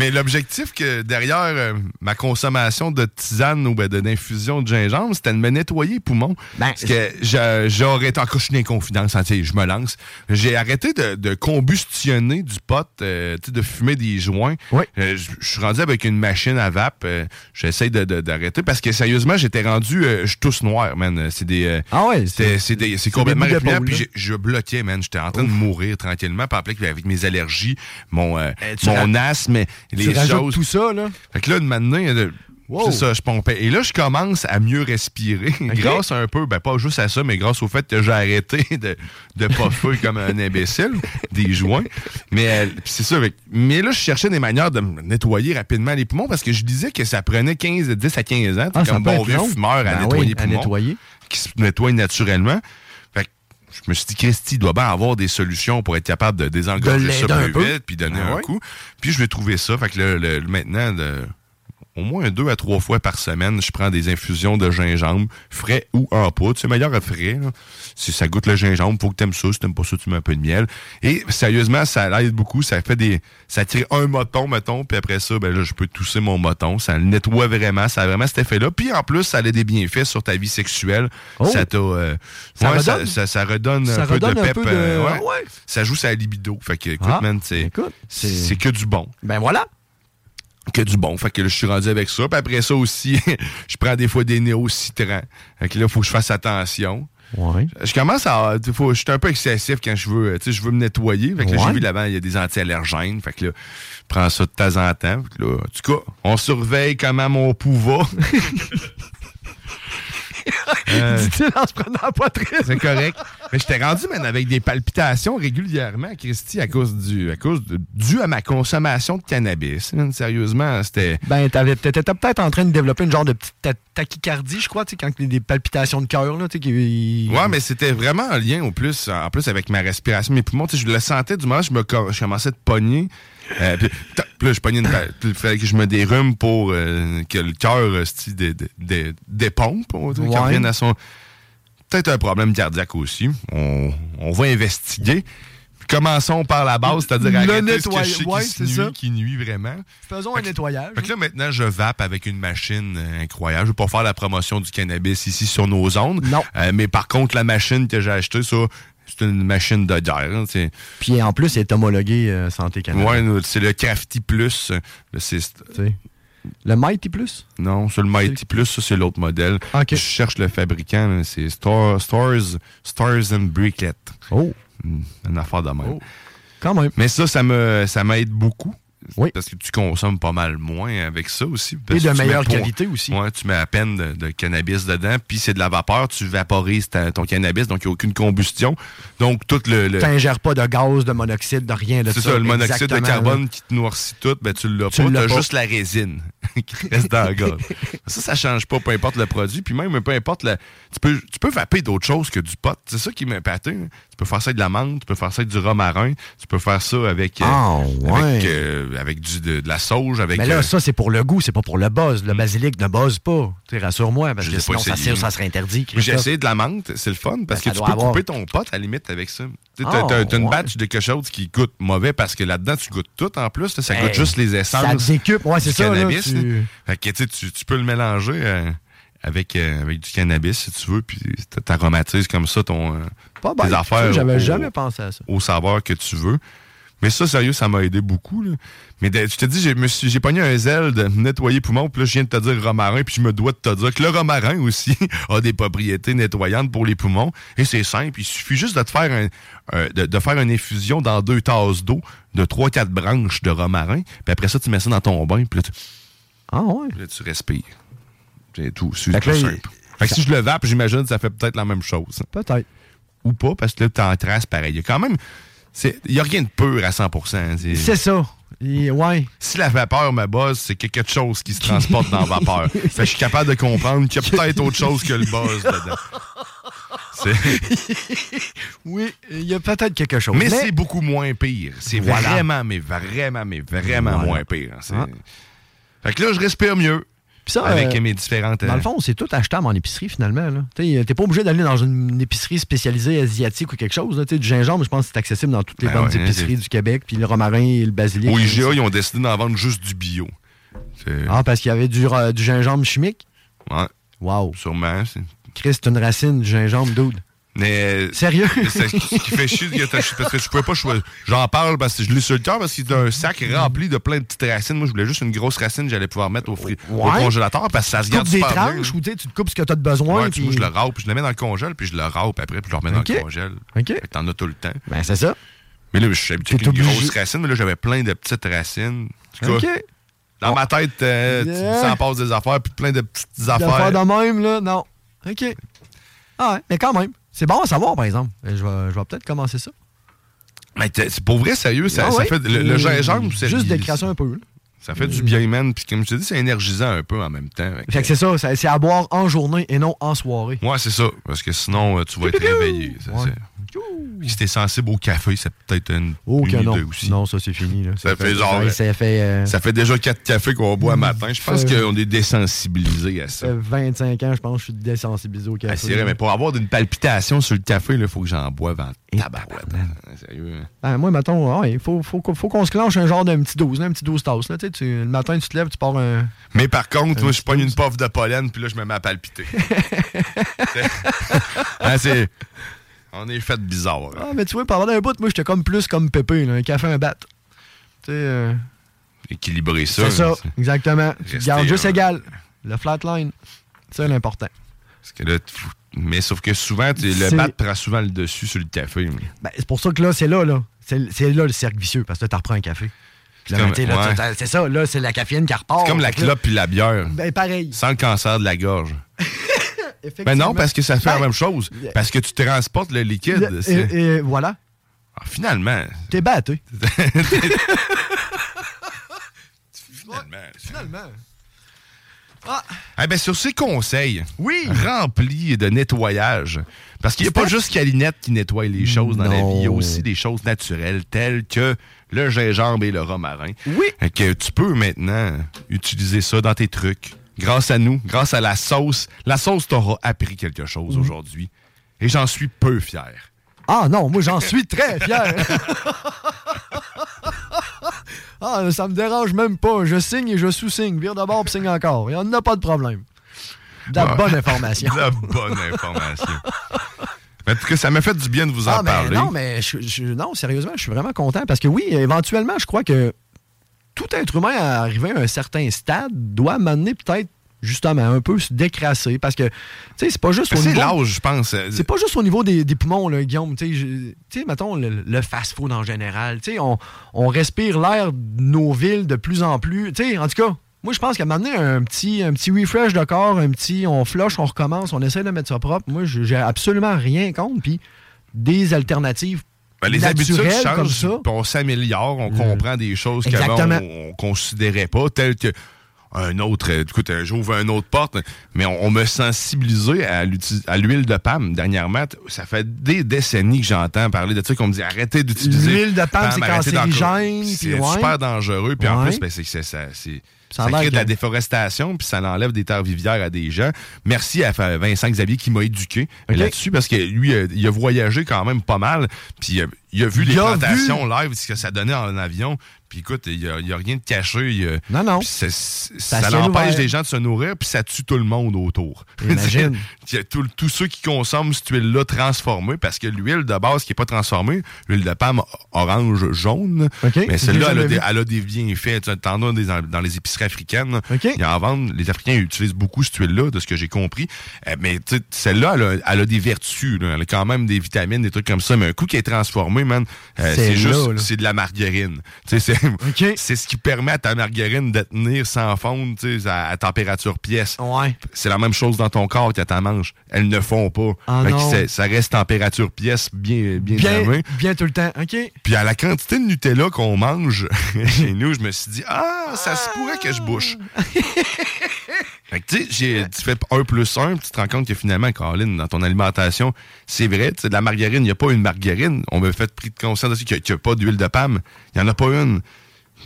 [SPEAKER 5] Mais l'objectif que derrière euh, ma consommation de tisane ou ben, de- d'infusion de gingembre, c'était de me nettoyer les poumons. parce que j'a- j'aurais été encore je suis dans les confidences, hein, tu sais, je me lance. J'ai arrêté de, de combustionner du pot, euh, tu sais, de fumer des joints. Euh, je je suis rendu avec une machine à vape. euh, J'essaie de- de- d'arrêter parce que sérieusement, j'étais rendu, euh, je tousse noir, man. C'est des. euh,
[SPEAKER 6] ah ouais,
[SPEAKER 5] c'est c'est des- c'est complètement
[SPEAKER 25] bouts d'épaule,
[SPEAKER 5] répugnant. Puis
[SPEAKER 25] là.
[SPEAKER 5] j'ai- je bloquais, man. J'étais en train de mourir tranquillement. Puis après, avec mes allergies, mon, euh,
[SPEAKER 6] Eh, tu
[SPEAKER 5] mon
[SPEAKER 6] ra-
[SPEAKER 5] asthme, (laughs) les
[SPEAKER 6] tu rajoutes
[SPEAKER 5] choses.
[SPEAKER 6] tout ça, là.
[SPEAKER 5] Fait que là, de maintenant, euh,
[SPEAKER 6] Wow.
[SPEAKER 5] c'est ça, je pompais. Et là, je commence à mieux respirer. (laughs) grâce un peu, ben pas juste à ça, mais grâce au fait que j'ai arrêté (laughs) de, de puffer comme un imbécile, (laughs) des joints. Mais euh, pis c'est ça. fait que- mais là, je cherchais des manières de me nettoyer rapidement les poumons parce que je disais que ça prenait 15, de 10 à 15 ans,
[SPEAKER 6] Ah, ça
[SPEAKER 5] comme
[SPEAKER 6] peut
[SPEAKER 5] bon
[SPEAKER 6] être
[SPEAKER 5] vieux
[SPEAKER 6] long.
[SPEAKER 5] fumeur, à
[SPEAKER 6] Ben oui,
[SPEAKER 5] nettoyer les
[SPEAKER 6] à
[SPEAKER 5] poumons.
[SPEAKER 6] nettoyer.
[SPEAKER 5] Qui se nettoie naturellement. Fait que je me suis dit, Christy, il doit bien avoir des solutions pour être capable de
[SPEAKER 6] De
[SPEAKER 5] désengorger
[SPEAKER 6] l'aider
[SPEAKER 5] ça
[SPEAKER 6] un
[SPEAKER 5] plus
[SPEAKER 6] peu.
[SPEAKER 5] vite, puis donner
[SPEAKER 6] Ah
[SPEAKER 5] un
[SPEAKER 6] ouais?
[SPEAKER 5] coup. Puis je vais trouver ça. Fait que le, le- maintenant, le- au moins deux à trois fois par semaine, je prends des infusions de gingembre, frais ou en poudre. C'est meilleur à frais. là. Si ça goûte le gingembre, faut que t'aimes ça. Si t'aimes pas ça, tu mets un peu de miel. Et sérieusement, ça aide beaucoup. Ça fait des, ça tire un moton, mettons, puis après ça, ben là, je peux tousser mon moton. Ça le nettoie vraiment. Ça a vraiment cet effet-là. Puis en plus, ça a des bienfaits sur ta vie sexuelle.
[SPEAKER 25] Oh!
[SPEAKER 5] Ça t'a, euh,
[SPEAKER 25] Ça
[SPEAKER 5] ouais,
[SPEAKER 25] redonne?
[SPEAKER 5] ça- ça- ça redonne
[SPEAKER 25] Ça
[SPEAKER 5] un peu
[SPEAKER 25] redonne
[SPEAKER 5] de
[SPEAKER 25] un
[SPEAKER 5] pep.
[SPEAKER 25] peu de-
[SPEAKER 5] euh, ouais.
[SPEAKER 25] Ah ouais?
[SPEAKER 5] Ça joue sa libido. Fait que, écoute,
[SPEAKER 25] Ah,
[SPEAKER 5] man, c'est- c'est c'est que du bon.
[SPEAKER 6] Ben voilà.
[SPEAKER 5] Que du bon. Fait que là, je suis rendu avec ça. Puis après ça aussi, (laughs) je prends des fois des néo-citrants. Fait que là, faut que je fasse attention.
[SPEAKER 6] Ouais.
[SPEAKER 5] Je commence à. tu sais, faut- Je suis un peu excessif quand je veux. euh, Tu sais, je veux me nettoyer. Fait que là,
[SPEAKER 25] Ouais.
[SPEAKER 5] j'ai vu l'avant, il y a des anti-allergènes. Fait que là, je prends ça de temps en temps. Fait que là, en tout cas, on surveille comment mon pouls (laughs) va. Euh,
[SPEAKER 6] Dit-il en se prenant la poitrine.
[SPEAKER 5] (laughs) c'est correct. Mais j'étais rendu man, avec des palpitations régulièrement, Christy, à cause du. à cause de, dû à ma consommation de cannabis. man. Sérieusement, c'était.
[SPEAKER 6] Ben, t'avais- t'étais peut-être en train de développer une genre de petite ta- tachycardie, je crois, tu sais, quand il y a des palpitations de cœur, là, tu sais, qui...
[SPEAKER 5] Ouais, mais c'était vraiment en lien au plus, en plus avec ma respiration. Mes poumons, tu sais, je le sentais du moment où je, me, co- je commençais de pogner. Euh, puis, ta- puis là, je pognais une pa- puis Il fallait que je me dérume pour euh, que le cœur euh, sti- des, des, des, des pompes, on dirait, qu'il
[SPEAKER 25] Ouais.
[SPEAKER 5] revienne à son. Peut-être un problème cardiaque aussi. On, on va investiguer. Commençons par la base, c'est-à-dire
[SPEAKER 6] Le
[SPEAKER 5] arrêter ce que
[SPEAKER 6] nettoy-
[SPEAKER 5] je sais qui
[SPEAKER 6] ouais,
[SPEAKER 5] se
[SPEAKER 6] c'est
[SPEAKER 5] nuit,
[SPEAKER 6] ça.
[SPEAKER 5] qui nuit vraiment.
[SPEAKER 6] Faisons un nettoyage.
[SPEAKER 5] Fait que là, maintenant, je vape avec une machine euh, incroyable. Je vais pas faire la promotion du cannabis ici sur nos ondes. Non. mais par contre, la machine que j'ai achetée, ça, c'est une machine de guerre. hein, c'est-
[SPEAKER 6] Puis en plus, il est homologué euh, Santé Canada.
[SPEAKER 5] Ouais, nous, c'est le Crafty Plus. euh, le- c'est-
[SPEAKER 6] Le Mighty Plus?
[SPEAKER 5] Non, c'est le Mighty Plus, ça, c'est l'autre modèle. Je cherche le fabricant, là, c'est Star- Stars, Stars and Bricklet.
[SPEAKER 6] Oh!
[SPEAKER 5] Une affaire de même.
[SPEAKER 6] Quand même.
[SPEAKER 5] Mais ça, ça me ça m'aide beaucoup. Parce que tu consommes pas mal moins avec ça aussi.
[SPEAKER 6] Et
[SPEAKER 5] parce
[SPEAKER 6] de
[SPEAKER 5] que tu
[SPEAKER 6] meilleure
[SPEAKER 5] mets pour-
[SPEAKER 6] qualité aussi.
[SPEAKER 5] Ouais, tu mets à peine de, de cannabis dedans, puis c'est de la vapeur, tu vaporises ta- ton cannabis, donc il n'y a aucune combustion. Donc tout le. le-
[SPEAKER 6] T'ingères pas de gaz, de monoxyde, de rien de
[SPEAKER 5] euh, c'est
[SPEAKER 6] ça.
[SPEAKER 5] ça, le monoxyde de
[SPEAKER 6] Exactement,
[SPEAKER 5] carbone
[SPEAKER 6] là.
[SPEAKER 5] qui te noircit tout, ben tu l'as
[SPEAKER 6] Tu
[SPEAKER 5] pas,
[SPEAKER 6] l'as
[SPEAKER 5] t'as
[SPEAKER 6] pas.
[SPEAKER 5] juste la résine (laughs) qui reste dans la gorge. ça, ça change pas, peu importe le produit, puis même peu importe le. Tu peux, tu peux vaper d'autres choses que du pot. C'est ça qui m'a épaté. hein. Tu peux faire ça avec de la menthe, tu peux faire ça avec du rhum marin, tu peux faire ça avec. euh, Avec, euh, avec du, de, de la sauge, avec.
[SPEAKER 6] Ah, Mais là,
[SPEAKER 5] euh,
[SPEAKER 6] ça, c'est pour le goût, c'est pas pour le buzz. Le basilic ne buzz pas. Tu sais, Rassure-moi, parce
[SPEAKER 5] Mm.
[SPEAKER 6] que
[SPEAKER 5] Je l'ai pas
[SPEAKER 6] sinon, ça,
[SPEAKER 5] essayé.
[SPEAKER 6] serait- ça serait interdit.
[SPEAKER 5] Mais J'ai
[SPEAKER 6] Christophe.
[SPEAKER 5] essayé de la menthe, c'est le fun, parce
[SPEAKER 6] Ben,
[SPEAKER 5] que
[SPEAKER 6] ça
[SPEAKER 5] tu
[SPEAKER 6] doit
[SPEAKER 5] peux
[SPEAKER 6] avoir.
[SPEAKER 5] couper ton pot à la limite avec ça. Tu sais,
[SPEAKER 6] Ah,
[SPEAKER 5] T'as t'as- t'as une
[SPEAKER 6] ouais.
[SPEAKER 5] batch de quelque chose qui goûte mauvais parce que là-dedans, tu goûtes tout en plus. là, ça
[SPEAKER 6] Hey,
[SPEAKER 5] goûte juste les essences.
[SPEAKER 6] Ben, ça décupe, ouais, c'est
[SPEAKER 5] du
[SPEAKER 6] ça, là,
[SPEAKER 5] Cannabis,
[SPEAKER 6] tu-
[SPEAKER 5] là. Fait que, tu, sais, tu- tu peux le mélanger euh, avec, euh, avec du cannabis si tu veux, puis t'a- t'aromatises comme ça ton, euh,
[SPEAKER 6] Pas
[SPEAKER 5] tes
[SPEAKER 6] bête.
[SPEAKER 5] affaires.
[SPEAKER 6] J'avais
[SPEAKER 5] au-
[SPEAKER 6] jamais pensé à ça.
[SPEAKER 5] au saveur que tu veux. Mais ça, sérieux, ça m'a aidé beaucoup. là. Mais de- je te dis, j'ai me suis- j'ai pogné un zèle de nettoyer poumon, puis là, je viens de te dire romarin, puis je me dois de te dire que le romarin (laughs) aussi a des propriétés nettoyantes pour les poumons. Et c'est simple, il suffit juste de te faire un, un- de, de faire une infusion dans deux tasses d'eau de 3-4 branches de romarin, puis après ça, tu mets ça dans ton bain, puis là, tu,
[SPEAKER 6] Ah
[SPEAKER 5] puis là, tu respires. C'est tout, c'est
[SPEAKER 6] Fait que
[SPEAKER 5] tout
[SPEAKER 6] là, il-
[SPEAKER 5] simple. Fait que si je le vape, j'imagine que ça fait peut-être la même chose
[SPEAKER 6] Peut-être.
[SPEAKER 5] ou pas, parce que là, t'en traces pareil. Il y a quand même. Il n'y a rien de pur à 100 c'est-
[SPEAKER 6] C'est ça. Et- ouais.
[SPEAKER 5] Si la vapeur me buzz, c'est que quelque chose qui se transporte dans la vapeur.
[SPEAKER 6] (laughs)
[SPEAKER 5] Fait que je suis capable de comprendre qu'il y a peut-être autre chose que le buzz dedans. C'est-
[SPEAKER 6] oui, il y a peut-être quelque chose.
[SPEAKER 5] Mais, c'est beaucoup moins pire. C'est
[SPEAKER 6] Voilà.
[SPEAKER 5] vraiment, mais vraiment, mais vraiment
[SPEAKER 6] Voilà.
[SPEAKER 5] moins pire. hein, C'est-
[SPEAKER 6] Ah.
[SPEAKER 5] Fait que là, je respire mieux.
[SPEAKER 6] Puis ça,
[SPEAKER 5] avec
[SPEAKER 6] euh,
[SPEAKER 5] mes différentes.
[SPEAKER 6] Dans
[SPEAKER 5] euh,
[SPEAKER 6] le fond, c'est tout achetable en épicerie finalement. là. T'sais, euh, T'es pas obligé d'aller dans une épicerie spécialisée asiatique ou quelque chose. là. T'sais, Du gingembre, je pense que c'est accessible dans toutes les
[SPEAKER 5] Ben
[SPEAKER 6] bonnes
[SPEAKER 5] ouais, hein,
[SPEAKER 6] épiceries du Québec. Puis le romarin et le basilic.
[SPEAKER 5] euh, Au IGA, ils ont décidé d'en vendre juste du bio. C'est-
[SPEAKER 6] Ah, parce qu'il y avait du, ra- du gingembre chimique.
[SPEAKER 5] Ouais.
[SPEAKER 6] Wow.
[SPEAKER 5] Sûrement. c'est-
[SPEAKER 6] Chris, c'est une racine du gingembre, dude.
[SPEAKER 5] Mais.
[SPEAKER 6] Sérieux?
[SPEAKER 5] C'est ce qui fait chier, c'est que- parce que je pouvais pas choisir. J'en parle parce que je l'ai sur le cœur, parce qu'il y a un sac rempli de plein de petites racines. Moi, je voulais juste une grosse racine que j'allais pouvoir mettre au, fri- au
[SPEAKER 6] Ouais.
[SPEAKER 5] congélateur parce que ça se
[SPEAKER 6] Tu coupes
[SPEAKER 5] garde
[SPEAKER 6] des
[SPEAKER 5] super bien.
[SPEAKER 6] tranches ou t'sais, tu te coupes ce que t'as de besoin.
[SPEAKER 5] Ouais, tu- moi,
[SPEAKER 6] puis-
[SPEAKER 5] je le râpe, puis je le mets dans le congèle, puis je le râpe après, puis je le remets dans
[SPEAKER 6] Ok.
[SPEAKER 5] le congèle.
[SPEAKER 6] Ok.
[SPEAKER 5] Fait que T'en as tout le temps.
[SPEAKER 6] Ben, c'est ça.
[SPEAKER 5] Mais là, je suis habitué
[SPEAKER 6] T'es
[SPEAKER 5] avec une
[SPEAKER 6] obligé.
[SPEAKER 5] grosse racine, mais là, j'avais plein de petites racines. En tout
[SPEAKER 6] Ok.
[SPEAKER 5] cas, Dans ma tête, euh, tu-
[SPEAKER 6] Yeah.
[SPEAKER 5] ça en passe des affaires, puis plein de petites
[SPEAKER 6] D'affaires
[SPEAKER 5] affaires.
[SPEAKER 6] de même, là, non. OK. Ah ouais, mais quand même. C'est bon à savoir, par exemple. Euh, Je vais, je vais peut-être commencer ça.
[SPEAKER 5] Mais t'es- c'est pour vrai, sérieux, ça,
[SPEAKER 6] Ah
[SPEAKER 5] ça
[SPEAKER 6] ouais.
[SPEAKER 5] fait. Le, le
[SPEAKER 6] Euh,
[SPEAKER 5] gingembre, c'est.
[SPEAKER 6] Juste
[SPEAKER 5] il-
[SPEAKER 6] d'écraser un peu. là.
[SPEAKER 5] Ça fait du bien, man. Puis comme je te dis, c'est énergisant un peu en même temps. Fait que-
[SPEAKER 6] Fait que c'est ça, ça- c'est à boire en journée et non en soirée.
[SPEAKER 5] Ouais, c'est ça. Parce que sinon, euh, tu vas être réveillé. Ça,
[SPEAKER 6] Ouais.
[SPEAKER 5] c'est- Si t'es sensible au café, c'est peut-être une,
[SPEAKER 6] Oh
[SPEAKER 5] une
[SPEAKER 6] que non.
[SPEAKER 5] idée aussi.
[SPEAKER 6] Non, ça c'est fini. Là.
[SPEAKER 5] Ça, fait genre.
[SPEAKER 6] Ça, ça fait, euh,
[SPEAKER 5] ça fait déjà quatre cafés qu'on boit matin. Je pense
[SPEAKER 6] fait-
[SPEAKER 5] qu'on est désensibilisé à
[SPEAKER 6] ça
[SPEAKER 5] ça.
[SPEAKER 6] fait 25 ans, je pense, que je suis désensibilisé au café.
[SPEAKER 5] Ah, c'est vrai, mais pour avoir une palpitation sur le café, il faut que j'en boive en tabarouette. Ah, Sérieux. hein.
[SPEAKER 6] Ah, moi, mettons, il faut, faut, qu'on- faut qu'on se clenche un genre d'un petit 12, là, un petit 12 tasses. Là, tu sais, tu- le matin, tu te lèves, tu pars un.
[SPEAKER 5] Mais par contre, moi, je pogne une pof de pollen, puis là, je me mets
[SPEAKER 6] (laughs)
[SPEAKER 5] à palpiter. C'est- (laughs) Ah, c'est- On est fait bizarre. hein.
[SPEAKER 6] Ah, mais tu vois, pendant un bout, moi, j'étais comme plus comme Pépé, là, un café, un bat. Tu sais, euh,
[SPEAKER 5] Équilibrer ça.
[SPEAKER 6] c'est ça,
[SPEAKER 5] hein,
[SPEAKER 6] exactement. Tu te
[SPEAKER 5] Rester,
[SPEAKER 6] gardes juste
[SPEAKER 5] euh,
[SPEAKER 6] égal. Le flatline, c'est l'important.
[SPEAKER 5] Parce que là, tu- mais sauf que souvent, tu- le
[SPEAKER 6] C'est-
[SPEAKER 5] bat prend souvent le dessus sur le café.
[SPEAKER 6] Ben, c'est pour ça que là, c'est là, là. C'est c'est là le cercle vicieux, parce que là, t'en reprends un café. Puis là,
[SPEAKER 5] C'est comme-
[SPEAKER 6] tu sais, là,
[SPEAKER 5] ouais.
[SPEAKER 6] t'as- C'est ça, là, c'est la caféine qui repart.
[SPEAKER 5] C'est comme la
[SPEAKER 6] Fait que là-
[SPEAKER 5] clope puis la bière.
[SPEAKER 6] Ben, pareil.
[SPEAKER 5] Sans le cancer de la gorge. Ben non, parce que ça fait la même chose. Parce que tu transportes le liquide.
[SPEAKER 6] Le-
[SPEAKER 5] c'est-
[SPEAKER 6] et, et voilà,
[SPEAKER 5] Ah, finalement.
[SPEAKER 6] t'es battu.
[SPEAKER 5] Finalement.
[SPEAKER 6] Finalement.
[SPEAKER 5] Eh ben, sur ces conseils
[SPEAKER 6] oui.
[SPEAKER 5] remplis de nettoyage, parce qu'il n'y a pas juste Calinette qui nettoie les choses dans la vie, il y a aussi des choses naturelles telles que le gingembre et le romarin.
[SPEAKER 6] Oui.
[SPEAKER 5] Que tu peux maintenant utiliser ça dans tes trucs. Grâce à nous, grâce à la sauce, la sauce t'aura appris quelque chose aujourd'hui. Et j'en suis peu fier.
[SPEAKER 6] Ah non, moi j'en suis très fier. ah, ça me dérange même pas. Je signe et je sous-signe. Vire d'abord puis signe encore. Il n'y en a pas de problème. De la
[SPEAKER 5] Ah.
[SPEAKER 6] bonne information.
[SPEAKER 5] (laughs) De la bonne information.
[SPEAKER 6] (laughs)
[SPEAKER 5] en tout cas, ça m'a fait du bien de vous en
[SPEAKER 6] Ah, mais
[SPEAKER 5] parler.
[SPEAKER 6] non, mais je- je- non, sérieusement, je suis vraiment content parce que oui, éventuellement, je crois que tout être humain à arriver à un certain stade doit m'amener peut-être justement, un peu se décrasser parce que, tu sais, c'est pas juste au
[SPEAKER 5] C'est
[SPEAKER 6] niveau-
[SPEAKER 5] l'âge, je pense.
[SPEAKER 6] c'est pas juste au niveau des, des poumons, là, Guillaume. Tu sais, je- tu sais, mettons, le, le fast-food en général. Tu sais, on, on respire l'air de nos villes de plus en plus. Tu sais, en tout cas, moi, je pense qu'à m'amener un petit, un petit refresh de corps, un petit on flush, on recommence, on essaie de mettre ça propre. Moi, j'ai j'ai absolument rien contre. Puis des alternatives
[SPEAKER 5] Ben, les habitudes
[SPEAKER 6] naturelles comme
[SPEAKER 5] changent,
[SPEAKER 6] ça. Mm.
[SPEAKER 5] puis on s'améliore, on comprend des choses qu'avant
[SPEAKER 6] Exactement.
[SPEAKER 5] on, on considérait pas, tel que un autre, euh, écoute, euh, j'ouvre une autre porte, mais on, on me sensibilisait à l'uti- à l'huile de palme dernièrement. t- Ça fait des décennies que j'entends parler de ça, qu'on me dit arrêtez d'utiliser.
[SPEAKER 6] L'huile de palme, c'est
[SPEAKER 5] arrêtez d'en-
[SPEAKER 6] cancérigène,
[SPEAKER 5] C'est
[SPEAKER 6] puis ouais.
[SPEAKER 5] super dangereux, puis en
[SPEAKER 6] Ouais.
[SPEAKER 5] plus, ben, c'est- c'est- ça, c'est-
[SPEAKER 6] Ça a
[SPEAKER 5] ça
[SPEAKER 6] l'air
[SPEAKER 5] crée de
[SPEAKER 6] que-
[SPEAKER 5] la déforestation, puis ça l'enlève des terres vivières à des gens. Merci à Fa- Vincent Xavier qui m'a éduqué euh,
[SPEAKER 6] Ok.
[SPEAKER 5] là-dessus, parce que lui, euh, il a voyagé quand même pas mal, puis euh, il a vu les
[SPEAKER 6] Il a
[SPEAKER 5] plantations live, ce que ça donnait en avion. Puis écoute, il n'y a, rien de caché. il y a-
[SPEAKER 6] Non, non.
[SPEAKER 5] puis c'est- c'est-
[SPEAKER 6] Ça
[SPEAKER 5] ça
[SPEAKER 6] ciel
[SPEAKER 5] l'empêche
[SPEAKER 6] ouvert.
[SPEAKER 5] des gens de se nourrir, puis ça tue tout le monde autour. (laughs)
[SPEAKER 6] Imagine.
[SPEAKER 5] Il y a tout- Tous ceux qui consomment cette huile-là transformée, parce que l'huile de base qui n'est pas transformée, l'huile de palme orange-jaune, mais celle-là,
[SPEAKER 6] j'ai
[SPEAKER 5] elle, a
[SPEAKER 6] jamais
[SPEAKER 5] des-
[SPEAKER 6] vu.
[SPEAKER 5] elle a des bienfaits. Tu en as des- dans, dans les épiceries africaines. Ils en vendent. Les Africains utilisent beaucoup cette huile-là, de ce que j'ai compris. Euh, mais tu sais, celle-là, elle, a- elle a des vertus. là. Elle a quand même des vitamines, des trucs comme ça. Mais un coup qui est transformé, man, euh,
[SPEAKER 6] C'est
[SPEAKER 5] c'est juste
[SPEAKER 6] là, là.
[SPEAKER 5] c'est de la margarine.
[SPEAKER 6] (laughs)
[SPEAKER 5] Tu sais, C'est c'est ce qui permet à ta margarine de tenir sans fondre tu sais, à, à température pièce. C'est la même chose dans ton corps qu'à ta manche. Elles ne font pas.
[SPEAKER 6] Ah
[SPEAKER 5] Fait que
[SPEAKER 6] non.
[SPEAKER 5] c'est- ça reste température pièce bien, bien,
[SPEAKER 6] Bien,
[SPEAKER 5] fermée.
[SPEAKER 6] bien tout le temps. OK?
[SPEAKER 5] Puis à la quantité de Nutella qu'on mange (laughs) chez nous, je me suis dit, ah, ça se pourrait que je bouche. Fait que, tu sais, j'ai- tu fais un plus un, puis tu te rends compte que finalement, Caroline, dans ton alimentation, c'est vrai, tu sais, de la margarine, il n'y a pas une margarine. On m'a fait pris de conscience aussi qu'il n'y a, pas d'huile de palme. Il n'y en a pas une.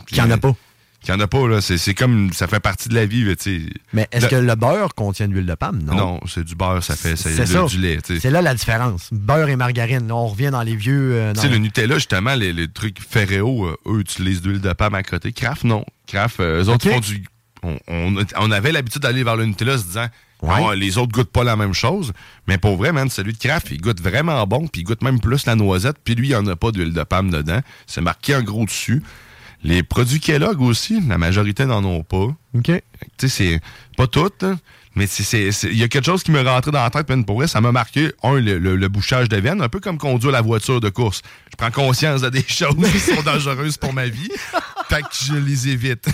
[SPEAKER 5] Qu'il n'y en a pas. Qu'il n'y en a pas, là. C'est, c'est comme, ça fait partie de la vie, mais tu sais.
[SPEAKER 6] Mais est-ce
[SPEAKER 5] Le-
[SPEAKER 6] que le beurre contient de l'huile de palme? Non.
[SPEAKER 5] Non, c'est du beurre, ça fait, c'est,
[SPEAKER 6] C'est
[SPEAKER 5] du-
[SPEAKER 6] ça.
[SPEAKER 5] du lait, tu sais.
[SPEAKER 6] C'est là la différence. Beurre et margarine. Là, on revient dans les vieux. euh,
[SPEAKER 5] Tu
[SPEAKER 6] dans
[SPEAKER 5] sais, le Nutella, justement, les, les trucs Ferrero, euh, eux utilisent de l'huile de palme à côté. Kraft, non. Kraft, euh, eux autres
[SPEAKER 6] Ok.
[SPEAKER 5] font du. On, on- on avait l'habitude d'aller vers le Nutella en se disant. Ah, les autres goûtent pas la même chose, mais pour vrai, man, celui de Kraft, il goûte vraiment bon, puis il goûte même plus la noisette, puis lui, il n'y en a pas d'huile de palme dedans. C'est marqué en gros dessus. Les produits Kellogg aussi, la majorité n'en ont pas.
[SPEAKER 6] OK.
[SPEAKER 5] Tu sais, c'est pas tout, là, mais c'est- c'est- c'est- il y a quelque chose qui me rentrait dans la tête, man, pour vrai, ça m'a marqué, un, le, le- le bouchage de veine, un peu comme conduire la voiture de course. Je prends conscience de des (laughs) choses qui sont dangereuses pour ma vie, fait que je les évite.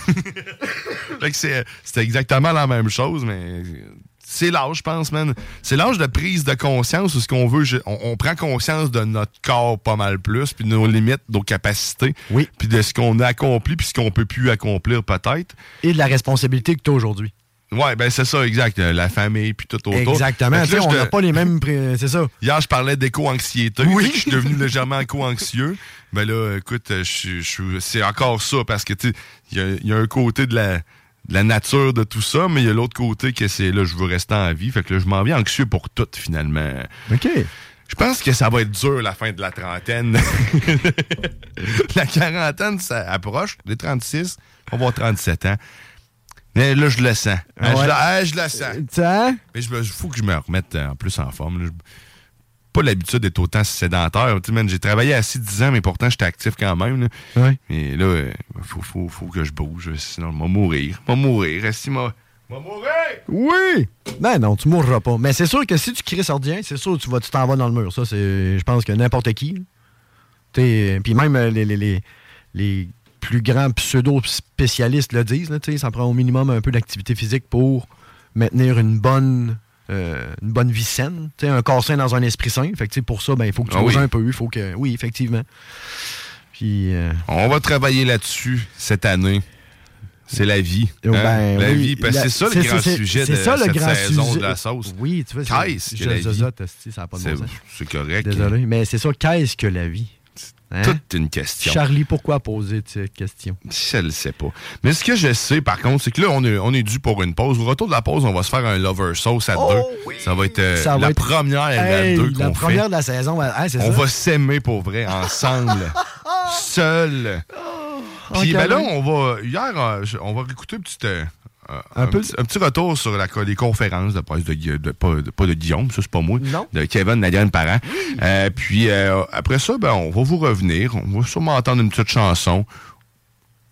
[SPEAKER 5] (laughs) fait que c'est c'est exactement la même chose, mais c'est l'âge, je pense, man. C'est l'âge de prise de conscience où ce qu'on veut, je- on, on prend conscience de notre corps pas mal plus, puis de nos limites, nos capacités, oui. puis de ce qu'on a accompli, puis ce qu'on peut plus accomplir peut-être.
[SPEAKER 6] Et de la responsabilité que tu as aujourd'hui.
[SPEAKER 5] Ouais, ben c'est ça, exact. euh, La famille, puis tout autour.
[SPEAKER 6] Exactement.
[SPEAKER 5] Fait
[SPEAKER 6] Tu
[SPEAKER 5] que là,
[SPEAKER 6] sais, on
[SPEAKER 5] je
[SPEAKER 6] n'a
[SPEAKER 5] te-
[SPEAKER 6] pas les mêmes. pré- C'est ça.
[SPEAKER 5] Hier, je parlais d'éco-anxiété. Oui. Je suis devenu légèrement éco-anxieux. Ben là, écoute, je suis- je suis- c'est encore ça parce que, tu sais, il y a- il y, a un côté de la, de la nature de tout ça, mais il y a l'autre côté que c'est là, je veux rester en vie. Fait que là, je m'en viens anxieux pour tout, finalement.
[SPEAKER 6] OK.
[SPEAKER 5] Je pense que ça va être dur la fin de la trentaine. (laughs) la quarantaine, ça approche. Les 36, on va avoir 37 ans. Mais là, je le sens. Hein, je
[SPEAKER 6] Ouais.
[SPEAKER 5] le- hein, je le sens.
[SPEAKER 6] Ça?
[SPEAKER 5] Mais il faut que je me remette euh, en plus en forme. là. Je- Pas l'habitude d'être autant sédentaire. Tu sais, man, J'ai travaillé assis 10 ans, mais pourtant j'étais actif quand même. là.
[SPEAKER 6] Ouais.
[SPEAKER 5] Mais là, euh, faut, faut, faut que je bouge, sinon je vais mourir. Je vais mourir. Assis, moi.
[SPEAKER 6] Oui! Ben non, tu mourras pas. Mais c'est sûr que si tu cries sordien, c'est sûr que tu vas, tu t'en vas dans le mur. Ça, c'est, je pense que n'importe qui. là. T'sais, euh, Puis même euh, les, les- les- les plus grands pseudo-spécialistes le disent, là, t'sais, ça prend au minimum un peu d'activité physique pour maintenir une bonne, euh, une bonne vie saine. T'sais, un corps sain dans un esprit sain. Fait que t'sais, pour ça, ben, il faut que tu
[SPEAKER 5] Ah
[SPEAKER 6] bouges
[SPEAKER 5] oui.
[SPEAKER 6] un peu. Il faut que. Oui, effectivement. Puis. euh,
[SPEAKER 5] On va travailler là-dessus cette année. C'est la vie.
[SPEAKER 6] Oh,
[SPEAKER 5] hein?
[SPEAKER 6] ben
[SPEAKER 5] la
[SPEAKER 6] oui,
[SPEAKER 5] vie, parce que
[SPEAKER 6] la-
[SPEAKER 5] c'est ça le
[SPEAKER 6] c'est-
[SPEAKER 5] grand
[SPEAKER 6] c'est-
[SPEAKER 5] sujet de
[SPEAKER 6] c'est ça le
[SPEAKER 5] cette
[SPEAKER 6] grand
[SPEAKER 5] saison
[SPEAKER 6] sujet.
[SPEAKER 5] de la sauce.
[SPEAKER 6] Oui, tu vois, c'est-
[SPEAKER 5] Qu'est-ce que
[SPEAKER 6] je
[SPEAKER 5] la
[SPEAKER 6] le
[SPEAKER 5] vie?
[SPEAKER 6] zozote, esti, ça a pas de bon
[SPEAKER 5] C'est-
[SPEAKER 6] sens.
[SPEAKER 5] C'est correct.
[SPEAKER 6] Désolé, mais c'est ça, qu'est-ce que la vie? Hein?
[SPEAKER 5] Toute une question.
[SPEAKER 6] Charlie, pourquoi poser cette question?
[SPEAKER 5] Je le sais pas. Mais ce que je sais, par contre, c'est que là, on est, on est dû pour une pause. Au retour de la pause, on va se faire un lover sauce à deux. Ça va être euh,
[SPEAKER 6] Oh Ça va
[SPEAKER 5] la
[SPEAKER 6] être-
[SPEAKER 5] première
[SPEAKER 6] Hey,
[SPEAKER 5] à deux
[SPEAKER 6] la
[SPEAKER 5] qu'on fait.
[SPEAKER 6] première de la saison, ben, hey, c'est ça.
[SPEAKER 5] On va s'aimer pour vrai,
[SPEAKER 6] (laughs)
[SPEAKER 5] ensemble, seul.
[SPEAKER 6] Oh,
[SPEAKER 5] Puis
[SPEAKER 6] en
[SPEAKER 5] ben là,
[SPEAKER 6] câlin.
[SPEAKER 5] on va. Hier, euh, je- on va écouter une petite, euh, euh,
[SPEAKER 6] Un
[SPEAKER 5] un,
[SPEAKER 6] peu-
[SPEAKER 5] petit, un petit retour sur la, co- les conférences de presse de, Gui- de- pas, de- pas de Guillaume, ça c'est pas moi, de Kevin Nadiane Parent. Euh, puis euh, après ça, ben, on va vous revenir. On va sûrement entendre une petite chanson.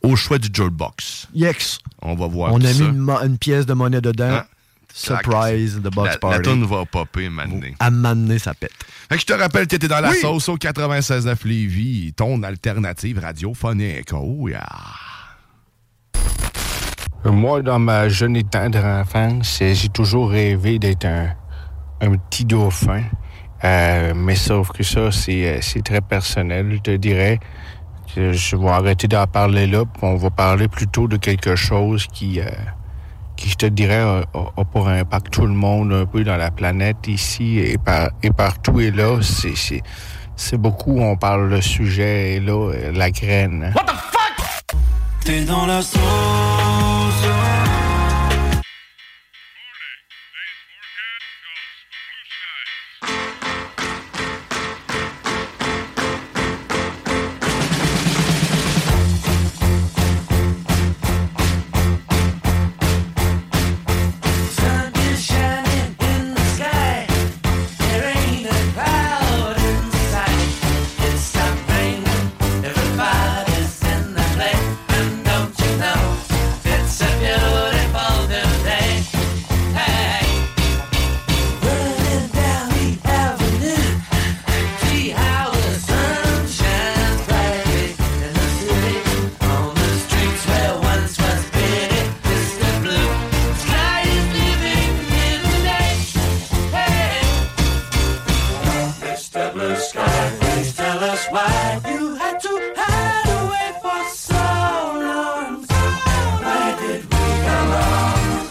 [SPEAKER 5] au choix du jukebox.
[SPEAKER 6] Yex.
[SPEAKER 5] On va voir
[SPEAKER 6] On a
[SPEAKER 5] ça.
[SPEAKER 6] mis une, mo- une pièce de monnaie dedans.
[SPEAKER 5] Hein?
[SPEAKER 6] Surprise, the box
[SPEAKER 5] la,
[SPEAKER 6] party.
[SPEAKER 5] La toune va popper maintenant.
[SPEAKER 6] À m'amener, ça pète.
[SPEAKER 5] Fait que je te rappelle que t'étais dans la
[SPEAKER 6] Oui.
[SPEAKER 5] sauce au 96.9 Lévis, ton alternative radiophonique. Oh yeah!
[SPEAKER 1] Moi, dans ma jeune et tendre enfance, j'ai toujours rêvé d'être un, un petit dauphin. Euh, mais sauf que ça, c'est euh, c'est très personnel. Je te dirais que je vais arrêter d'en parler là. puis On va parler plutôt de quelque chose qui, euh, qui je te dirais, a, a- a pour impact tout le monde un peu dans la planète ici et, par, et partout. Et là, c'est- c'est c'est beaucoup, on parle le sujet et là, euh, la graine. hein.
[SPEAKER 10] T'es dans la sauce. Sun is shining in the sky. There ain't a cloud in sight. It's time raining. Everybody's in the play. And don't you know, it's a beautiful new day. Hey, running down the avenue. See how the sun shines brightly in the city. On the streets where once was pity, it's the blue. Sky is living in the day. Hey. Mr. Blue Sky, please tell us why you had to hide away for so long. Why did we go wrong?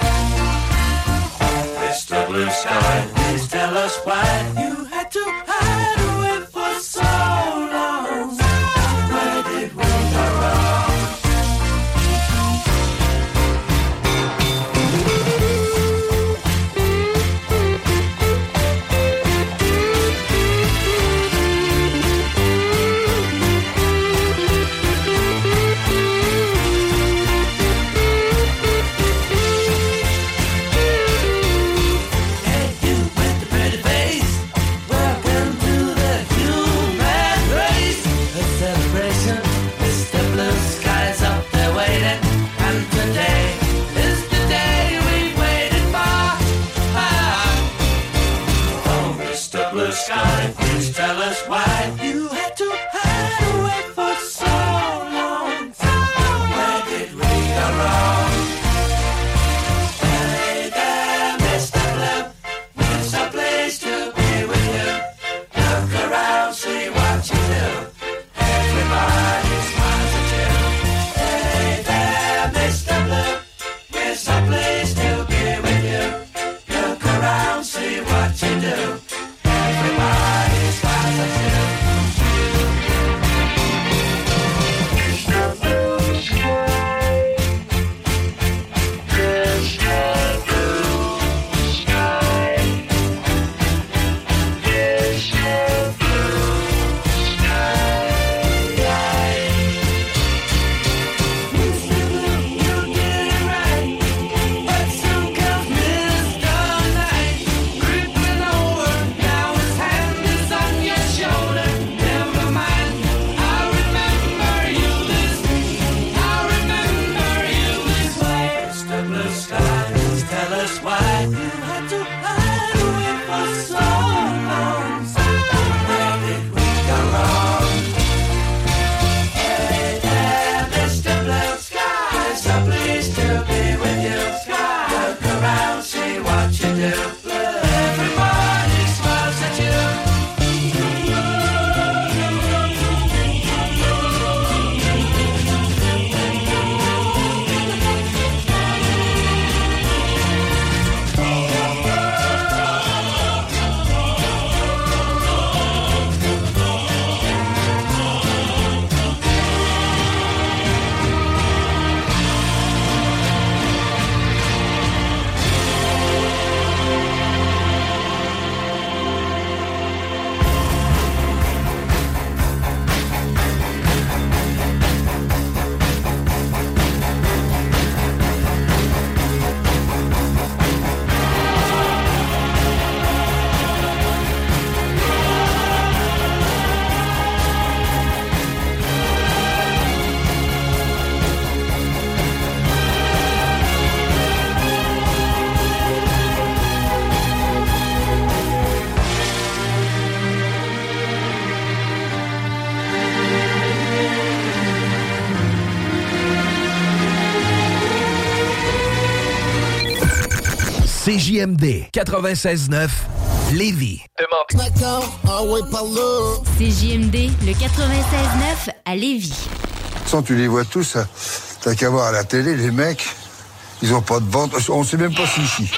[SPEAKER 10] Mr. Blue Sky, please tell us why you had to hide away for so long. Why did we go wrong? pretty face. Welcome to the human race. A celebration. Mr. Blue Sky's up there waiting. And today is the day we've waited for. Ah. Oh, Mr. Blue Sky, please tell us why you had to hide away for so long. Where did we go wrong? Hey there, Mr. Blue. It's a place to be with you. Look around, see what you do. Everybody smiles at you. Hey there, Mr. Blue. It's a place to be with you. Look around, see what you do. Everybody smiles at you. Please to be with you. Look around, see what you do. Everybody smiles at you.
[SPEAKER 20] CJMD 96.9 Lévis.
[SPEAKER 18] D'accord, ah ouais, par là.
[SPEAKER 26] CJMD, le 96.9 à Lévis.
[SPEAKER 21] De toute façon, tu les vois tous, hein. t'as qu'à voir à la télé, les mecs, ils ont pas de ventre, on sait même pas s'ils chient.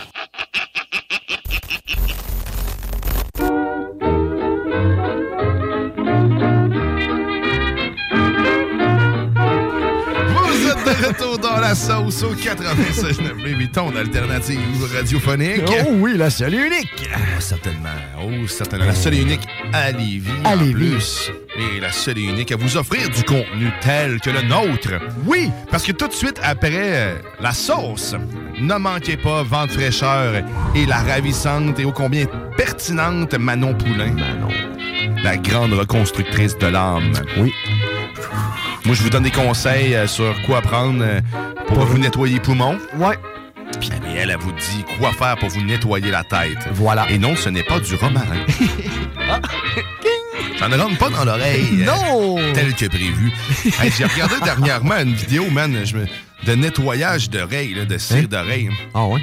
[SPEAKER 5] Vous êtes de retour dans la sauce au 96.9 Lévis, ton alternative radiophonique.
[SPEAKER 6] Oh oui, la seule et unique.
[SPEAKER 5] Oh, certainement. Oh, certainement. La seule et unique à Lévis.
[SPEAKER 6] À
[SPEAKER 5] en
[SPEAKER 6] Lévis.
[SPEAKER 5] plus. Et la seule et unique à vous offrir du contenu tel que le nôtre.
[SPEAKER 6] Oui.
[SPEAKER 5] Parce que tout de suite après euh, la sauce, ne manquez pas Vente fraîcheur et la ravissante et ô combien pertinente Manon Poulain. Manon. La grande reconstructrice de l'âme.
[SPEAKER 6] Oui.
[SPEAKER 5] Moi, je vous donne des conseils euh, sur quoi prendre euh, pour vous nettoyer les poumons.
[SPEAKER 6] Ouais.
[SPEAKER 5] Puis elle, elle, elle vous dit quoi faire pour vous nettoyer la tête.
[SPEAKER 6] Voilà. Ah!
[SPEAKER 5] Et non, ce n'est pas du
[SPEAKER 6] (laughs)
[SPEAKER 5] romarin. J'en rentre pas dans l'oreille. Euh,
[SPEAKER 6] Non!
[SPEAKER 5] tel
[SPEAKER 6] (laughs)
[SPEAKER 5] que prévu. Hey, J'ai regardé dernièrement une vidéo, man, je me- de nettoyage d'oreilles, là, de cire d'oreille.
[SPEAKER 6] Ah ouais?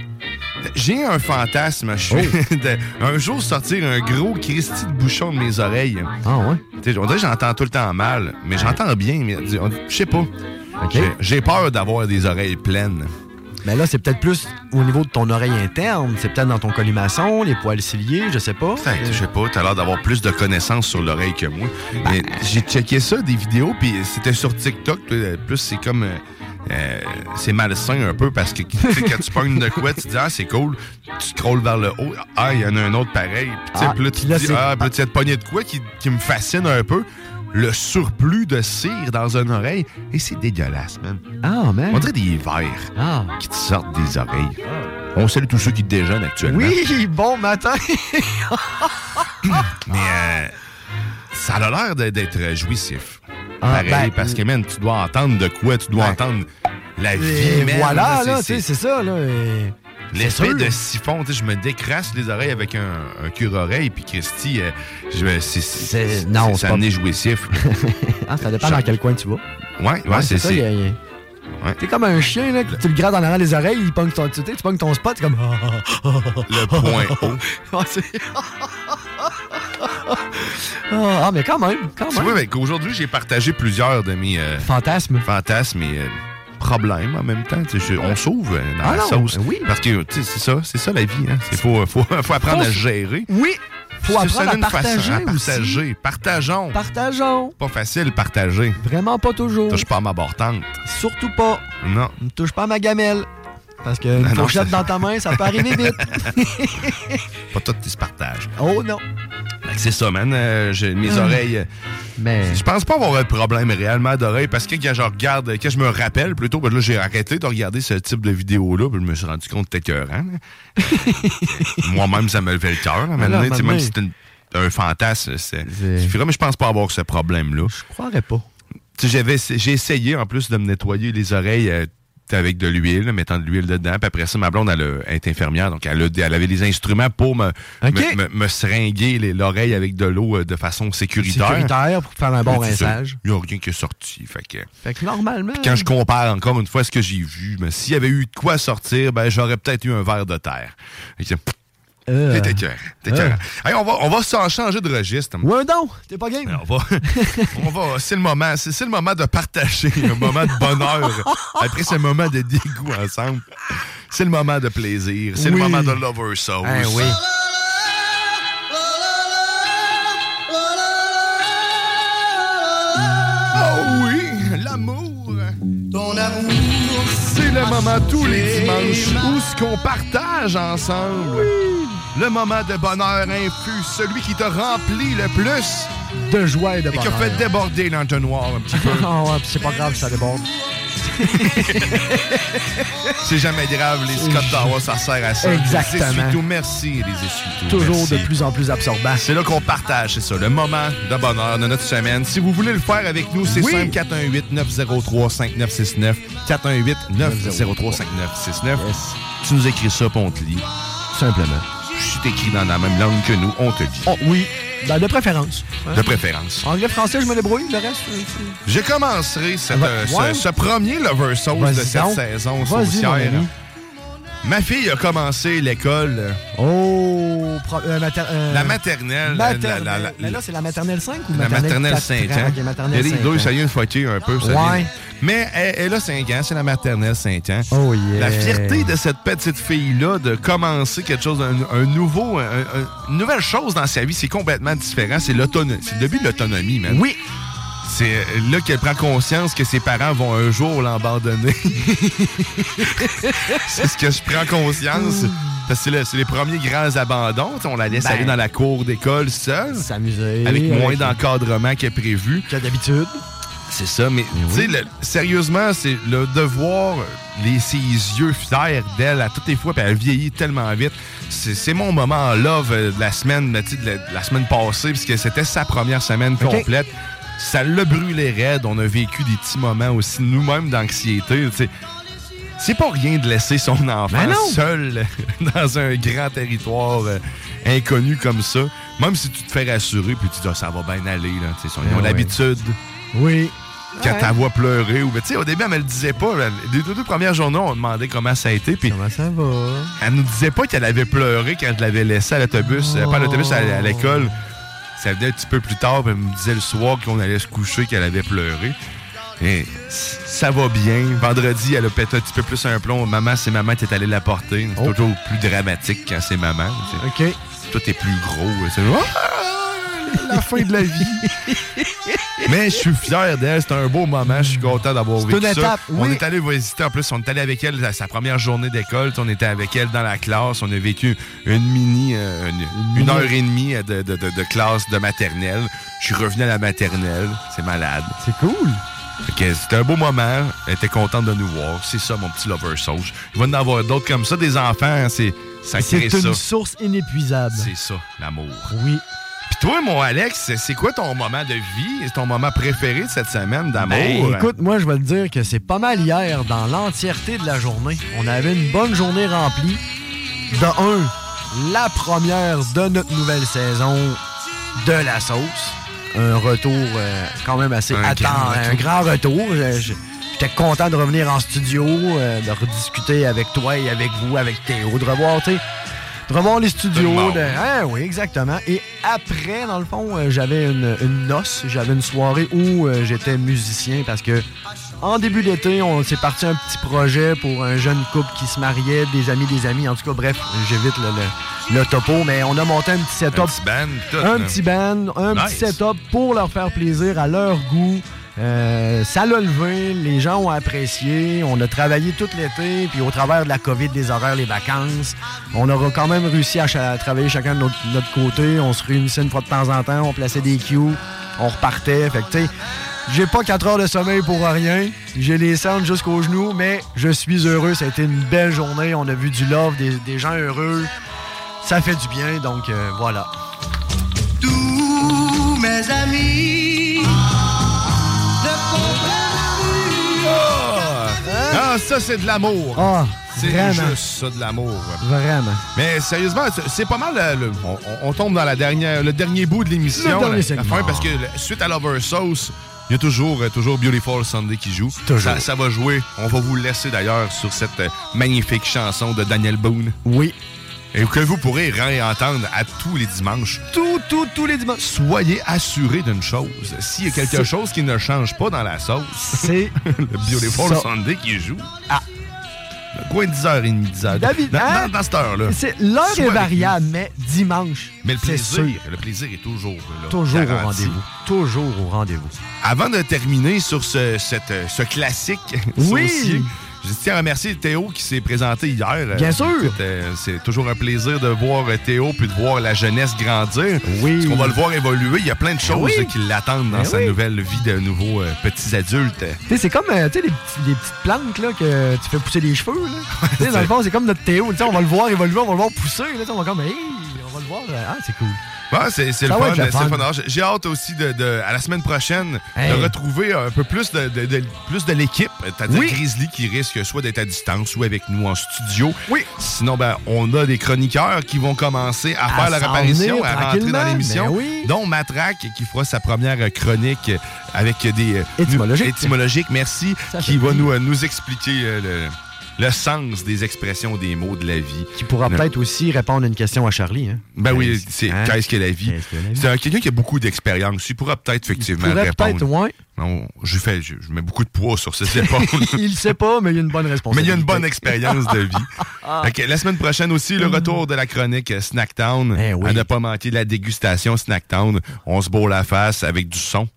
[SPEAKER 5] J'ai un fantasme. Je
[SPEAKER 6] Oh.
[SPEAKER 5] suis (laughs) de- un jour sortir un gros Christy de bouchon de mes oreilles.
[SPEAKER 6] Ah ouais?
[SPEAKER 5] Tu sais, on dirait que j'entends tout le temps mal, mais j'entends bien, mais on- je sais pas. J'ai- J'ai peur d'avoir des oreilles pleines.
[SPEAKER 6] Mais là, c'est peut-être plus au niveau de ton oreille interne. C'est peut-être dans ton colimaçon, les poils ciliés, je sais pas.
[SPEAKER 5] Putain, je sais pas, t'as l'air d'avoir plus de connaissances sur l'oreille que moi.
[SPEAKER 6] Ben,
[SPEAKER 5] Mais j'ai checké ça, des vidéos, puis c'était sur TikTok. puis, euh, Plus, c'est comme... euh, euh, c'est malsain un peu parce que tu sais, quand tu pognes de quoi, tu te dis Ah, c'est cool. Tu scrolles vers le haut. Ah, il y en a un autre pareil. Puis, tu sais,
[SPEAKER 6] Ah,
[SPEAKER 5] puis là, tu
[SPEAKER 6] puis là,
[SPEAKER 5] te dis
[SPEAKER 6] c'est-
[SPEAKER 5] Ah, puis là, tu as pogné de quoi qui, qui me fascine un peu. Le surplus de cire dans une oreille. Et c'est dégueulasse, man.
[SPEAKER 6] Ah, man.
[SPEAKER 5] On dirait des verres
[SPEAKER 6] Ah.
[SPEAKER 5] qui te sortent des oreilles. On salue tous ceux qui déjeunent actuellement.
[SPEAKER 6] Oui, bon matin.
[SPEAKER 5] Mais euh, ça a l'air de- d'être jouissif.
[SPEAKER 6] Ah,
[SPEAKER 5] Pareil,
[SPEAKER 6] ben,
[SPEAKER 5] parce que, man, tu dois entendre de quoi? Tu dois entendre la vie,
[SPEAKER 6] Et
[SPEAKER 5] man.
[SPEAKER 6] voilà,
[SPEAKER 5] C'est-
[SPEAKER 6] là, tu
[SPEAKER 5] c'est-
[SPEAKER 6] sais, c'est ça, là. et-
[SPEAKER 5] L'effet
[SPEAKER 6] sûr.
[SPEAKER 5] de siphon, tu sais, je me décrasse les oreilles avec un, un cure-oreille, puis Christy, euh, je me- c'est- c'est-
[SPEAKER 6] non, c'est
[SPEAKER 5] ça
[SPEAKER 6] pas- (laughs)
[SPEAKER 5] n'est jouissif.
[SPEAKER 6] Ah, ça dépend dans quel coin tu vas.
[SPEAKER 5] Ouais, ouais, c'est
[SPEAKER 6] ça. il y a-
[SPEAKER 5] c'est-
[SPEAKER 6] il y a-
[SPEAKER 5] ouais.
[SPEAKER 6] T'es comme un chien, là, que tu le grattes en arrière les oreilles, il pogne ton, tu sais, tu pognes ton spot, t'es comme.
[SPEAKER 5] Le (laughs) point haut.
[SPEAKER 6] Ah, c'est- (laughs) ah, ah, mais quand même, quand
[SPEAKER 5] Tu
[SPEAKER 6] même.
[SPEAKER 5] vois, ben, qu'aujourd'hui, j'ai partagé plusieurs de mes euh,
[SPEAKER 6] fantasmes.
[SPEAKER 5] et euh, problèmes en même temps. Tu sais, je- on s'ouvre euh, dans
[SPEAKER 6] Ah
[SPEAKER 5] la
[SPEAKER 6] non,
[SPEAKER 5] sauce.
[SPEAKER 6] euh, oui.
[SPEAKER 5] Parce que tu sais, c'est ça, c'est ça la vie. Il faut, faut, faut apprendre
[SPEAKER 6] Faut-
[SPEAKER 5] à gérer.
[SPEAKER 6] Oui, faut
[SPEAKER 5] C'est
[SPEAKER 6] apprendre
[SPEAKER 5] ça,
[SPEAKER 6] à
[SPEAKER 5] une façon,
[SPEAKER 6] partager.
[SPEAKER 5] à
[SPEAKER 6] aussi.
[SPEAKER 5] partager. Partageons.
[SPEAKER 6] Partageons.
[SPEAKER 5] Pas facile, partager.
[SPEAKER 6] Vraiment pas toujours.
[SPEAKER 5] Touche pas à ma bartente.
[SPEAKER 6] Surtout pas.
[SPEAKER 5] Non.
[SPEAKER 6] Ne touche pas à ma gamelle. Parce qu'une
[SPEAKER 5] Ah non,
[SPEAKER 6] fourchette
[SPEAKER 5] ça-
[SPEAKER 6] dans ta main, Ben ça peut arriver (laughs) vite.
[SPEAKER 5] Pas tout qui se partage.
[SPEAKER 6] oh non.
[SPEAKER 5] Fait que C'est ça, man. Euh, j'ai- mes
[SPEAKER 6] Hum.
[SPEAKER 5] oreilles.
[SPEAKER 6] Mais.
[SPEAKER 5] Je pense pas avoir un problème réellement d'oreille parce que quand je regarde, quand je me rappelle plutôt, ben là, j'ai arrêté de regarder ce type de vidéo-là, puis je me suis rendu compte que c'était écœurant,
[SPEAKER 6] (laughs)
[SPEAKER 5] là. Moi-même, ça me levait le cœur. hein. là, Maintenant,
[SPEAKER 6] là,
[SPEAKER 5] tu sais, même
[SPEAKER 6] maintenant-
[SPEAKER 5] si c'est une- un fantasme, c'est suffirait, mais je pense pas avoir ce problème-là.
[SPEAKER 6] Je croirais pas.
[SPEAKER 5] Tu sais, j'avais j'ai essayé en plus de me nettoyer les oreilles euh, avec de l'huile, mettant de l'huile dedans. Puis après ça, ma blonde, elle, a- elle est infirmière, donc elle, a- elle avait les instruments pour me,
[SPEAKER 6] Ok.
[SPEAKER 5] me, me- me seringuer les- l'oreille avec de l'eau euh, de façon sécuritaire.
[SPEAKER 6] Sécuritaire pour faire un bon rinçage.
[SPEAKER 5] Il n'y a rien qui est sorti. Fait que,
[SPEAKER 6] Fait que normalement.
[SPEAKER 5] quand je compare encore une fois ce que j'ai vu, mais s'il y avait eu de quoi sortir, ben j'aurais peut-être eu un verre de terre. Fait que, pff,
[SPEAKER 6] Euh.
[SPEAKER 5] T'es écœurant, t'es écœurant. Hey, on va, on va s'en changer de registre.
[SPEAKER 6] Ouais, non, t'es pas game.
[SPEAKER 5] Ben, On va, (laughs) on va- c'est le moment, c'est, c'est le moment de partager un moment de bonheur. Après ce moment de dégoût ensemble, c'est le moment de plaisir, c'est le
[SPEAKER 6] Oui.
[SPEAKER 5] moment de lover sauce.
[SPEAKER 6] Hein, oui.
[SPEAKER 5] Oh oui, l'amour.
[SPEAKER 3] Ton amour,
[SPEAKER 5] C'est le moment tous les dimanches où ce qu'on partage ensemble. Le moment de bonheur infus, celui qui te remplit le plus
[SPEAKER 6] De joie et de
[SPEAKER 5] et qui a
[SPEAKER 6] bonheur.
[SPEAKER 5] fait déborder l'entonnoir un petit peu.
[SPEAKER 6] Ah ouais, puis c'est pas grave, ça déborde.
[SPEAKER 5] C'est jamais grave, les Scott d'Awa, ça sert à ça.
[SPEAKER 6] Exactement.
[SPEAKER 5] Les essuie-tout, merci, les essuie-tout.
[SPEAKER 6] Toujours
[SPEAKER 5] merci.
[SPEAKER 6] de plus en plus absorbant.
[SPEAKER 5] C'est là qu'on partage, c'est ça, le moment de bonheur de notre semaine. Si vous voulez le faire avec nous, c'est
[SPEAKER 6] Oui.
[SPEAKER 5] simple, 418-903-5969, 418-903-5969. Tu nous écris ça, puis on te lit.
[SPEAKER 6] Simplement.
[SPEAKER 5] Si t'écris dans la même langue que nous, on te lit.
[SPEAKER 6] Oh oui, ben, de préférence. hein.
[SPEAKER 5] De préférence.
[SPEAKER 6] Anglais, français, je me débrouille, le reste. euh, c'est-
[SPEAKER 5] Je commencerai cette,
[SPEAKER 6] Ah ben,
[SPEAKER 5] euh, ce-
[SPEAKER 6] ouais.
[SPEAKER 5] ce, premier Lover Sauce
[SPEAKER 6] Vas-y
[SPEAKER 5] de cette
[SPEAKER 6] donc.
[SPEAKER 5] saison
[SPEAKER 6] Vas-y, mon
[SPEAKER 5] saucière
[SPEAKER 6] ami.
[SPEAKER 5] Ma fille a commencé l'école. euh,
[SPEAKER 6] Oh, pro- euh, mater- euh,
[SPEAKER 5] La maternelle.
[SPEAKER 6] maternelle.
[SPEAKER 5] la- la- la-
[SPEAKER 6] Mais là, c'est la maternelle 5 ou
[SPEAKER 5] La
[SPEAKER 6] maternelle
[SPEAKER 5] maternelle
[SPEAKER 6] 4
[SPEAKER 5] Saint-Jean.
[SPEAKER 6] ans? Ok, maternelle hein.
[SPEAKER 5] les
[SPEAKER 6] 5
[SPEAKER 5] deux,
[SPEAKER 6] ans.
[SPEAKER 5] ça vient de fouetter un peu. ça
[SPEAKER 6] Ouais.
[SPEAKER 5] vient. Mais elle, elle a 5 ans, c'est la maternelle Saint-Jean.
[SPEAKER 6] Oh
[SPEAKER 5] La fierté de cette petite fille-là de commencer quelque chose, un, un nouveau, un- un- une nouvelle chose dans sa vie, c'est complètement différent. C'est l'autonomie. C'est le début de l'autonomie, man.
[SPEAKER 6] Oui.
[SPEAKER 5] C'est euh, là qu'elle prend conscience que ses parents vont un jour l'abandonner. (laughs) c'est ce que je prends conscience. Parce que c'est le- c'est les premiers grands abandons. Tu sais, On la laisse
[SPEAKER 6] Ben.
[SPEAKER 5] aller dans la cour d'école seule.
[SPEAKER 6] S'amuser.
[SPEAKER 5] Avec moins
[SPEAKER 6] Avec-
[SPEAKER 5] d'encadrement que prévu.
[SPEAKER 6] Que d'habitude.
[SPEAKER 5] C'est ça, mais tu sais, le- sérieusement, c'est le devoir, les, ses yeux fiers d'elle à toutes les fois, puis elle vieillit tellement vite. C'est c'est mon moment en love euh, de la semaine, tu sais, de la, de la semaine passée, puisque c'était sa première semaine
[SPEAKER 6] Ok.
[SPEAKER 5] complète. Ça l'a brûlé raide. On a vécu des petits moments aussi, nous-mêmes, d'anxiété. tu sais. C'est pas rien de laisser son enfant
[SPEAKER 6] Ben non.
[SPEAKER 5] seul (laughs) dans un grand territoire euh, inconnu comme ça. Même si tu te fais rassurer, puis tu dis, Ah, ça va bien aller. Là, Tu sais, ils ont
[SPEAKER 6] Ben ouais.
[SPEAKER 5] l'habitude.
[SPEAKER 6] Oui.
[SPEAKER 5] Quand
[SPEAKER 6] Ouais.
[SPEAKER 5] ta voix pleurer ou ben, tu sais au début elle me le disait pas Elle- les deux, deux premières journées on demandait comment ça a été puis
[SPEAKER 6] comment ça va
[SPEAKER 5] elle nous disait pas qu'elle avait pleuré quand je l'avais laissée à l'autobus euh, pas à l'autobus à, à l'école ça venait un petit peu plus tard puis elle me disait le soir qu'on allait se coucher qu'elle avait pleuré et c- ça va bien vendredi elle a pété un petit peu plus un plomb maman c'est maman t'es allée la porter c'est toujours plus dramatique quand c'est maman
[SPEAKER 6] Oh. ok
[SPEAKER 5] tout est plus gros c'est Ah, la fin de la
[SPEAKER 6] (laughs)
[SPEAKER 5] vie. Mais je suis fier d'elle. C'est un beau moment. Je suis content d'avoir
[SPEAKER 6] C'est
[SPEAKER 5] vécu
[SPEAKER 6] une
[SPEAKER 5] ça.
[SPEAKER 6] étape, oui.
[SPEAKER 5] On est allé visiter. En plus, on est allé avec elle à sa première journée d'école. On était avec elle dans la classe. On a vécu une mini, euh, une, une
[SPEAKER 6] mini-
[SPEAKER 5] heure et demie euh, de, de- de- de classe de maternelle. Je suis revenu à la maternelle. C'est malade.
[SPEAKER 6] C'est cool.
[SPEAKER 5] C'était un beau moment. Elle était contente de nous voir. C'est ça, mon petit lover sauge. Je vais en avoir d'autres comme ça. Des enfants, hein, c'est ça
[SPEAKER 6] C'est
[SPEAKER 5] crée
[SPEAKER 6] une
[SPEAKER 5] ça.
[SPEAKER 6] source inépuisable.
[SPEAKER 5] C'est ça, l'amour.
[SPEAKER 6] Oui.
[SPEAKER 5] Puis toi, mon Alex, c'est- c'est quoi ton moment de vie? C'est ton moment préféré de cette semaine d'amour?
[SPEAKER 6] Ben, écoute, moi, je vais te dire que c'est pas mal hier, dans l'entièreté de la journée. On avait une bonne journée remplie. De un, la première de notre nouvelle saison de la sauce. Un retour euh, quand même assez
[SPEAKER 16] Un
[SPEAKER 6] attendu.
[SPEAKER 16] grand retour.
[SPEAKER 6] Un grand retour. Je- je- J'étais content de revenir en studio, euh, de rediscuter avec toi et avec vous, avec Théo, de revoir, tu sais, de revoir les
[SPEAKER 16] Tout le
[SPEAKER 6] studios.
[SPEAKER 16] monde.
[SPEAKER 6] de- hein, oui, exactement. Et après, dans le fond, euh, j'avais une, une noce, j'avais une soirée où euh, j'étais musicien parce que en début d'été, on s'est parti un petit projet pour un jeune couple qui se mariait, des amis, des amis. En tout cas, bref, j'évite le, le- le topo, mais on a monté un petit setup.
[SPEAKER 5] Un petit band, tout,
[SPEAKER 6] Un
[SPEAKER 5] hein?
[SPEAKER 6] petit band, un
[SPEAKER 5] Nice.
[SPEAKER 6] petit setup pour leur faire plaisir à leur goût. Euh, ça l'a levé, les gens ont apprécié, on a travaillé tout l'été, puis au travers de la COVID, des horaires, les vacances, on aura quand même réussi à, cha- à travailler chacun de notre, notre côté, on se réunissait une fois de temps en temps, on plaçait des cues, on repartait, fait que tu sais, j'ai pas 4 heures de sommeil pour rien, j'ai les cendres jusqu'aux genoux, mais je suis heureux, ça a été une belle journée, on a vu du love, des, des gens heureux, ça fait du bien, donc euh, voilà.
[SPEAKER 1] Tous mes amis ne comprennent
[SPEAKER 5] Ah, ça, c'est de l'amour. c'est
[SPEAKER 6] Ah, vraiment.
[SPEAKER 5] juste ça, de l'amour.
[SPEAKER 6] Vraiment.
[SPEAKER 5] Mais sérieusement, c'est- c'est pas mal. euh, le- on, on tombe dans la dernière, le dernier bout de
[SPEAKER 6] Le
[SPEAKER 5] l'émission.
[SPEAKER 6] dernier
[SPEAKER 5] la- la
[SPEAKER 6] segment.
[SPEAKER 5] fin, parce que le- suite à Lover Sauce, il y a toujours, euh, toujours Beautiful Sunday qui joue. Ça, ça va jouer. On va vous laisser d'ailleurs sur cette euh, magnifique chanson de Daniel Boone.
[SPEAKER 6] Oui.
[SPEAKER 5] Et que vous pourrez réentendre à tous les dimanches.
[SPEAKER 6] Tout, tout, tous les dimanches.
[SPEAKER 5] Soyez assurés d'une chose. S'il y a quelque
[SPEAKER 6] C'est-
[SPEAKER 5] chose qui ne change pas dans la sauce, (laughs)
[SPEAKER 6] c'est
[SPEAKER 5] le Beautiful
[SPEAKER 6] ça.
[SPEAKER 5] Sunday qui joue. Ah. Coin 10h30, 10h.
[SPEAKER 6] David,
[SPEAKER 5] dans,
[SPEAKER 6] hein?
[SPEAKER 5] dans- dans cette heure-là.
[SPEAKER 6] C'est- L'heure
[SPEAKER 5] Soyez
[SPEAKER 6] est
[SPEAKER 5] avec
[SPEAKER 6] variable, mais dimanche.
[SPEAKER 5] mais le
[SPEAKER 6] c'est
[SPEAKER 5] plaisir,
[SPEAKER 6] sûr.
[SPEAKER 5] le plaisir est toujours là.
[SPEAKER 6] Toujours au
[SPEAKER 5] garanti.
[SPEAKER 6] rendez-vous. Toujours au rendez-vous.
[SPEAKER 5] Avant de terminer sur ce, cette, euh, ce classique (laughs)
[SPEAKER 6] Oui.
[SPEAKER 5] saucier, je tiens à remercier Théo qui s'est présenté hier. Euh,
[SPEAKER 6] Bien sûr.
[SPEAKER 5] écoute, euh, C'est toujours un plaisir de voir euh, Théo puis de voir la jeunesse grandir. Oui. Parce qu'on va le voir évoluer. Il y a plein de choses
[SPEAKER 6] Ben oui.
[SPEAKER 5] euh, qui l'attendent dans
[SPEAKER 6] Ben
[SPEAKER 5] sa
[SPEAKER 6] oui.
[SPEAKER 5] nouvelle vie de nouveaux euh, petits adultes.
[SPEAKER 6] Tu sais, C'est comme euh, tu sais, les, petits- les petites plantes là, que tu fais pousser les cheveux. Là. Tu sais, dans le fond, c'est comme notre Théo. Tu sais, On va le voir évoluer, on va le voir pousser. Là, Tu sais, on va comme, hey, on va le voir. euh, Ah, c'est cool.
[SPEAKER 5] Ouais, c'est c'est le
[SPEAKER 6] Ça
[SPEAKER 5] fun. euh,
[SPEAKER 6] va être le
[SPEAKER 5] c'est le
[SPEAKER 6] fun.
[SPEAKER 5] fun. Alors, j'ai- J'ai hâte aussi de, de- à la semaine prochaine
[SPEAKER 6] Hey.
[SPEAKER 5] de retrouver un peu plus de, de- de- plus de l'équipe. C'est-à-dire
[SPEAKER 6] Oui.
[SPEAKER 5] Grizzly qui risque soit d'être à distance ou avec nous en studio. Oui. Sinon, ben, on a des chroniqueurs qui vont commencer à,
[SPEAKER 6] À
[SPEAKER 5] faire leur
[SPEAKER 6] s'en
[SPEAKER 5] apparition,
[SPEAKER 6] venir
[SPEAKER 5] à rentrer dans
[SPEAKER 6] tranquillement,
[SPEAKER 5] l'émission.
[SPEAKER 6] ben oui.
[SPEAKER 5] Dont Matraque qui fera sa première chronique avec des. euh,
[SPEAKER 6] Étymologique.
[SPEAKER 5] étymologique, merci.
[SPEAKER 6] Ça fait
[SPEAKER 5] qui va
[SPEAKER 6] plaisir.
[SPEAKER 5] nous, euh, nous expliquer euh, le- le sens des expressions des mots de la vie.
[SPEAKER 16] Qui pourra peut-être aussi répondre à une question à Charlie. hein.
[SPEAKER 5] Ben oui, c'est
[SPEAKER 16] Hein?
[SPEAKER 5] qu'est-ce que la vie? C'est un- quelqu'un qui a beaucoup d'expérience. Il pourra peut-être effectivement
[SPEAKER 16] pourrait
[SPEAKER 5] répondre.
[SPEAKER 16] peut-être, ouais.
[SPEAKER 5] Non, je, fais, je, je mets beaucoup de poids sur ses épaules. (laughs)
[SPEAKER 16] il sait pas, mais il a une bonne
[SPEAKER 5] Mais il y
[SPEAKER 16] responsabilité.
[SPEAKER 5] a Ah. une bonne (laughs) expérience de vie. Fait que la semaine prochaine aussi, le retour de la chronique euh, Snacktown. À ne pas manquer la dégustation Snacktown. On se bourre la face avec du son.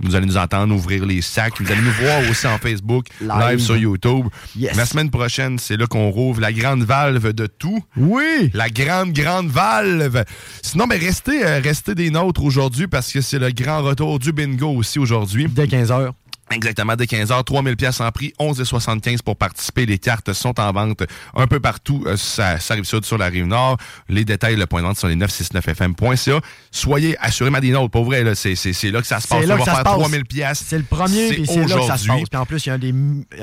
[SPEAKER 5] Vous allez nous entendre ouvrir les sacs. Vous allez nous voir aussi en Facebook, live,
[SPEAKER 22] Live.
[SPEAKER 5] sur YouTube.
[SPEAKER 22] Yes.
[SPEAKER 5] La semaine prochaine, c'est là qu'on rouvre la grande valve de tout.
[SPEAKER 16] Oui!
[SPEAKER 5] (laughs) La grande, grande valve! Sinon, mais restez, euh, restez des nôtres aujourd'hui parce que c'est le grand retour du bingo aussi aujourd'hui.
[SPEAKER 16] Dès 15h.
[SPEAKER 5] Exactement, dès 15h, 3000 pièces en prix, 11,75 pour participer. Les cartes sont en vente un peu partout. Euh, Ça, ça arrive sud sur la rive nord. Les détails, le point de vente sur les 969fm.ca. Soyez assurément des nôtres. Pour vrai, là, c'est c'est- c'est là que Ah, ça se passe.
[SPEAKER 16] C'est là
[SPEAKER 5] On
[SPEAKER 16] que
[SPEAKER 5] va
[SPEAKER 16] ça se
[SPEAKER 5] faire
[SPEAKER 16] passe.
[SPEAKER 5] 3000 pièces.
[SPEAKER 16] C'est le premier,
[SPEAKER 5] C'est
[SPEAKER 16] puis c'est là que ça se
[SPEAKER 5] aujourd'hui.
[SPEAKER 16] passe. Puis en plus, il y, a des,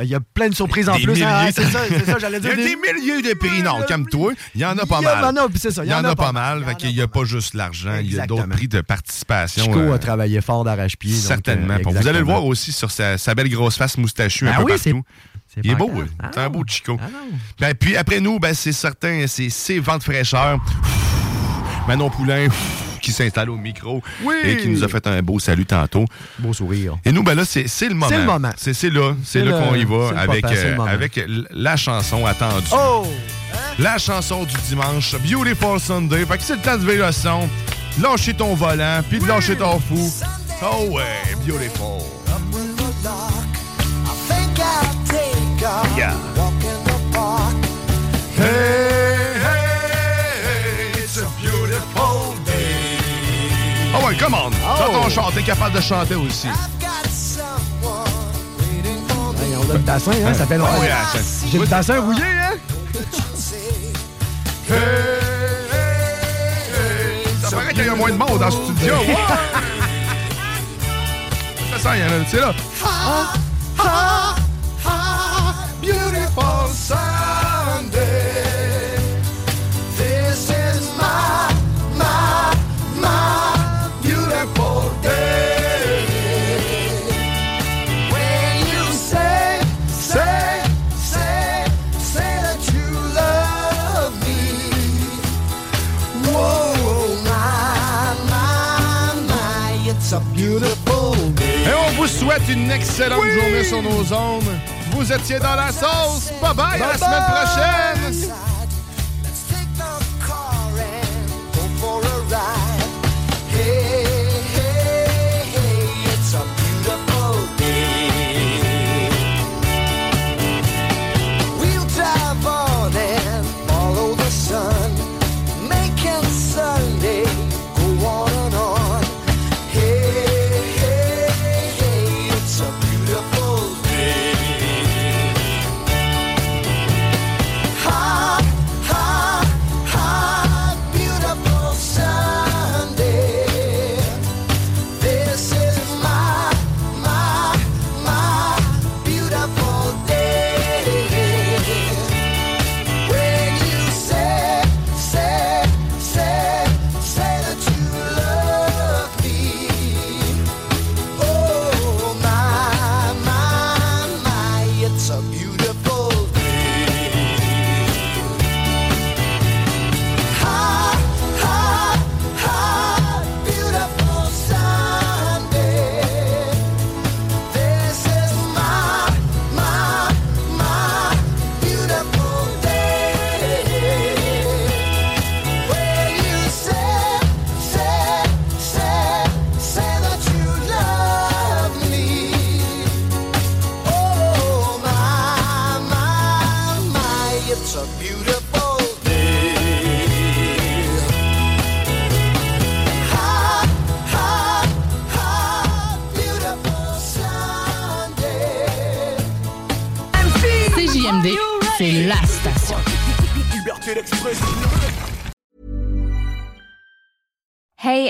[SPEAKER 16] il y a plein de surprises en
[SPEAKER 5] Des
[SPEAKER 16] plus.
[SPEAKER 5] milliers.
[SPEAKER 16] Ah, c'est ça, c'est ça, j'allais dire.
[SPEAKER 5] (laughs) Il y a des milliers de prix. Non, calme-toi. Il y en a pas
[SPEAKER 16] Il y en
[SPEAKER 5] mal.
[SPEAKER 16] a, puis c'est ça,
[SPEAKER 5] Il y en a pas mal. Fait qu'il n'y a pas juste l'argent. Il y a d'autres
[SPEAKER 16] Exactement.
[SPEAKER 5] prix de participation.
[SPEAKER 16] Chico
[SPEAKER 5] euh,
[SPEAKER 16] a travaillé fort d'arrache-pied. donc,
[SPEAKER 5] Certainement.
[SPEAKER 16] euh,
[SPEAKER 5] Puis vous allez le
[SPEAKER 16] exactement.
[SPEAKER 5] voir aussi sur sa, sa belle grosse face moustachue un
[SPEAKER 16] Ah oui,
[SPEAKER 5] peu
[SPEAKER 16] c'est-
[SPEAKER 5] partout.
[SPEAKER 16] c'est
[SPEAKER 5] Il est
[SPEAKER 16] pas
[SPEAKER 5] beau,
[SPEAKER 16] grave. Ah
[SPEAKER 5] oui. c'est un beau Chico. Ben, puis après nous, ben, c'est certain, c'est c'est Vent de fraîcheur. Manon Poulain (laughs) qui s'installe au micro
[SPEAKER 16] Oui.
[SPEAKER 5] et qui nous a fait un beau salut tantôt.
[SPEAKER 16] Beau sourire.
[SPEAKER 5] Et nous, ben là, c'est c'est le moment.
[SPEAKER 16] C'est le moment.
[SPEAKER 5] C'est c'est là, c'est
[SPEAKER 16] C'est
[SPEAKER 5] là
[SPEAKER 16] le-
[SPEAKER 5] qu'on y
[SPEAKER 16] c'est
[SPEAKER 5] va
[SPEAKER 16] le
[SPEAKER 5] avec,
[SPEAKER 16] papa, c'est le
[SPEAKER 5] euh,
[SPEAKER 16] moment.
[SPEAKER 5] avec l- la chanson attendue.
[SPEAKER 16] Oh!
[SPEAKER 5] La chanson du dimanche, Beautiful Sunday. Fait que c'est le temps de lever le son, lâcher ton volant, puis de lâcher ton fou. Oh ouais, Beautiful. Yeah. Hey, hey, it's a beautiful day. Oh ouais, come on. Toi, ton chant, t'es capable de chanter aussi.
[SPEAKER 16] Hey, on a le tassin, hein, ça fait longtemps.
[SPEAKER 5] Ah oui, attends.
[SPEAKER 16] J'ai le tassin rouillé, hein?
[SPEAKER 5] Ça paraît qu'il y a moins de monde dans ce (laughs) studio. Ouais. Ça sent, il y en a, c'est là.
[SPEAKER 1] Ha, ha, ha, beautiful Sunday. This is my, my, my beautiful day. When you say, say, say, say that you love me. Whoa, my, my, my, it's a beautiful day.
[SPEAKER 5] Et on vous souhaite une excellente
[SPEAKER 1] Oui.
[SPEAKER 5] journée sur nos ondes. Vous étiez dans la sauce. Bye bye, à la
[SPEAKER 1] Bye bye.
[SPEAKER 5] semaine prochaine.
[SPEAKER 1] Let's take the car and go for a ride. Hey, hey, hey, it's a beautiful day. We'll drive on and follow the sun, making Sunday go on and on. Hey, hey, hey, it's a beautiful day. Ha, ha, ha, beautiful Sunday. This is my, my, my beautiful day. When you say, say, say, say that you love me. Oh, my, my, my, it's a beautiful day. Ha, ha, ha, beautiful Sunday. This is my, my, my beautiful day. When you say, say, say, say that you love me. Oh, my, my, my, it's a beautiful day. Ha, ha, ha, beautiful Sunday.
[SPEAKER 26] CJMD, c'est la station.
[SPEAKER 27] Hey,